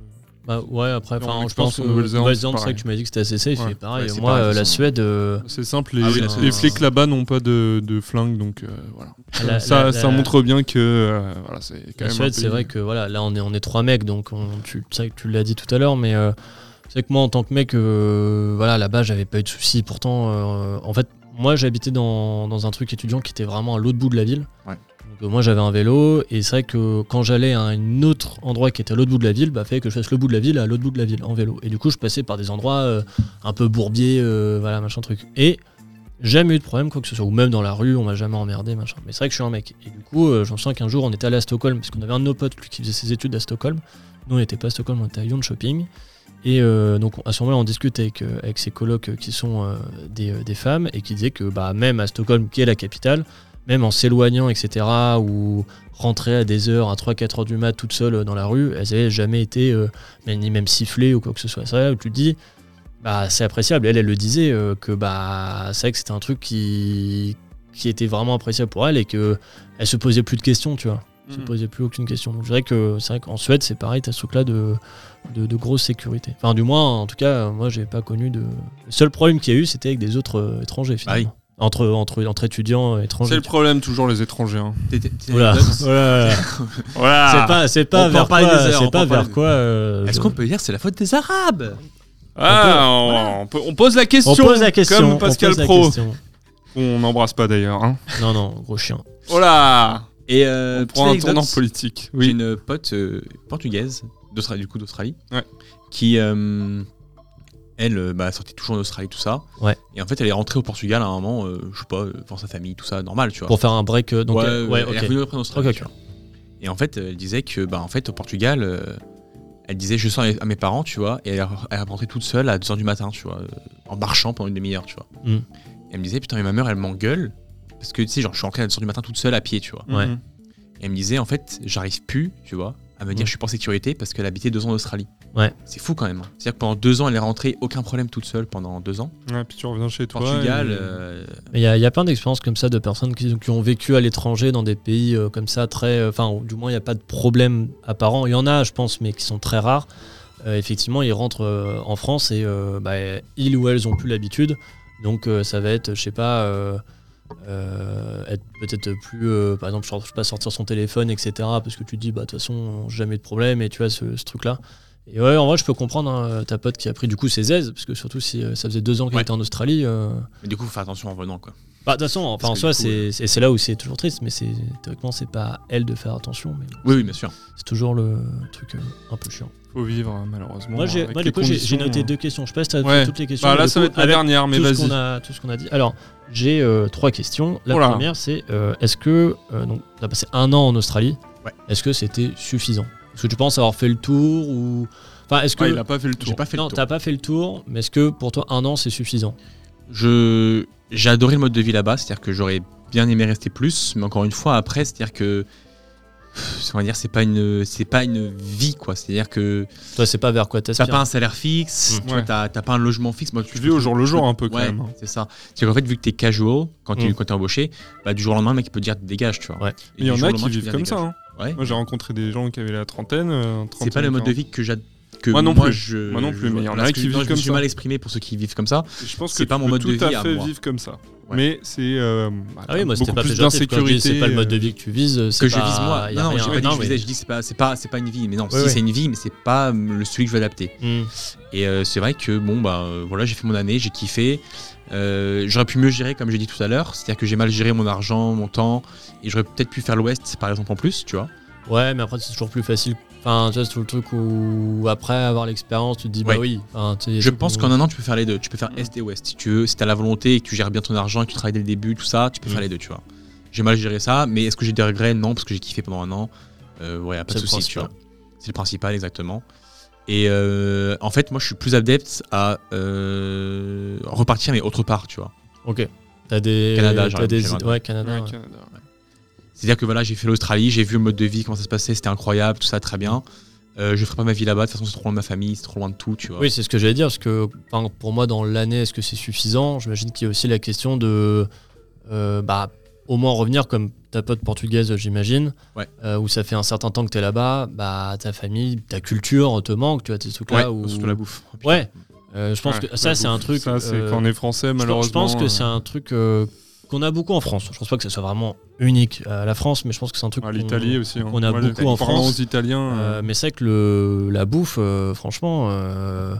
S5: Bah, ouais, après,
S4: Non,
S5: enfin,
S4: mais
S5: je
S4: je pense
S5: pense que
S4: en Nouvelle-Zélande,
S5: Nouvelle-Zélande,
S4: c'est
S5: c'est vrai que tu m'as dit que c'était assez safe.
S4: Ouais.
S5: et pareil,
S6: Ouais, c'est
S5: moi,
S6: pareil,
S5: euh,
S6: de
S5: la
S6: toute façon.
S5: Suède, euh,
S4: C'est simple, les,
S6: Ah oui, la
S4: les
S6: Suède.
S4: flics là-bas n'ont pas de, de flingue, donc euh, voilà.
S5: la-
S4: ça,
S5: la-
S4: ça
S5: la-
S4: montre bien que euh, voilà, c'est quand
S5: La
S4: même. un
S5: Suède, c'est
S4: pays-
S5: vrai que voilà, là on est, on est trois mecs, donc on, tu, c'est vrai que tu l'as dit tout à l'heure, mais euh, c'est vrai que moi en tant que mec, euh, voilà, là-bas j'avais pas eu de soucis. Pourtant, euh, en fait, moi j'habitais dans, dans un truc étudiant qui était vraiment à l'autre bout de la ville.
S6: Ouais.
S5: Donc euh, moi j'avais un vélo, et c'est vrai que quand j'allais à un autre endroit qui était à l'autre bout de la ville, bah fallait que je fasse le bout de la ville à l'autre bout de la ville en vélo. Et du coup, je passais par des endroits euh, un peu bourbiers, euh, voilà, machin truc. Et Jamais eu de problème, quoi que ce soit. Ou même dans la rue, on m'a jamais emmerdé, machin. Mais c'est vrai que je suis un mec. Et du coup, euh, j'en sens qu'un jour, on était allé à Stockholm, parce qu'on avait un de nos potes lui, qui faisait ses études à Stockholm. Nous, on n'était pas à Stockholm, on était à Lyon Shopping. Et euh, donc, à ce moment-là, on discute avec, euh, avec ses colocs euh, qui sont euh, des, euh, des femmes et qui disaient que, bah, même à Stockholm, qui est la capitale, même en s'éloignant, etc., ou rentrer à des heures, à 3-4 heures du mat, toute seule euh, dans la rue, elles n'avaient jamais été euh, mais ni même sifflées ou quoi que ce soit. C'est vrai, tu te dis, bah, c'est appréciable. Elle, elle le disait, euh, que bah, c'est vrai que c'était un truc qui, qui était vraiment appréciable pour elle et que elle se posait plus de questions, tu vois. Elle se
S4: Mhm.
S5: posait plus aucune question. Donc, je dirais que c'est vrai qu'en Suède, c'est pareil, t'as ce truc-là de, de, de grosse sécurité. Enfin, du moins, en tout cas, euh, moi, j'ai pas connu de. Le seul problème qu'il y a eu, c'était avec des autres euh, étrangers, finalement. Entre, entre, entre étudiants euh, étrangers.
S4: Ah C'est le
S5: tu
S4: problème, toujours les étrangers. hein.
S6: T'es- t'es- t'es-
S5: Oula. Ah.
S6: t'es-
S5: Voilà. C'est pas, c'est pas
S6: On peut en
S5: vers
S6: parler
S5: quoi,
S6: des heures,
S5: c'est
S6: on peut
S5: pas
S6: en parler
S5: vers
S6: des-
S5: quoi. euh,
S6: Est-ce
S5: je-
S6: qu'on peut dire que c'est la faute des Arabes
S4: Ah, on, on peut- on pose la question.
S5: on pose la question.
S4: Comme Pascal
S5: on pose la
S4: Pro.
S5: question.
S4: On n'embrasse pas d'ailleurs. Hein.
S5: Non, non, gros chien.
S4: Oh là
S6: Et euh,
S4: On prend un
S6: petite
S4: tournant
S6: anecdote,
S4: politique.
S6: J'ai
S4: Oui.
S6: une pote euh, portugaise, d'Austra- du coup d'Australie,
S4: Ouais.
S6: qui, euh, elle, euh, bah, sortait toujours d'Australie, tout ça.
S5: Ouais.
S6: Et en fait, elle est rentrée au Portugal à un moment, euh, je sais pas, euh, pour sa famille, tout ça, normal, tu vois.
S5: Pour faire un break. euh, Donc,
S6: ouais,
S5: euh, ouais,
S6: elle est
S5: ok.
S6: revenue après en Australie.
S5: Ok,
S6: tu vois. Et en fait, elle disait que, bah, en fait, au Portugal, euh, elle disait, je sors à mes parents, tu vois, et elle, elle est rentrée toute seule à 2h du matin, tu vois, euh, en marchant pendant une demi-heure, tu vois.
S5: Mm.
S6: Et elle me disait, putain, mais ma mère, elle m'engueule, parce que, tu sais, genre, je suis rentrée à 2h du matin toute seule à pied, tu vois.
S5: Ouais.
S6: Et elle me disait, en fait, j'arrive plus, tu vois, à me dire,
S5: Mm.
S6: je suis pas en sécurité parce qu'elle habitait deux ans en Australie.
S5: Ouais.
S6: C'est fou quand même. hein. C'est-à-dire que pendant deux ans, elle est rentrée, aucun problème toute seule pendant deux ans.
S4: Ouais, puis tu reviens chez toi.
S6: Portugal.
S4: et-
S6: euh,
S5: Mais Il y, a- il y a plein d'expériences comme ça de personnes qui, qui ont vécu à l'étranger dans des pays euh, comme ça, très. euh, Enfin, ou du moins, il n'y a pas de problème apparent. Il y en a, je pense, mais qui sont très rares. Euh, effectivement, ils rentrent euh, en France et euh, bah, ils ou elles ont plus l'habitude. Donc, euh, ça va être, je sais pas, euh, euh, être peut-être plus. euh, par exemple, je sais pas, sortir son téléphone, etc. Parce que tu te dis, bah, de toute façon, jamais de problème, et tu vois, ce, ce truc-là. Et ouais, en vrai, je peux comprendre hein, ta pote qui a pris du coup ses aises, parce que surtout si euh, ça faisait deux ans qu'elle
S6: Ouais.
S5: était en Australie. euh,
S6: mais du coup, faut faire attention en venant, quoi.
S5: bah, de toute façon, enfin,
S6: Parce
S5: en
S6: que
S5: soi,
S6: du coup,
S5: c'est c'est- c'est là où c'est toujours triste, mais c'est théoriquement, c'est pas à elle de faire attention, mais
S6: Oui, oui, bien sûr.
S5: c'est toujours le truc euh, un peu chiant.
S4: Faut vivre, euh, malheureusement.
S5: moi, j'ai-
S4: avec
S5: moi,
S4: les
S5: du coup, j'ai- j'ai
S4: conditions,
S5: noté
S4: euh.
S5: deux questions. Je passe à
S4: Ouais.
S5: toutes les questions.
S4: Bah,
S5: mais
S4: là,
S5: du
S4: ça
S5: coup,
S4: va être la
S5: avec
S4: dernière, mais
S5: tout ce
S4: vas-y.
S5: qu'on a- Tout ce qu'on a dit. Alors, j'ai euh, trois questions. La
S4: Oula.
S5: première, c'est euh, est-ce que. euh, donc, on a passé un an en Australie.
S6: Ouais.
S5: Est-ce que c'était suffisant Est-ce que tu penses avoir fait le tour ou. Enfin, est-ce que.
S4: Ouais, Ah, il a pas fait le tour.
S6: J'ai pas fait
S5: non,
S6: le tour.
S5: t'as pas fait le tour, mais est-ce que pour toi, un an, c'est suffisant
S6: Je j'ai adoré le mode de vie là-bas, c'est-à-dire que j'aurais bien aimé rester plus, mais encore une fois après, c'est-à-dire que pff, on va dire c'est pas une c'est pas une vie quoi, c'est-à-dire que
S5: Toi, c'est pas vers quoi
S6: t'as
S5: t'aspires
S6: pas un salaire fixe,
S4: Mm.
S6: tu vois,
S4: Ouais.
S6: t'as t'as pas un logement fixe. Moi,
S4: Tu vis au jour le jour un peu quand
S6: Ouais,
S4: même. hein.
S6: c'est ça. C'est qu'en fait, vu que t'es casual quand tu
S5: Mm.
S6: quand t'es embauché, bah, du jour au lendemain, le mec il peut te dire dégage, tu vois.
S5: Ouais.
S6: Et
S4: Mais il y
S6: du
S4: en
S6: jour
S4: a
S6: au
S4: qui
S6: lendemain, tu peux
S4: vivent
S6: dire,
S4: comme ça.
S6: dégage.
S4: hein.
S6: Ouais.
S4: Moi, j'ai rencontré des gens qui avaient la trentaine. euh,
S6: C'est pas le
S4: 35,
S6: mode de
S4: hein.
S6: vie que j'adore. Que
S4: Moi non plus.
S6: je,
S4: Moi non plus,
S6: je-
S4: mais il y en
S6: parce
S4: a
S6: que
S4: qui
S6: non,
S4: vivent
S6: je me
S4: comme
S6: suis
S4: ça.
S6: mal exprimé pour ceux qui vivent comme ça.
S4: Je pense que
S6: C'est
S4: tu
S6: pas mon
S4: peux
S6: mode
S4: tout
S6: de vie
S4: à
S6: à
S4: fait
S6: moi.
S4: vivre comme ça.
S6: Ouais.
S4: Mais c'est euh,
S5: Ah oui, moi c'était
S4: beaucoup
S5: pas
S4: plus
S5: péjoratif quand je dis
S4: d'insécurité.
S5: c'est pas le mode de vie que tu vises, c'est
S6: euh, que
S5: pas-
S6: je vise moi.
S5: y a
S6: Non, non,
S5: rien,
S6: j'ai pas dit que
S5: non,
S6: je
S5: mais-
S6: visais, je dis c'est pas, c'est pas, c'est pas une vie. Mais non,
S5: Ouais,
S6: si
S5: ouais.
S6: c'est une vie, mais c'est pas hum, le celui que je veux adapter.
S5: Hmm.
S6: Et euh, c'est vrai que bon bah euh, voilà, j'ai fait mon année, j'ai kiffé. Euh, j'aurais pu mieux gérer comme j'ai dit tout à l'heure, c'est-à-dire que j'ai mal géré mon argent, mon temps, et j'aurais peut-être pu faire l'Ouest par exemple en plus, tu vois.
S5: Mm. Ouais, mais après, c'est toujours plus facile. Enfin, tu vois, c'est tout le truc où, après avoir l'expérience, tu te dis,
S6: Ouais.
S5: bah oui. Enfin, tu sais, y a
S6: Je
S5: tout-
S6: pense qu'en un an tu peux faire les deux, tu peux faire Est et Ouest si tu veux, si t'as la volonté et que tu gères bien ton argent, et que tu travailles dès le début, tout ça, tu peux
S5: Mm.
S6: faire les deux, tu vois. J'ai mal géré ça, mais est-ce que j'ai des regrets Non, parce que j'ai kiffé pendant un an. Euh, ouais, pas
S5: C'est le
S6: de soucis, tu
S5: principal.
S6: vois. C'est le principal, exactement. Et euh, en fait, moi, je suis plus adepte à euh, repartir, mais autre part, tu vois.
S5: Ok. T'as des.
S6: Canada,
S5: t'as
S6: j'aurais
S5: des
S6: pu faire
S5: idées- Ouais, Canada. ouais.
S6: C'est-à-dire que voilà, j'ai fait l'Australie, j'ai vu le mode de vie, comment ça se passait, c'était incroyable, tout ça, très bien. Euh, je ferai pas ma vie là-bas, de toute façon, c'est trop loin de ma famille, c'est trop loin de tout, tu vois.
S5: Oui, c'est ce que j'allais dire, parce que enfin, pour moi, dans l'année, est-ce que c'est suffisant J'imagine qu'il y a aussi la question de. euh, bah, au moins revenir comme ta pote portugaise, j'imagine,
S6: Ouais.
S5: euh, où ça fait un certain temps que t'es là-bas, bah ta famille, ta culture te manque, tu vois, tes
S6: Ouais,
S5: trucs-là. où-
S6: surtout la bouffe. Oh, putain.
S5: Ouais. Euh, je pense
S4: Ouais,
S5: que ça,
S4: la
S5: c'est un
S4: bouffe.
S5: truc.
S4: Ça, c'est
S5: euh,
S4: quand on est français,
S5: Je pense-
S4: malheureusement.
S5: Je pense que
S4: euh,
S5: c'est un truc euh, qu'on a beaucoup en France. Je pense pas que ce soit vraiment unique à la France, mais je pense que c'est un truc.
S4: à
S5: qu'on-
S4: l'Italie aussi. hein.
S5: on a
S4: Moi,
S5: beaucoup
S4: l'Italie,
S5: en
S4: parlant
S5: France.
S4: aux Italiens. euh,
S5: Euh, mais c'est vrai que le, la bouffe, euh, franchement, euh,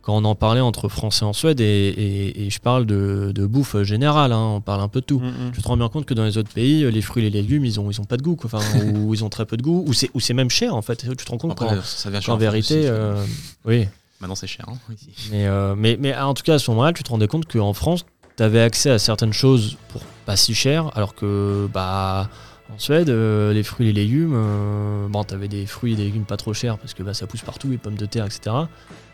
S5: quand on en parlait entre Français en Suède, et, et- et je parle de, de bouffe générale, hein, on parle un peu de tout.
S4: mm, mm.
S5: Tu te rends bien compte que dans les autres pays, les fruits et les légumes, ils ont, ils ont pas de goût, quoi. Enfin, ou ils ont très peu de goût, ou c'est ou c'est même cher en fait. Tu te rends compte
S6: Après,
S5: qu'en-
S6: ça vient
S5: qu'en vérité, euh, oui.
S6: Maintenant, c'est cher. hein, ici.
S5: Mais, euh, mais, mais en tout cas, à ce moment-là, tu te rendais compte qu'en France, t'avais accès à certaines choses pour pas si cher, alors que bah en Suède, euh, les fruits et les légumes, euh, bon, t'avais des fruits et des légumes pas trop chers parce que bah, ça pousse partout, les pommes de terre, etc.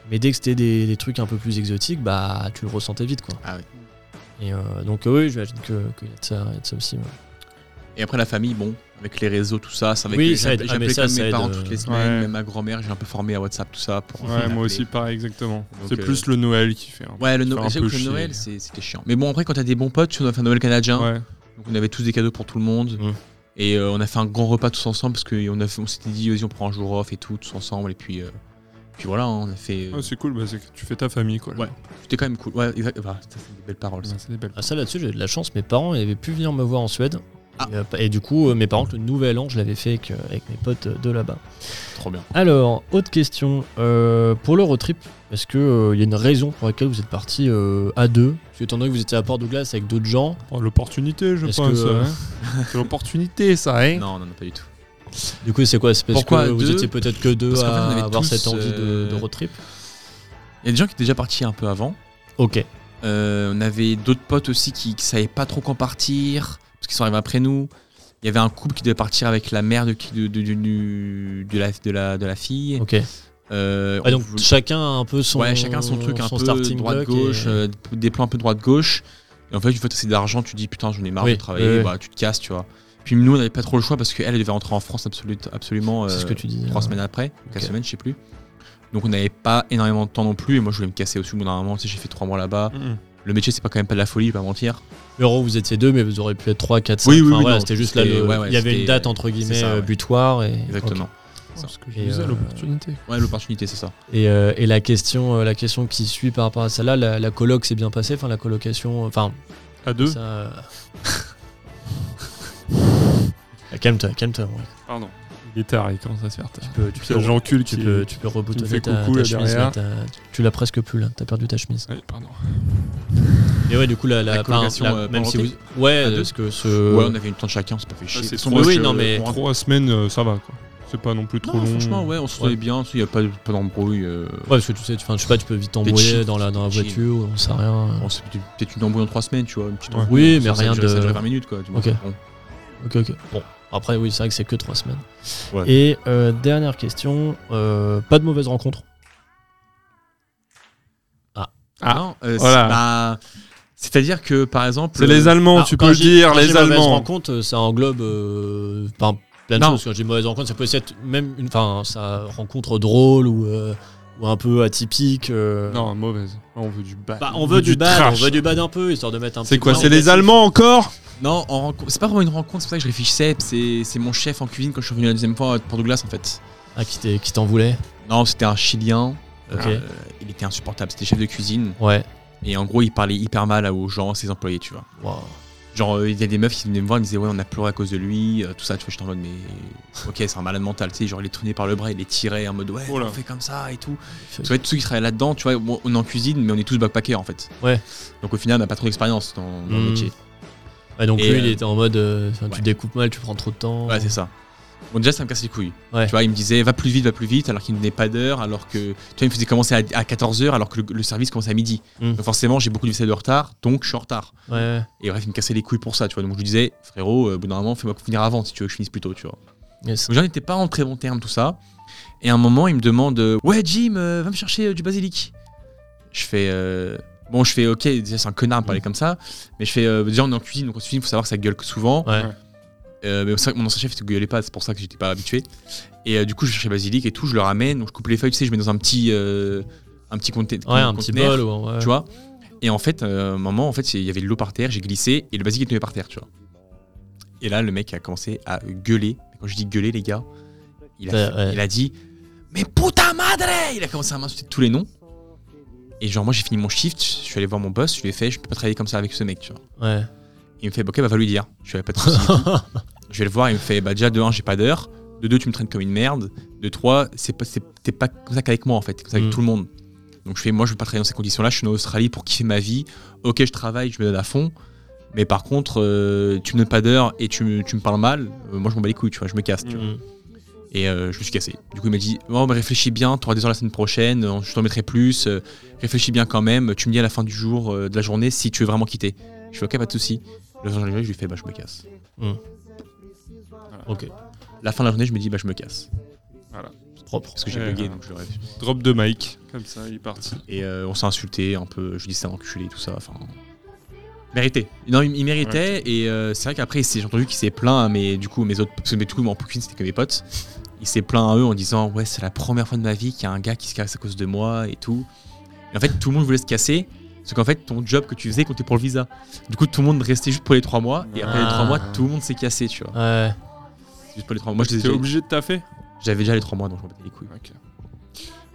S5: Mais dès que c'était des, des trucs un peu plus exotiques, bah tu le ressentais vite quoi.
S6: Ah oui.
S5: Et euh, donc euh, oui, j'imagine que- qu'il y, a de ça- il y a de ça aussi. ouais.
S6: Et après, la famille, bon, avec les réseaux, tout ça, ça avec
S5: Oui,
S6: les-
S5: ça
S6: j'ai-
S5: aide.
S6: j'ai
S5: Ah, mais
S6: appelé
S5: ça,
S6: quand même
S5: ça
S6: mes
S5: aide,
S6: parents
S5: euh,
S6: toutes les semaines,
S4: ouais.
S6: même ma grand-mère, j'ai un peu formé à WhatsApp, tout ça. Pour
S4: Ouais,
S6: l'appeler.
S4: moi aussi, pareil, exactement.
S6: Donc,
S4: C'est
S6: euh,
S4: plus le Noël qui fait. hein.
S6: Ouais, le,
S4: Ça
S6: No-
S4: fait un
S6: j'avoue
S4: peu
S6: que le
S4: chier.
S6: Noël, c'est- c'était chiant. Mais bon, après, quand t'as des bons potes, tu vois, on a fait un Noël canadien.
S4: Ouais.
S6: Donc on avait tous des cadeaux pour tout le monde.
S5: Mm.
S6: Et euh, on a fait un grand repas tous ensemble parce qu'on on s'était dit, vas-y, on prend un jour off et tout, tous ensemble. Et puis, euh, puis voilà, hein, on a fait. euh,
S4: Ouais, c'est cool, bah, c'est que tu fais ta famille quoi. là.
S6: Ouais. C'était quand même cool. Ouais, exact. Bah, ça, c'est des belles paroles. ça.
S4: Ouais, c'est des belles.
S5: Ah, ça là-dessus, j'ai eu de la chance. Mes parents avaient pu venir me voir en Suède.
S6: Ah.
S5: Et, euh, Et, du coup, euh, mes parents, le nouvel an, je l'avais fait avec, euh, avec mes potes euh, de là-bas.
S6: Trop bien.
S5: Alors, autre question. Euh, pour le road trip, est-ce qu'il y a une raison pour laquelle vous êtes partis euh, à deux Parce que étant donné que vous étiez à Port Douglas avec d'autres gens,
S4: Oh, l'opportunité, je
S5: Est-ce
S4: pense.
S5: que, euh,
S4: hein. c'est l'opportunité, ça, hein.
S6: Non, non, non, pas du tout.
S5: du coup, c'est quoi C'est parce
S6: Pourquoi
S5: que vous
S6: deux
S5: étiez peut-être que deux
S6: Parce qu'en fait,
S5: à
S6: on avait
S5: avoir
S6: tous,
S5: cette envie de,
S6: euh,
S5: de road trip
S6: Il y a des gens qui étaient déjà partis un peu avant.
S5: Ok.
S6: Euh, on avait d'autres potes aussi qui, qui savaient pas trop quand partir parce qu'ils sont arrivés après nous. Il y avait un couple qui devait partir avec la mère de, qui- de, de, du- du- de la, de, la, de la fille.
S5: Ok.
S6: Euh,
S5: Ouais,
S6: on
S5: donc
S6: voulait-
S5: chacun a un peu son.
S6: ouais, chacun son truc un peu
S5: starting block
S6: droite gauche,
S5: et-
S6: euh, des plans un peu droite gauche. Et en fait, une fois que t'as assez d'argent, tu dis putain, j'en ai marre
S5: Oui,
S6: de travailler,
S5: oui.
S6: bah, tu te casses, tu vois. Puis nous, on n'avait pas trop le choix parce qu'elle elle devait rentrer en France absolu- absolument
S5: C'est ce que
S6: euh,
S5: tu dis.
S6: trois semaines après, ou quatre
S5: Ok.
S6: semaines, je sais plus. Donc on n'avait pas énormément de temps non plus. Et moi, je voulais me casser aussi au bout d'un moment. Tu sais, j'ai fait trois mois là-bas.
S4: Mhm.
S6: Le métier, c'est pas quand même pas de la folie, je vais pas mentir.
S5: Mais en gros, vous étiez deux, mais vous auriez pu être trois, quatre, cinq.
S6: Oui, oui,
S5: Enfin,
S6: oui,
S5: voilà,
S6: non,
S5: c'était juste là.
S6: c'était-
S5: le-
S6: ouais, ouais,
S5: il y avait une
S6: c'était-
S5: date entre guillemets
S6: c'est ça,
S5: euh,
S6: ouais.
S5: butoir et.
S6: Exactement.
S5: ok.
S4: Oh, ce que je
S5: Et,
S4: disais,
S5: euh,
S4: l'opportunité.
S6: Ouais, l'opportunité, c'est ça.
S5: Et, euh, et la question, euh, la question qui suit par rapport à celle-là, la, la coloc s'est bien passée, enfin la colocation, enfin
S4: À deux.
S5: ça. euh, Ah, Calme-toi, calme-toi. ouais.
S4: Pardon. Il est tard, il commence à se faire tard.
S5: Tu peux, tu
S4: C'est
S5: peux-
S4: Jean-Cul
S5: tu
S4: qui.
S5: peux, tu peux reboutonner
S4: fais
S5: ta,
S4: coucou,
S5: ta
S4: là,
S5: chemise.
S4: derrière.
S5: là, t'as- tu- tu l'as presque plus là, t'as perdu ta chemise.
S4: Ouais, pardon.
S5: Et ouais, du coup, la, la,
S6: La colocation, euh,
S5: même si
S6: pendant
S5: vous, ouais,
S6: à deux
S5: parce que ce,
S6: Ouais, on avait une temps chacun, c'est pas fait chier.
S4: c'est
S6: Parce qu'on
S4: trop
S6: voit
S5: oui,
S6: que-
S5: non, mais-
S6: on-
S4: Trois semaines, euh, ça va quoi. C'est pas non plus trop
S6: Non,
S4: long.
S6: franchement, ouais, on se
S5: Ouais.
S6: trouvait bien. Il n'y a pas, pas d'embrouille. euh,
S5: ouais, parce que tu sais, tu, enfin, je sais pas, tu peux vite t'embrouiller
S6: chill,
S5: dans la, dans la
S6: chill.
S5: voiture, on sait rien.
S6: Bon, c'est peut-être peut-être une embrouille en trois semaines, tu vois. Une petite
S4: Ouais.
S6: embrouille,
S5: Oui, mais
S6: ça, ça
S5: rien
S6: durait- Ça
S5: de-
S6: durait 20 minutes, quoi. tu vois.
S5: Ok.
S6: Bon.
S5: Ok, ok. Bon, après, oui, c'est vrai que c'est que trois semaines.
S6: Ouais.
S5: Et euh, dernière question, euh, pas de mauvaise rencontre.
S4: Ah,
S6: Non, euh,
S4: voilà.
S6: c'est- bah, C'est-à-dire que, par exemple.
S4: C'est les
S6: euh,
S4: Allemands,
S5: Ah,
S4: tu
S5: quand
S4: peux le
S5: j'ai-
S4: dire,
S5: quand j'ai
S4: les
S5: mauvaise
S4: Allemands.
S5: rencontre, euh, ça englobe euh, enfin, plein de
S6: Non.
S5: choses. Quand j'ai mauvaise rencontre, ça peut aussi être même une, enfin, ça rencontre drôle ou, euh, ou un peu atypique. euh.
S4: Non, mauvaise. On veut du bad.
S5: Bah, on veut du bad,
S4: trash.
S5: on veut du bad un peu, histoire de mettre un.
S4: C'est
S5: petit
S4: quoi
S5: peu
S4: C'est les
S5: négatif.
S4: Allemands encore
S6: Non, en rencontre- c'est pas vraiment une rencontre, c'est pour ça que je réfléchissais. C'est c'est mon chef en cuisine quand je suis revenu la deuxième fois euh, pour Douglas, en fait.
S5: Ah, qui t'est- qui t'en voulait
S6: Non, c'était un Chilien.
S5: Ok.
S6: Euh, il était insupportable, c'était chef de cuisine.
S5: Ouais.
S6: Et en gros, il parlait hyper mal aux gens, à ses employés, tu vois.
S5: Wow.
S6: Genre, euh, il y a des meufs qui venaient me voir, ils me disaient, ouais, on a pleuré à cause de lui, euh, tout ça, tu vois, j'étais en mode, mais ok, c'est un malade mental, tu sais, genre, il est traîné par le bras, il est tiré en mode, ouais,
S4: Oh là.
S6: on fait comme ça et tout. Tu vois, tous ceux qui travaillent là-dedans, tu vois, bon, on est en cuisine, mais on est tous backpackers en fait.
S5: Ouais.
S6: Donc au final, on n'a pas trop d'expérience dans, dans
S5: Mhm.
S6: le métier.
S5: Ouais, donc
S6: Et,
S5: lui, il
S6: euh,
S5: était en mode, euh, enfin, tu
S6: ouais.
S5: découpes mal, tu prends trop de temps.
S6: Ouais, c'est ça. Bon, déjà, ça me casse les couilles.
S5: Oh. Ouais.
S6: Tu vois, il me disait, va plus vite, va plus vite, alors qu'il ne venait pas d'heure, alors que, tu vois, il me faisait commencer à, 14h, alors que le, le service commençait à midi.
S5: Mhm.
S6: Donc forcément, j'ai beaucoup de vaisselle de retard, donc je suis en retard.
S5: Ouais, ouais.
S6: Et bref, il me cassait les couilles pour ça, tu vois. Donc je lui disais, frérot, euh, au bout d'un moment, fais-moi finir avant si tu veux que je finisse plus tôt, tu vois.
S5: Yes.
S6: Donc j'en étais pas en très bon terme, tout ça. Et à un moment, il me demande, euh, ouais, Jim, euh, va me chercher euh, du basilic. Je fais, euh, bon, je fais, ok, déjà, c'est un connard de parler comme ça. Mais je fais, euh, déjà, on est en cuisine, donc en cuisine, faut savoir que ça gueule souvent.
S5: Ouais.
S6: Euh, mais c'est vrai que mon ancien chef, il gueulait pas, c'est pour ça que j'étais pas habitué. Et euh, du coup, je cherchais basilic et tout, je le ramène, donc je coupe les feuilles, tu sais, je mets dans un petit. euh, un petit conte-
S5: Ouais, un petit
S6: conteneur
S5: bol. ou- ouais.
S6: tu vois. Et en fait, euh, à un moment, en fait, il y avait de l'eau par terre, j'ai glissé et le basique est tombé par terre, tu vois. Et là, le mec a commencé à gueuler. Quand je dis gueuler, les gars, il a,
S5: Ouais, ouais.
S6: il a dit Mais puta madre Il a commencé à m'insulter de tous les noms. Et genre, moi, j'ai fini mon shift, je suis allé voir mon boss, je lui ai fait Je peux pas travailler comme ça avec ce mec, tu vois.
S5: Ouais.
S6: Il me fait Ok, bah, va lui dire. Je suis pas de soucis. je vais le voir, il me fait Bah, déjà, de 1, j'ai pas d'heure. De 2, tu me traites comme une merde. De 3, c'est pas, c'est- t'es pas comme ça qu'avec moi, en fait, c'est comme ça avec
S5: Mm.
S6: tout le monde. Donc je fais, moi je veux pas travailler dans ces conditions-là, je suis en Australie pour kiffer ma vie. Ok, je travaille, je me donne à fond. Mais par contre, euh, tu me donnes pas d'heure et tu, me- tu me parles mal, euh, moi je m'en bats les couilles, tu vois, je me casse. tu vois.
S5: Mm.
S6: Et euh, je me suis cassé. Du coup, il m'a dit oh, bah, réfléchis bien, tu auras des heures la semaine prochaine, euh, je t'en mettrai plus, euh, réfléchis bien quand même, tu me dis à la fin du jour, euh, de la journée, si tu veux vraiment quitter. Je fais ok, pas de souci. Le fin de la journée, je lui fais bah, je me casse.
S5: Hmm.
S6: Voilà.
S5: Ok.
S6: La fin de la journée, je me dis bah, je me casse.
S5: Propre.
S6: Parce que j'ai
S4: Ouais.
S6: bugué, donc je le rêve.
S4: Drop de Mike. Comme ça, il est parti.
S6: Et euh, on s'est insulté un peu, je lui dis c'est un enculé, tout ça. Enfin. Mérité. Non, il, il méritait, et euh, c'est vrai qu'après, il s'est- j'ai entendu qu'il s'est plaint à mes, du coup, mes autres. Parce que mes, du coup, mon Poukin, c'était que mes potes. Il s'est plaint à eux en disant Ouais, c'est la première fois de ma vie qu'il y a un gars qui se casse à cause de moi et tout. Et en fait, tout le monde voulait se casser. Parce qu'en fait, ton job que tu faisais comptait pour le visa. Du coup, tout le monde restait juste pour les trois mois. Et après les
S5: Ah.
S6: trois mois, tout le monde s'est cassé, tu vois.
S5: Ouais.
S6: Juste pour les trois mois. Moi, je les ai
S4: T'es
S6: déjà-
S4: obligé de taffer
S6: j'avais déjà les trois mois, donc je m'en battais les couilles.
S4: Ok.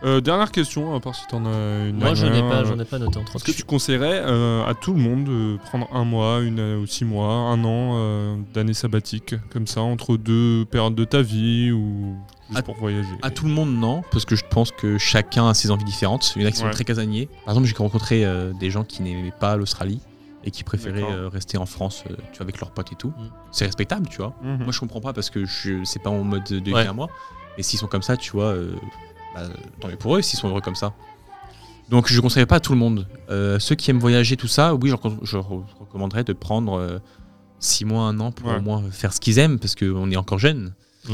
S4: Euh, dernière question, à part si t'en as une.
S5: Moi, j'en ai
S4: dernière.
S5: pas, j'en ai pas noté en trop.
S4: Est-ce que tu conseillerais euh, à tout le monde de prendre un mois, une euh, ou six mois, un an euh, d'année sabbatique, comme ça, entre deux périodes de ta vie ou juste
S6: À-
S4: pour voyager
S6: À tout le monde, non, parce que je pense que chacun a ses envies différentes. Il y en a qui sont
S4: Ouais.
S6: très casaniers. Par exemple, j'ai rencontré euh, des gens qui n'aimaient pas l'Australie et qui préféraient
S4: D'accord.
S6: euh, rester en France euh, tu vois, avec leurs potes et tout.
S5: Mm.
S6: C'est respectable, tu vois.
S4: Mhm.
S6: Moi, je comprends pas parce que je c'est pas mon mode de vie
S5: Ouais.
S6: à moi. Et s'ils sont comme ça, tu vois, euh, bah, tant mieux pour eux s'ils sont heureux comme ça. Donc, je ne conseillerais pas à tout le monde. Euh, ceux qui aiment voyager, tout ça, oui, je, recon- je re- recommanderais de prendre 6 mois, 1 an pour
S4: Ouais.
S6: au moins faire ce qu'ils aiment parce qu'on est encore jeune.
S5: Mm.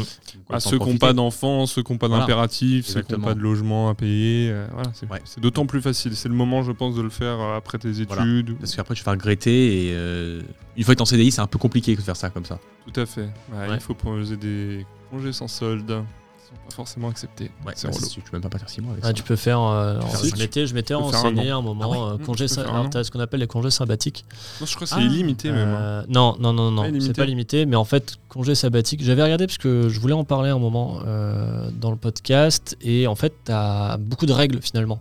S4: À ceux qui n'ont pas d'enfants, ceux qui n'ont pas
S6: Voilà.
S4: d'impératif, ceux qui n'ont
S6: Exactement.
S4: pas de logement à payer. euh, voilà, c'est
S6: Ouais.
S4: c'est d'autant plus facile. C'est le moment, je pense, de le faire euh, après tes études.
S6: Voilà.
S4: ou-
S6: Parce qu'après, tu vas regretter et euh, une fois que t'es en CDI, c'est un peu compliqué de faire ça comme ça.
S4: Tout à fait. Ouais,
S5: Ouais.
S4: Il faut proposer des congés sans solde. Ils sont pas forcément acceptés.
S6: Ouais,
S4: C'est
S6: bah,
S4: relou.
S6: c'est- tu peux même pas faire 6 mois avec
S5: Ah,
S6: ça.
S5: tu peux faire. euh, alors,
S4: Si,
S5: je
S4: tu-
S5: m'étais, je m'étais
S4: peux faire
S5: renseigné un, moment.
S4: Ah ouais.
S5: euh,
S4: Mmh,
S5: congé,
S4: tu peux
S5: sa-
S4: faire un
S5: alors,
S4: an.
S5: t'as ce qu'on appelle les congés symbatiques.
S4: Non, je crois que
S5: Ah.
S4: c'est illimité même. hein.
S5: Euh, non, non, non, non,
S4: Pas illimité.
S5: c'est pas limité, mais en fait, congé sabbatique, j'avais regardé parce que je voulais en parler un moment euh, dans le podcast, et en fait, t'as beaucoup de règles finalement.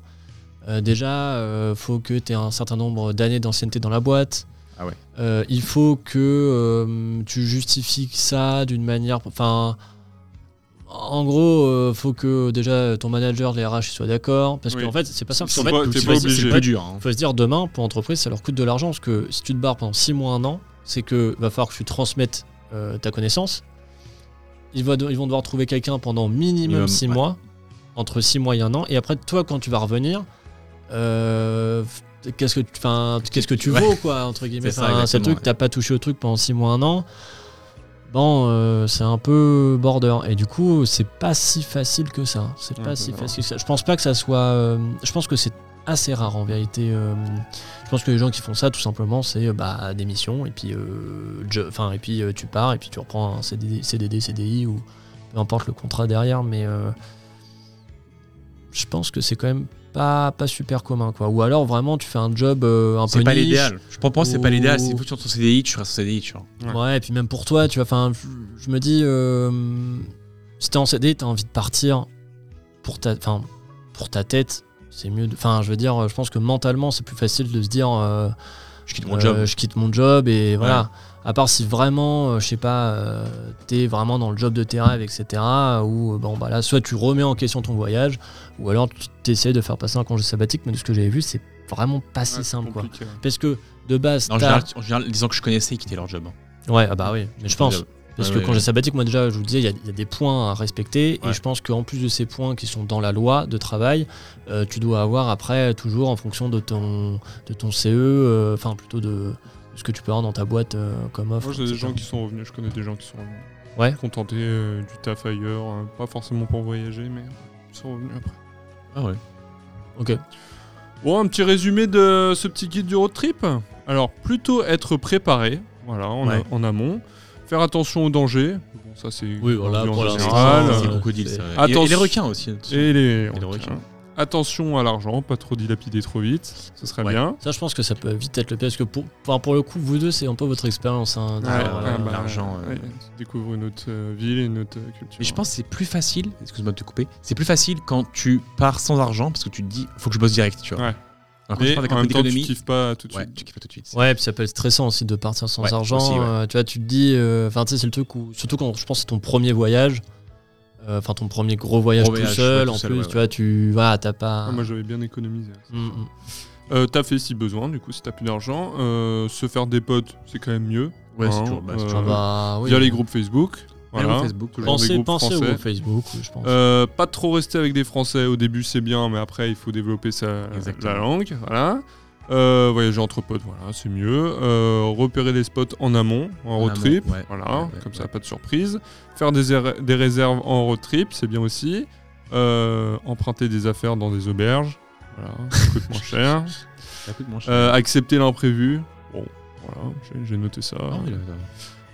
S5: Euh, déjà, euh, faut que t'aies un certain nombre d'années d'ancienneté dans la boîte.
S6: Ah ouais.
S5: Euh, il faut que euh, tu justifies ça d'une manière. Enfin. En gros, euh, faut que déjà ton manager, les RH, ils soient d'accord. Parce
S4: Oui.
S5: qu'en fait, c'est pas simple.
S4: C'est
S5: En fait,
S4: pas- t'es
S5: c'est
S4: pas
S5: facile,
S4: obligé.
S5: c'est
S6: C'est
S5: pas
S6: pas dur. hein.
S5: faut se dire demain pour entreprise ça leur coûte de l'argent parce que si tu te barres pendant 6 mois, 1 an, c'est que va falloir que tu transmettes euh, ta connaissance. Ils, vont de- ils vont devoir trouver quelqu'un pendant minimum
S6: Minimum,
S5: 6
S6: ouais.
S5: mois, entre 6 mois et 1 an. Et après, toi, quand tu vas revenir, euh, qu'est-ce que tu, 'fin, qu'est-ce que tu
S6: Ouais.
S5: vaux, quoi, entre guillemets.
S6: C'est ça,
S5: Enfin, C'est le
S6: exactement,
S5: truc,
S6: ouais.
S5: t'as pas touché au truc pendant 6 mois, 1 an. Bon, euh, c'est un peu border. Et du coup, c'est pas si facile que ça. C'est
S4: Ouais,
S5: pas
S4: c'est
S5: si
S4: vrai.
S5: facile que ça. Je pense pas que ça soit. euh, je pense que c'est assez rare en vérité. euh, je pense que les gens qui font ça, tout simplement, c'est euh, bah, des missions et puis, euh, jo- enfin, et puis euh, tu pars et puis tu reprends un CDD, CDD, CDI ou peu importe le contrat derrière. Mais euh, je pense que c'est quand même pas, pas super commun. quoi. Ou alors vraiment, tu fais un job euh, un peu
S6: C'est pas
S5: niche. Oh.
S6: l'idéal. Je pense que c'est pas
S5: Ou-
S6: l'idéal. C'est faut que tu rentres en CDI, tu restes en CDI, tu vois.
S4: Ouais.
S5: Ouais, et puis même pour toi, tu vois, enfin, je- je me dis, euh, si t'es en CD, t'as envie de partir pour ta, enfin, pour ta tête, c'est mieux. de- Enfin, je veux dire, euh, je pense que mentalement, c'est plus facile de se dire, euh,
S6: Je quitte mon
S5: euh,
S6: job.
S5: je quitte mon job et voilà. À part si vraiment, euh, je sais pas, euh, t'es vraiment dans le job de tes rêves, etc. Ou euh, bon, bah là, soit tu remets en question ton voyage, ou alors tu t'essayes de faire passer un congé sabbatique. Mais de ce que j'avais vu, c'est vraiment pas si
S4: Ouais, c'est
S5: simple, quoi.
S4: compliqué, hein. ouais.
S5: Parce que de base,
S6: En
S5: t'as-
S6: général, en général, les gens que je connaissais, ils quittaient leur job. hein.
S5: ouais, ah bah oui, mais je pense. Parce
S4: Ah
S6: Ouais,
S5: que
S6: ouais,
S5: congé
S6: ouais.
S5: sabbatique, moi déjà, je vous le disais, il y a- il y, a des points à respecter. Et
S6: Ouais.
S5: je pense qu'en plus de ces points qui sont dans la loi de travail, euh, tu dois avoir après, toujours en fonction de ton, de ton CE, euh, enfin plutôt de ce que tu peux avoir dans ta boîte euh, comme offre.
S4: Moi, j'ai des
S5: etc.
S4: gens qui sont revenus. Je connais des gens qui sont revenus.
S5: Ouais.
S4: Contentés euh, du taf ailleurs. euh, pas forcément pour voyager, mais ils sont revenus après.
S6: Ah ouais.
S5: Ok.
S4: Bon, un petit résumé de ce petit guide du road trip. Alors, plutôt être préparé, voilà, en,
S6: Ouais.
S4: en amont. Faire attention aux dangers. Bon, ça, c'est
S5: Oui, voilà,
S4: en
S5: pour
S6: C'est-
S4: général.
S5: l'instant,
S6: c'est
S5: euh,
S6: les crocodiles, ça. Et-
S4: Ah, Attention.
S6: Et les requins aussi. hein,
S4: Et les. hein.
S6: Et les requins.
S4: Attention à l'argent, pas trop dilapider trop vite. Ce serait
S6: Ouais.
S4: bien.
S5: Ça, je pense que ça peut vite être le pire. Parce que pour, enfin, pour le coup, vous deux, c'est un peu votre expérience. hein, dans-
S4: Ouais,
S6: Ah,
S4: ouais,
S5: voilà.
S4: bah,
S6: l'argent, euh,
S4: ouais, tu découvres une autre euh, ville et une autre euh, culture.
S6: Mais je pense que c'est plus facile, excuse-moi de te couper, c'est plus facile quand tu pars sans argent parce que tu te dis, faut que je bosse direct, tu vois.
S4: Ouais.
S6: Alors, quand
S4: Mais
S6: tu pars avec
S4: en
S6: un peu
S4: même temps, tu
S6: d'économie,
S4: kiffes pas tout de
S6: ouais,
S4: suite.
S6: tu kiffes pas tout de suite.
S5: Ouais, puis ça peut être stressant aussi de partir sans
S6: Ouais,
S5: argent.
S6: aussi, ouais.
S5: euh, tu vois, tu te dis, euh, enfin, tu sais, c'est le truc où, surtout quand je pense que c'est ton premier voyage, euh, enfin, ton premier gros voyage
S6: Gros
S5: tout
S6: voyage,
S5: seul,
S6: ouais, tout
S5: en
S6: seul,
S5: plus,
S6: ouais,
S5: tu vois, tu voilà, t'as pas.
S4: Ah, moi, j'avais bien économisé.
S5: Mm, mm.
S4: Euh, t'as fait si besoin, du coup, si t'as plus d'argent. Euh, se faire des potes, c'est quand même mieux.
S6: Ouais, c'est
S4: Hein,
S6: toujours- bah, c'est
S4: euh,
S6: toujours
S5: Ah bah, oui.
S4: via les groupes Facebook. Voilà.
S6: Facebook,
S4: Toujours des
S5: Pensez,
S4: groupes
S5: pensez au
S4: français.
S5: groupe Facebook, oui, je pense.
S4: Euh, pas trop rester avec des Français au début, c'est bien, mais après il faut développer sa,
S6: Exactement.
S4: la langue. Voilà. Euh, voyager entre potes, voilà, c'est mieux. Euh, repérer les spots en amont, en road
S6: amont,
S4: trip,
S6: ouais.
S4: voilà,
S6: Ouais, ouais,
S4: comme
S6: ouais.
S4: ça pas de surprise. Faire des, er- des réserves en road trip, c'est bien aussi. Euh, emprunter des affaires dans des auberges, voilà, ça coûte moins cher.
S6: Ça coûte moins cher.
S4: Euh, accepter l'imprévu, bon, voilà, j'ai- j'ai noté ça.
S6: Non, il a-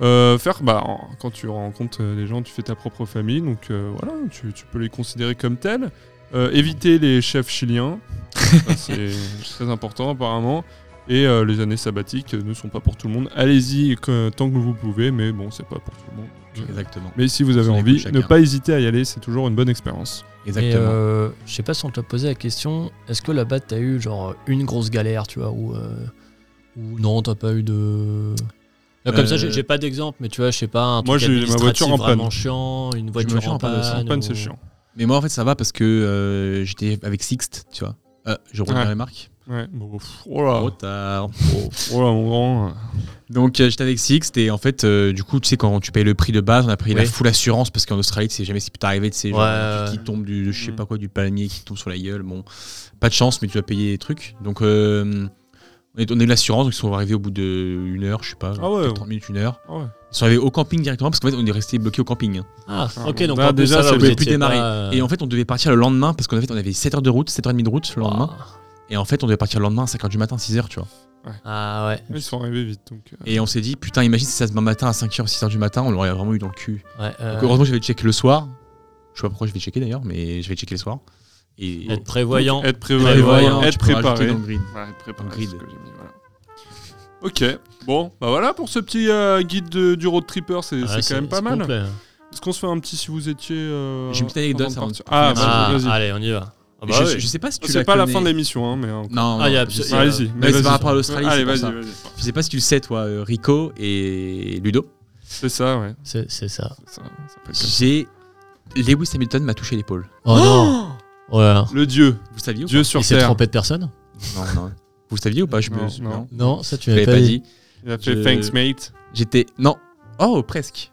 S4: Euh, faire, bah, en- quand tu rencontres euh, les gens, tu fais ta propre famille, donc euh, voilà, tu, tu peux les considérer comme tels. Euh, éviter les chefs chiliens, ça, c'est très important apparemment. Et euh, les années sabbatiques euh, ne sont pas pour tout le monde. Allez-y que- tant que vous pouvez, mais bon, c'est pas pour tout le monde.
S6: Exactement.
S4: Mais si vous avez
S6: Ça dépend de
S4: envie,
S6: chacun.
S4: ne pas hésiter à y aller, c'est toujours une bonne expérience.
S5: Et
S6: Exactement.
S5: euh, je sais pas si on t'a posé la question, est-ce que là-bas t'as eu genre une grosse galère, tu vois, ou, euh, ou non, t'as pas eu de. Là, comme
S6: Euh,
S5: ça, j'ai j'ai pas d'exemple, mais tu vois, je sais pas, un
S4: Moi,
S5: truc
S4: j'ai eu ma
S5: administratif
S4: voiture en panne.
S5: vraiment chiant, une voiture,
S6: voiture
S5: en
S6: en panne
S5: panne.
S6: aussi.
S4: En panne, bah, c'est
S5: ou-
S4: chiant.
S6: Mais moi, en fait, ça va parce que euh, j'étais avec Sixte, tu vois. Euh, je reviens
S4: Ouais.
S6: les marques.
S4: Ouais, bon, pff, oh là,
S6: Retard.
S4: oh là, mon grand.
S6: Donc, euh, j'étais avec Sixte et en fait, euh, du coup, tu sais, quand tu payes le prix de base, on a pris la
S5: Ouais.
S6: full assurance parce qu'en Australie, tu sais jamais si peut t'arriver, tu sais, genre,
S5: Ouais,
S6: un truc
S5: ouais.
S6: qui tombe du, je sais pas quoi, du palmier qui tombe sur la gueule. Bon, pas de chance, mais tu dois payer des trucs. Donc, euh, on est- on a eu l'assurance, donc ils sont arrivés au bout d'une heure, je sais pas,
S4: Ah ouais.
S6: peut-être 30 minutes, une heure.
S4: Ah ouais.
S6: Ils sont arrivés au camping directement parce qu'en fait, on est resté bloqué au camping. hein.
S5: Ah,
S4: Ah,
S5: ok,
S4: bon.
S5: donc
S4: Bah,
S5: en plus,
S4: déjà,
S5: ça
S4: ça
S5: va, vous
S4: pouvait
S5: étiez
S6: plus démarrer.
S5: pas- euh,
S6: Et en fait, on devait partir le lendemain parce qu'en fait, on avait 7 heures de route, 7 heures et demie de route le lendemain. Et en fait, on devait partir le lendemain à 5h du matin, 6h, tu vois.
S5: Ah ouais,
S4: Ils sont arrivés vite, donc. euh,
S6: Et on s'est dit, putain, imagine si ça se met matin à 5h, 6h du matin, on l'aurait vraiment eu dans le cul.
S5: ouais.
S6: Donc,
S5: Euh,
S6: heureusement, j'avais checké le soir. Je sais pas pourquoi je vais checker d'ailleurs, mais je vais checker le soir. Et
S5: être prévoyant.
S4: Être
S5: Prévoyant,
S4: prévoyant, être
S6: hein, tu peux rajouter
S4: préparé.
S6: dans le grid.
S4: Ouais, préparer,
S6: Un grid.
S4: c'est ce que j'ai mis, voilà. Ok, bon, bah voilà pour ce petit euh, guide de- du road tripper, c'est
S5: Ouais,
S4: c'est quand même pas
S5: Ah, c'est
S4: mal.
S5: complet.
S4: Est-ce qu'on se fait un petit si vous étiez. euh,
S6: J'ai une petite anecdote
S4: avant de
S6: avant de
S4: partir Ah,
S6: finir.
S4: vas-y,
S5: Ah,
S4: vas-y.
S5: allez, on y va. Ah bah
S6: je,
S5: ouais.
S6: je- je sais pas si tu
S4: C'est
S6: la
S4: pas la
S6: connais.
S4: fin de l'émission, hein, mais. hein,
S6: Non,
S5: Ah,
S6: non,
S5: y a
S6: je sais
S5: absolu-
S6: pas.
S5: y
S4: Allez-y.
S5: mais
S6: mais c'est
S4: vas-y.
S6: par rapport à l'Australie,
S4: Allez,
S6: c'est pour
S4: vas-y,
S6: ça.
S4: vas-y.
S6: Je sais pas si tu le sais, toi, euh, Rico et Ludo.
S4: C'est ça, ouais.
S5: C'est c'est ça.
S4: c'est ça, ça peut être comme ça.
S6: J'ai. Lewis Hamilton m'a touché l'épaule.
S5: Oh non Ouais.
S4: Le dieu,
S6: Vous saviez ou
S4: dieu
S5: Il
S4: sur
S5: s'est
S4: terre.
S5: trompé de personne
S6: pas Non, non. Vous saviez ou pas Je me-
S4: Non, non.
S5: Non, ça tu
S6: Je l'avais
S5: l'avais
S6: pas dit.
S4: Il a fait
S6: Je-
S4: thanks, mate.
S6: J'étais. Non. Oh, presque.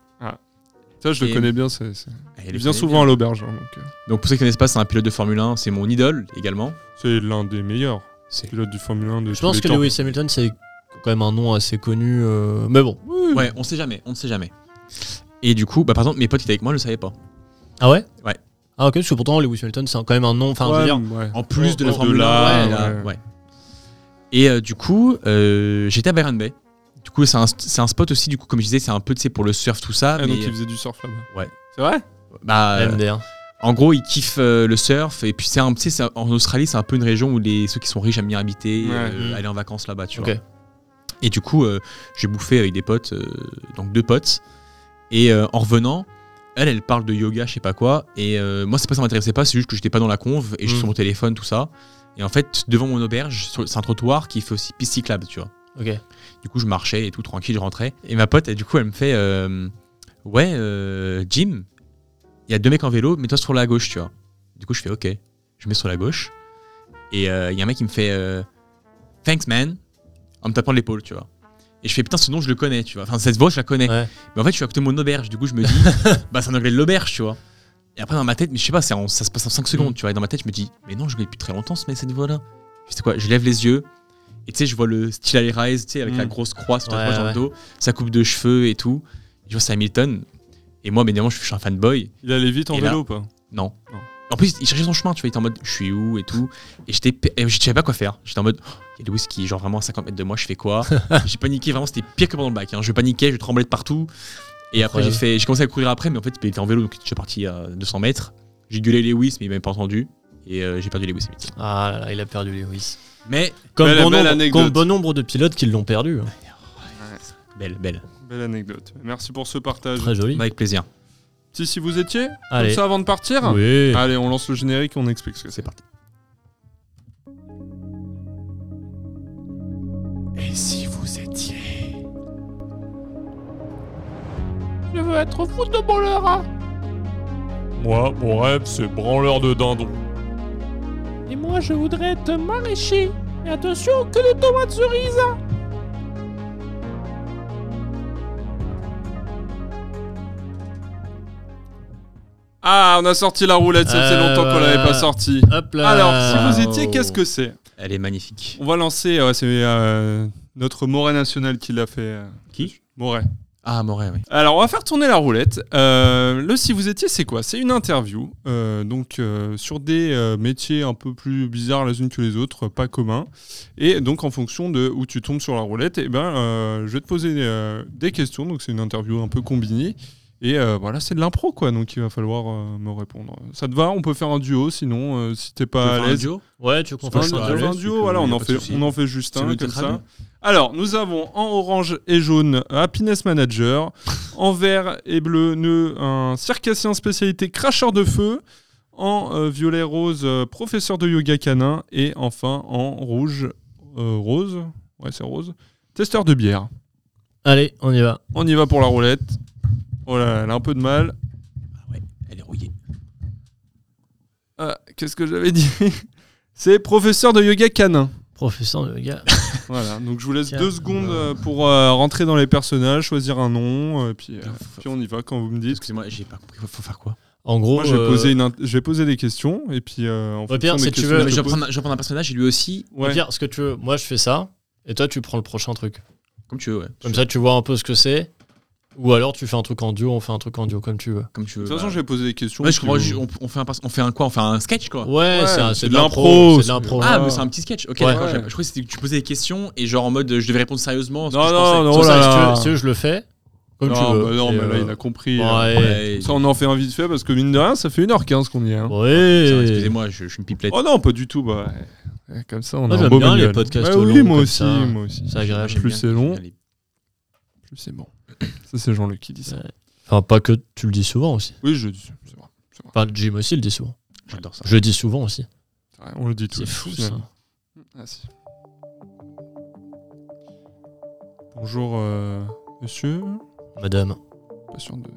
S4: Ça, je le
S6: Et-
S4: connais bien, c'est. c'est-
S6: Elle
S4: Il vient souvent à l'auberge, hein, donc. euh,
S6: Donc, pour ceux qui ne connaissent pas, c'est un pilote de Formule 1. C'est mon idole également.
S4: C'est l'un des meilleurs
S6: C'est-
S4: pilotes du Formule 1 de
S5: Je pense que Lewis Hamilton, c'est quand même un nom assez connu. euh, Mais bon.
S6: Ouais, on sait jamais. On ne sait jamais. Et du coup, bah, par exemple, mes potes qui étaient avec moi ne le savaient pas.
S5: Ah ouais
S6: Ouais.
S5: Ah ok, parce que pourtant Lewis Hamilton, c'est quand même un nom. Enfin, je veux dire.
S6: En plus de la
S4: Au-delà,
S6: Formule 1. Ouais, là,
S4: ouais.
S6: ouais. Et euh, du coup, euh, j'étais à Byron Bay. Du coup, c'est un, c'est un spot aussi, du coup, comme je disais, c'est un peu, tu sais, pour le surf, tout ça.
S4: Ah,
S6: mais,
S4: donc
S5: euh,
S4: il faisait du surf là-bas.
S6: Ouais.
S4: C'est vrai
S6: bah, euh,
S5: MDR.
S6: en gros, ils kiffent euh, le surf. Et puis, c'est un, tu sais, c'est un- en Australie, c'est un peu une région où les, ceux qui sont riches aiment bien habiter,
S4: Ouais.
S6: euh,
S5: Mhm.
S6: aller en vacances là-bas, tu
S5: Ok.
S6: vois. Et du coup, euh, j'ai bouffé avec des potes, euh, donc deux potes. Et euh, en revenant, elle, elle parle de yoga, je sais pas quoi. Et euh, moi, c'est pas ça m'intéressait pas, c'est juste que j'étais pas dans la conve et je suis
S5: Mm.
S6: sur mon téléphone, tout ça. Et en fait, devant mon auberge, sur- c'est un trottoir qui fait aussi piste cyclable, tu vois.
S5: Ok.
S6: Du coup, je marchais et tout, tranquille, je rentrais. Et ma pote, elle, du coup, elle me fait euh, Ouais, euh, Jim, il y a deux mecs en vélo, mets-toi sur la gauche, tu vois. Du coup, je fais OK. Je mets sur la gauche. Et euh, il y a un mec qui me fait euh, Thanks, man, en me tapant l'épaule, tu vois. Et je fais Putain, ce nom, je le connais, tu vois. Enfin, cette voix, je la connais.
S5: Ouais.
S6: Mais en fait, je suis à côté de mon auberge. Du coup, je me dis Bah, c'est un anglais de l'auberge, tu vois. Et après, dans ma tête, mais je sais pas, c'est en- ça se passe en
S5: Mm.
S6: 5 secondes, tu vois. Et dans ma tête, je me dis Mais non, je connais depuis très longtemps, ce mec, cette voix-là. Je sais quoi, je lève les yeux. Et tu sais, je vois le style Alley Rise, tu sais, avec
S4: Mm.
S6: la grosse croix sur ta
S5: Ouais,
S6: poche dans
S5: ouais.
S6: le dos, sa coupe de cheveux et tout. Je vois, c'est Hamilton. Et moi, bien évidemment, je suis un fanboy.
S4: Il allait vite en
S6: Et là-
S4: vélo ou pas
S6: Non.
S4: Non.
S6: En plus, il cherchait son chemin, tu vois, il était en mode je suis où et tout. Et j'étais, pe- et je savais pas quoi faire. J'étais en mode Oh, il y a Louis qui est genre vraiment à 50 mètres de moi, je fais quoi J'ai paniqué, vraiment, c'était pire que pendant le bac. hein. Je paniquais, je tremblais de partout. Et après, j'ai
S5: Incroyable.
S6: fait, j'ai commencé à courir après, mais en fait, il était en vélo, donc il était déjà parti à 200 mètres. J'ai gueulé Lewis, mais il m'avait pas entendu. Et euh, j'ai perdu Lewis Hamilton.
S5: Ah là là, il a perdu Lewis.
S6: Mais,
S5: Comme,
S4: Belle-
S5: bon,
S4: belle
S5: nombre,
S4: anecdote.
S5: comme bon nombre de pilotes qui l'ont perdu. hein.
S6: belle, belle.
S4: Belle anecdote. Merci pour ce partage.
S5: Très joli.
S6: Avec plaisir.
S4: Si, si vous étiez Comme
S5: Allez.
S4: Bah, ça avant de partir
S5: Oui.
S4: Allez, on lance le générique, on explique ce que c'est.
S6: C'est parti.
S1: Je veux être footballeur, hein Moi, mon rêve, c'est branleur de dindon. Et moi, je voudrais être maraîcher. Mais attention, que de tomates cerises hein.
S4: Ah, on a sorti la roulette, ça faisait
S5: Euh,
S4: longtemps qu'on l'avait
S5: voilà.
S4: pas sortie.
S5: Hop là.
S4: Alors, si vous
S6: Oh.
S4: étiez, qu'est-ce que c'est
S6: Elle est magnifique.
S4: On va lancer, ouais, c'est euh, notre Moret national qui l'a fait. euh,
S6: Qui
S4: Moret.
S6: Ah, Moret, oui.
S4: Alors, on va faire tourner la roulette. Euh, le si vous étiez, c'est quoi C'est une interview, euh, donc euh, sur des euh, métiers un peu plus bizarres les unes que les autres, pas communs. Et donc, en fonction de où tu tombes sur la roulette, eh ben, euh, je vais te poser euh, des questions. Donc, c'est une interview un peu combinée. Et euh, voilà, c'est de l'impro, quoi. Donc, il va falloir euh, me répondre. Ça te va On peut faire un duo, sinon, euh, si t'es pas à l'aise.
S5: Ouais, tu
S4: Un,
S5: comprends.
S6: Enfin,
S4: un
S6: je suis à l'aise,
S4: duo,
S6: donc,
S4: voilà,
S6: euh,
S4: on
S6: y a
S4: en,
S6: pas de
S4: fait,
S6: souci.
S4: on en fait juste
S6: Ça
S4: un
S6: me
S4: comme
S6: très
S4: ça.
S6: bien.
S4: Alors, nous avons en orange et jaune Happiness Manager, en vert et bleu nœud, un circassien spécialité cracheur de feu, en euh, violet rose euh, professeur de yoga canin et enfin en rouge euh, rose, ouais c'est rose, testeur de bière.
S5: Allez, on y va.
S4: On y va pour la roulette. Oh là là, elle a un peu de mal.
S6: Elle est rouillée.
S4: Ah, Qu'est-ce que j'avais dit C'est professeur de yoga canin.
S5: Professeur de yoga.
S4: Voilà, donc je vous laisse
S5: Tiens.
S4: deux secondes euh, pour euh, rentrer dans les personnages, choisir un nom, euh, puis, euh,
S6: Faut-
S4: puis on y va quand vous me dites.
S6: Excusez-moi, j'ai pas compris. Faut- Faut faire quoi
S5: En gros,
S4: Moi, je vais,
S5: euh,
S4: poser une int- je vais poser des questions, et puis euh, en fonction
S5: pire,
S4: des
S5: si tu
S4: questions
S5: veux,
S4: que
S6: Non, mais
S4: je
S6: Je vais
S4: pose-
S6: prendre je vais prendre un personnage et lui aussi,
S5: on va
S4: ouais.
S5: dire ce que tu veux. Moi, je fais ça, et toi, tu prends le prochain truc.
S6: comme tu veux, ouais.
S5: Comme ça, tu vois un peu ce que c'est. Ou alors, tu fais un truc en duo, on fait un truc en duo, comme tu veux.
S6: Comme tu
S4: De
S6: veux.
S4: toute façon,
S6: bah.
S4: je vais poser des questions.
S6: Ouais, je comprends,
S4: puis
S6: je- on, on fait un, pers- on fait un quoi On fait un sketch quoi
S5: Ouais,
S4: Ouais,
S5: c'est un-
S4: c'est
S5: c'est
S4: de
S5: de
S4: l'impro,
S5: l'impro. C'est de l'impro.
S6: Ah, mais
S4: Ouais.
S6: c'est un petit sketch. Ok,
S5: Ouais.
S6: d'accord.
S4: Ouais.
S6: Je, je croyais que c'était que tu posais des questions et genre en mode euh, je devais répondre sérieusement. ce que
S4: Non,
S6: je
S4: non,
S6: pensais.
S4: non,
S5: Sur
S4: Oh
S5: ça,
S4: là
S5: si tu
S4: là.
S5: veux- si tu veux, je le fais. Comme
S4: non,
S5: tu veux.
S4: bah non,
S5: Et,
S4: mais là,
S5: euh,
S4: il a compris. hein.
S5: Ouais.
S6: Ouais,
S4: Ça, on en fait un vite fait, parce que mine de rien, ça fait 1h15 qu'on y est. hein.
S5: Ouais.
S6: putain, Excusez-moi, je, je suis une pipelette.
S4: Oh non, pas du tout, bah... ouais. Comme ça, on
S5: Moi,
S4: a un
S5: j'aime
S4: beau
S5: bien les
S4: manuel.
S5: podcasts
S4: Ouais, oui,
S5: longs
S4: moi
S5: comme
S4: aussi,
S5: ça.
S4: moi aussi.
S5: C'est agréable.
S6: J'aime
S4: Plus
S6: bien-
S4: c'est long,
S6: j'aime bien
S4: plus c'est bon. Ça, c'est Jean-Luc qui dit ça.
S5: Ouais. Enfin, pas que tu le dis souvent aussi.
S4: Oui, je le dis, c'est vrai.
S5: Enfin, Jim aussi le dit souvent.
S6: les- J'adore ça.
S5: Je le dis souvent aussi.
S4: C'est vrai, On le dit tous.
S5: C'est fou ça.
S4: finalement. Ah, si. Bonjour, euh, monsieur.
S5: Madame.
S4: Pas sûr de.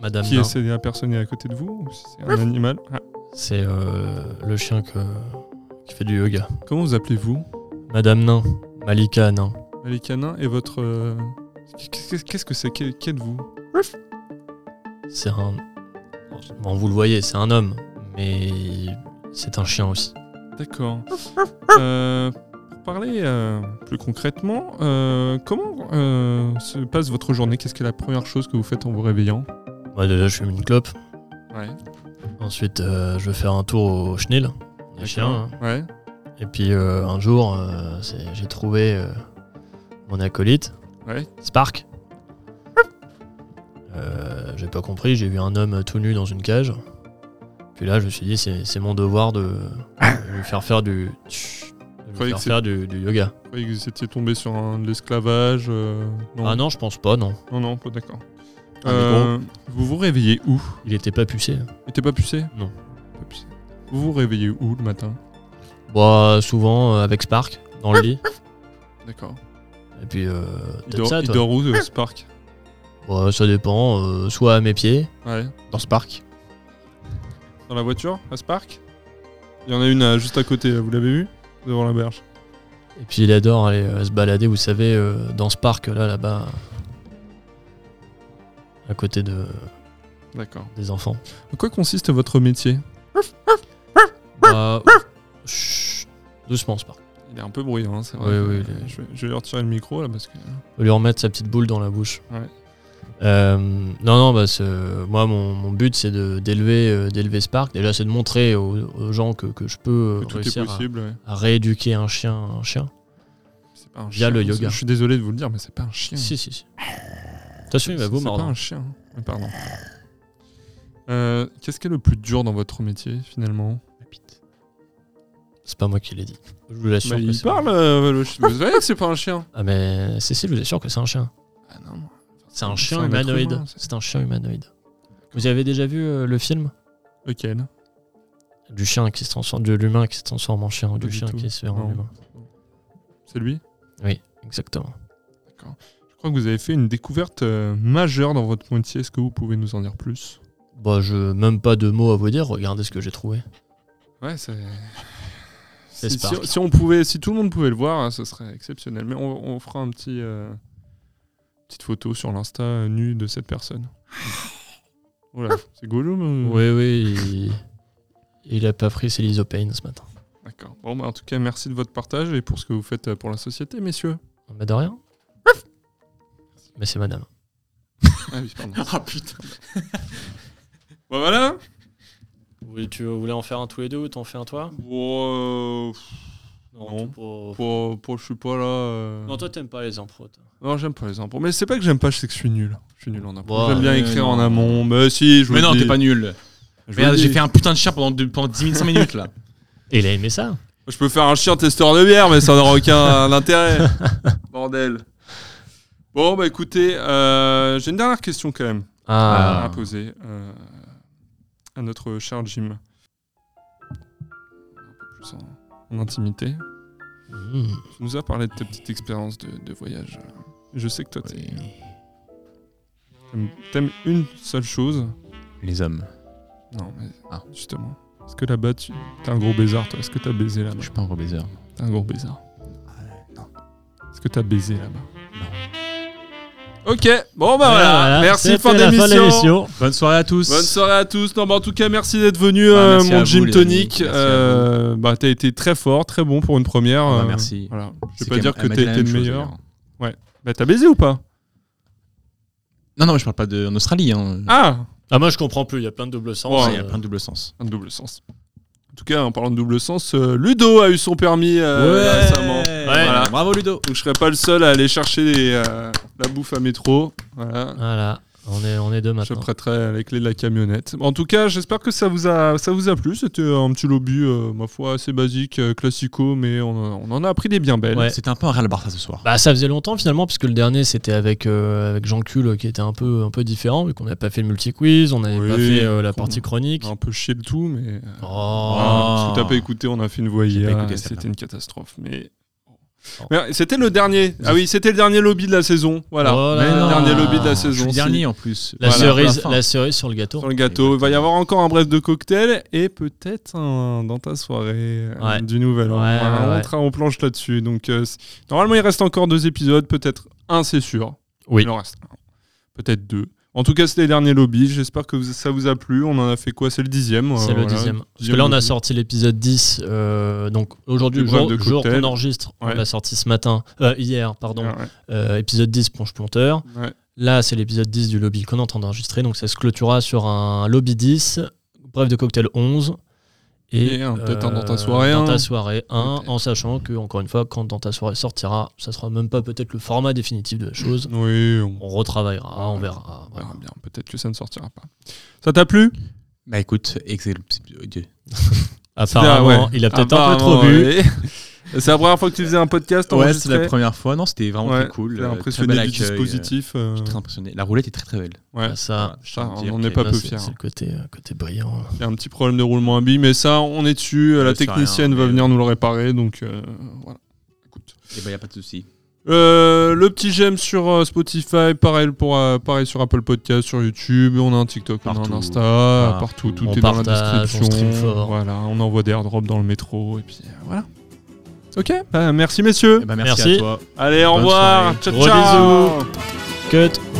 S5: Madame.
S4: Qui
S5: Nain.
S4: est c'est la personne qui est à côté de vous ou si c'est un animal Ah,
S5: C'est euh, le chien que, qui fait du yoga.
S4: Comment vous appelez-vous
S5: Madame Nain. Malika Nain.
S4: Les canins et votre. euh, Qu'est-ce qu'est-ce que c'est Qui qui êtes-vous
S5: C'est un. Bon, vous le voyez, c'est un homme. Mais c'est un chien aussi.
S4: D'accord. Euh, pour parler euh, plus concrètement, euh, comment euh, se passe votre journée Qu'est-ce que est la première chose que vous faites en vous réveillant
S5: Moi, déjà, je fume une clope.
S4: Ouais.
S5: Ensuite, euh, je vais faire un tour au chenil. Les chiens. hein.
S4: Ouais.
S5: Et puis euh, un jour, euh, c'est- j'ai trouvé euh, mon acolyte,
S4: Ouais.
S5: Spark. Euh, j'ai pas compris, j'ai vu un homme tout nu dans une cage. Puis là, je me suis dit, c'est c'est mon devoir de, de lui faire faire du, de lui
S4: Croyais que
S5: faire,
S4: c'est-
S5: faire du, du yoga.
S4: Vous croyez que vous étiez tombé sur un, de l'esclavage euh,
S5: Ah non, je pense pas, non.
S4: Non, non, pas d'accord.
S5: Ah, mais
S4: Euh, vous vous réveillez où
S5: Il était pas pucé.
S4: Et t'es pas pucé
S5: Non.
S4: Pas pucé. Vous vous réveillez où le matin
S5: Bah, souvent euh, avec Spark dans le lit.
S4: D'accord.
S5: Et puis, euh,
S4: Il
S5: t'aimes
S4: dort,
S5: ça,
S4: il
S5: toi
S4: dort où, euh, Spark
S5: Ouais, ça dépend, euh, soit à mes pieds.
S4: Ouais.
S6: Dans ce parc
S4: Dans la voiture, à Spark Il y en a une euh, juste à côté, vous l'avez vu Devant la berge.
S5: Et puis il adore aller euh, se balader, vous savez, euh, dans ce parc là, là-bas, à côté de,
S4: D'accord.
S5: des enfants.
S4: En quoi consiste votre métier
S5: Bah, chut, doucement ce parc.
S4: Il est un peu bruyant, hein, c'est
S5: vrai. Oui, oui,
S4: Euh,
S5: il est-
S4: Je, vais, je vais leur tirer le micro là parce que. euh,
S5: Faut lui remettre sa petite boule dans la bouche.
S4: Ouais.
S5: Euh, non, non, bah, c'est- moi, mon, mon but, c'est de- d'élever euh, d'élever ce parc. Déjà, c'est de montrer aux, aux gens que, que je peux
S4: que
S5: euh,
S4: tout est
S5: réussir à,
S4: possible. ouais.
S5: à rééduquer un chien. Un chien.
S4: C'est pas un
S5: Via
S4: chien,
S5: le
S4: c'est-
S5: yoga.
S4: Je suis désolé de vous le dire, mais c'est pas un chien.
S5: Si, si, si. Attention, il va
S4: Mmh. C'est-
S5: vous
S4: C'est pas
S5: mordre.
S4: un chien. Euh, Pardon. Euh, Qu'est-ce qui est le plus dur dans votre métier finalement
S5: C'est pas moi qui l'ai dit. Je vous l'assure.
S4: Bah,
S5: que
S4: Il
S5: c'est-
S4: parle, euh, le ch- vous savez que c'est pas un chien.
S5: Ah, mais Cécile, je vous assure que c'est un chien.
S4: Ah non.
S5: C'est un
S4: C'est
S5: chien
S4: un être
S5: humanoïde.
S4: humain, c'est-
S5: C'est un chien humanoïde. Vous avez déjà vu euh, le film
S4: Lequel
S5: du chien qui se transforme, de l'humain qui se transforme en chien ou
S4: Pas
S5: du
S4: du
S5: chien
S4: tout.
S5: qui se fait en
S4: Non.
S5: humain
S4: C'est lui
S5: Oui, exactement.
S4: Je crois que vous avez fait une découverte euh, majeure dans votre métier. Est-ce que vous pouvez nous en dire plus
S5: Bah, je même pas de mots à vous dire. Regardez ce que j'ai trouvé.
S4: Ouais, c'est.
S5: C'est
S4: Si,
S5: Spark.
S4: si- si on pouvait, si tout le monde pouvait le voir, hein, ce serait exceptionnel. Mais on, on fera un petit euh, petite photo sur l'insta euh, nu de cette personne. Voilà, c'est Gollum euh
S5: Oui, oui, il... il a pas pris ses lisopènes ce matin.
S4: D'accord. Bon, bah, en tout cas, merci de votre partage et pour ce que vous faites euh, pour la société, messieurs.
S5: Bah, de rien. Mais c'est madame.
S4: Ah oui, pardon.
S6: Ah putain.
S4: Bon, voilà.
S5: Oui, tu voulais en faire un tous les deux ou t'en fais un toi
S4: Bon, euh, Non. pour, pour- je suis pas là. euh.
S5: toi, t'aimes pas les impros.
S4: Non, j'aime pas les impôts. Mais c'est pas que j'aime pas, c'est que je suis nul. Je suis nul en impro.
S5: Bah,
S4: j'aime bien
S6: mais
S4: écrire
S6: non.
S4: en amont. Mais si, je vous
S6: Mais
S4: le
S6: non,
S4: dis.
S6: t'es pas nul.
S4: Je vous
S6: Merde,
S4: le
S6: j'ai
S4: dis.
S6: fait un putain de chien pendant, deux- pendant 10 5 minutes là.
S5: Et il a aimé ça.
S4: Je peux faire un chien testeur de bière, mais ça n'aura aucun intérêt. Bordel. Bon, bah écoutez, euh, j'ai une dernière question quand même
S6: Ah.
S4: à poser euh, à notre cher Jim. Un peu plus en- en intimité.
S5: Mmh.
S4: Tu nous as parlé de ta petite expérience de, de voyage. Je sais que toi, t'es- t'aimes- t'aimes une seule chose.
S6: Les hommes.
S4: Non, mais
S6: Ah.
S4: justement. Est-ce que là-bas, tu... t'es un gros baiser, toi Est-ce que t'as baisé là-bas
S6: Je suis pas un gros baiser.
S4: T'es un gros baiser.
S6: non.
S4: Est-ce que t'as baisé là-bas Non. Ok, bon bah voilà.
S5: Voilà,
S4: Merci,
S5: c'était
S4: fin
S5: la
S4: d'émission.
S5: Bonne soirée à tous.
S4: Bonne soirée à tous. Non, bah, en tout cas, merci d'être venu,
S6: Ah,
S4: euh,
S6: merci à
S4: mon
S6: vous,
S4: Jim
S6: les
S4: Tonic.
S6: amis. Merci à
S4: Euh, bah, t'as été très fort, très bon pour une première.
S6: Ah bah,
S4: euh,
S6: merci.
S4: Voilà. Je vais
S6: C'est
S4: pas
S6: quand
S4: dire
S6: même-
S4: que
S6: elle m'a dit
S4: t'as
S6: la
S4: été
S6: même
S4: le
S6: chose,
S4: meilleur.
S6: d'ailleurs.
S4: Bah, t'as baisé ou pas
S6: Non, non, mais je parle pas de, en Australie. Hein.
S4: Ah
S5: Ah, moi, je comprends plus. Il y a plein de double sens.
S6: Ouais,
S5: euh,
S6: Il y a plein de double sens.
S4: Un double sens. En tout cas, en parlant de double sens, euh, Ludo a eu son permis euh, récemment. Voilà.
S6: Bravo Ludo.
S4: Donc je serais pas le seul à aller chercher les, euh, la bouffe à métro. Voilà.
S5: Voilà. On est, on est deux
S4: Je
S5: maintenant.
S4: prêterai les clés de la camionnette. En tout cas, j'espère que ça vous a, ça vous a plu. C'était un petit lobby, euh, ma foi, assez basique, euh, classico, mais on, on en a appris des bien belles.
S5: Ouais.
S6: C'était un peu un ras le barça ce soir.
S5: Bah, ça faisait longtemps finalement, puisque le dernier c'était avec, euh, avec Jean Cul euh, qui était un peu, un peu différent, vu qu'on n'avait pas fait le multi-quiz, on n'avait
S4: Oui,
S5: pas fait euh, la
S4: qu'on-
S5: partie chronique.
S4: On a un peu chier le tout, mais. euh,
S5: Oh.
S4: voilà. parce que t'as pas écouté, on a fait une voix
S6: J'ai pas
S4: hier,
S6: écouté
S4: et
S6: celle-là.
S4: C'était une catastrophe. Mais.
S5: Oh.
S4: Mais C'était le dernier. Ah oui, c'était le dernier lobby de la saison. Voilà.
S5: Voilà.
S4: Le dernier lobby de la
S6: Ah. Je suis
S4: saison.
S6: le
S4: si.
S6: dernier en plus.
S5: La,
S6: Voilà,
S5: cerise,
S6: pour la fin.
S5: la cerise sur le gâteau.
S4: Sur le gâteau. Il va y avoir encore un bref de cocktail et peut-être un dans ta soirée euh,
S5: Ouais.
S4: du nouvel an.
S5: Ouais,
S4: Voilà,
S5: ouais,
S4: on
S5: ouais.
S4: tra- On planche là-dessus. Donc euh, c'est- normalement il reste encore deux épisodes, peut-être un c'est sûr.
S5: Oui.
S4: Il en reste un. Peut-être deux. En tout cas, c'était les derniers lobbies. J'espère que vous- ça vous a plu. On en a fait quoi C'est le dixième. euh,
S5: C'est le
S4: voilà.
S5: dixième. Parce que là, on a
S4: lobby.
S5: sorti l'épisode 10. euh, donc aujourd'hui,
S4: Du
S5: le
S4: bref
S5: jour,
S4: de
S5: jour
S4: cocktail.
S5: qu'on enregistre,
S4: Ouais.
S5: on l'a sorti ce matin, euh, hier, pardon,
S4: Ouais,
S5: euh, épisode 10, Ponche Ponteur.
S4: Ah ouais. Ouais.
S5: Là, c'est l'épisode 10 du lobby qu'on est en train d'enregistrer. Donc ça se clôturera sur un lobby 10, bref de cocktail 11. Et, euh,
S4: Et un- peut-être un dans ta soirée
S5: Dans ta
S4: un.
S5: soirée 1,
S4: Peut-être.
S5: en sachant que, encore une fois, quand dans ta soirée sortira, ça sera même pas peut-être le format définitif de la chose.
S4: Oui, on
S5: On retravaillera, on
S4: Ouais.
S5: verra. voilà.
S4: verra bien. Peut-être que ça ne sortira pas. Ça t'a plu
S6: Bah écoute, excellent.
S5: Apparemment,
S4: Ah ouais.
S5: il a peut-être un peu
S4: Apparemment,
S5: trop bu.
S4: ouais. C'est la première fois que tu faisais un podcast
S6: Ouais, c'était la
S4: enregistré.
S6: première fois. Non, c'était vraiment
S4: Ouais,
S6: très cool.
S4: J'ai
S6: Euh,
S4: impressionné
S6: très bel
S4: du
S6: accueil, euh,
S4: dispositif. euh,
S6: Je suis très impressionné. La roulette est très très belle.
S4: ouais.
S5: Ça,
S6: je
S4: Ça,
S6: tiens à
S4: on
S6: dire
S4: n'en est
S6: que-
S4: pas
S5: là,
S4: peu hein.
S5: c'est
S4: fier.
S5: c'est le côté, euh, côté brillant. là.
S4: Il y a un petit problème de roulement à billes, mais ça, on est dessus. euh,
S6: Je
S4: La
S6: sais
S4: technicienne
S6: rien,
S4: va
S6: mais-
S4: venir nous le réparer, donc euh, voilà. Écoute.
S6: Et bah y a pas de souci.
S4: Euh, le petit j'aime sur euh, Spotify, pareil, pour, euh, pareil sur Apple Podcast, sur YouTube, on a un TikTok, on
S6: Partout.
S4: a un Insta, euh,
S6: Partout.
S4: partout, tout
S5: On
S4: est dans
S5: partage,
S4: la
S5: on
S4: description.
S5: stream fort.
S4: Voilà, on envoie des airdrops dans le métro et puis euh, voilà. Ok, bah, merci messieurs.
S6: Et bah
S5: Merci.
S6: à toi.
S4: Allez, au
S5: bonne
S4: revoir.
S5: soirée.
S4: Ciao,
S5: Gros
S4: ciao.
S5: Cut.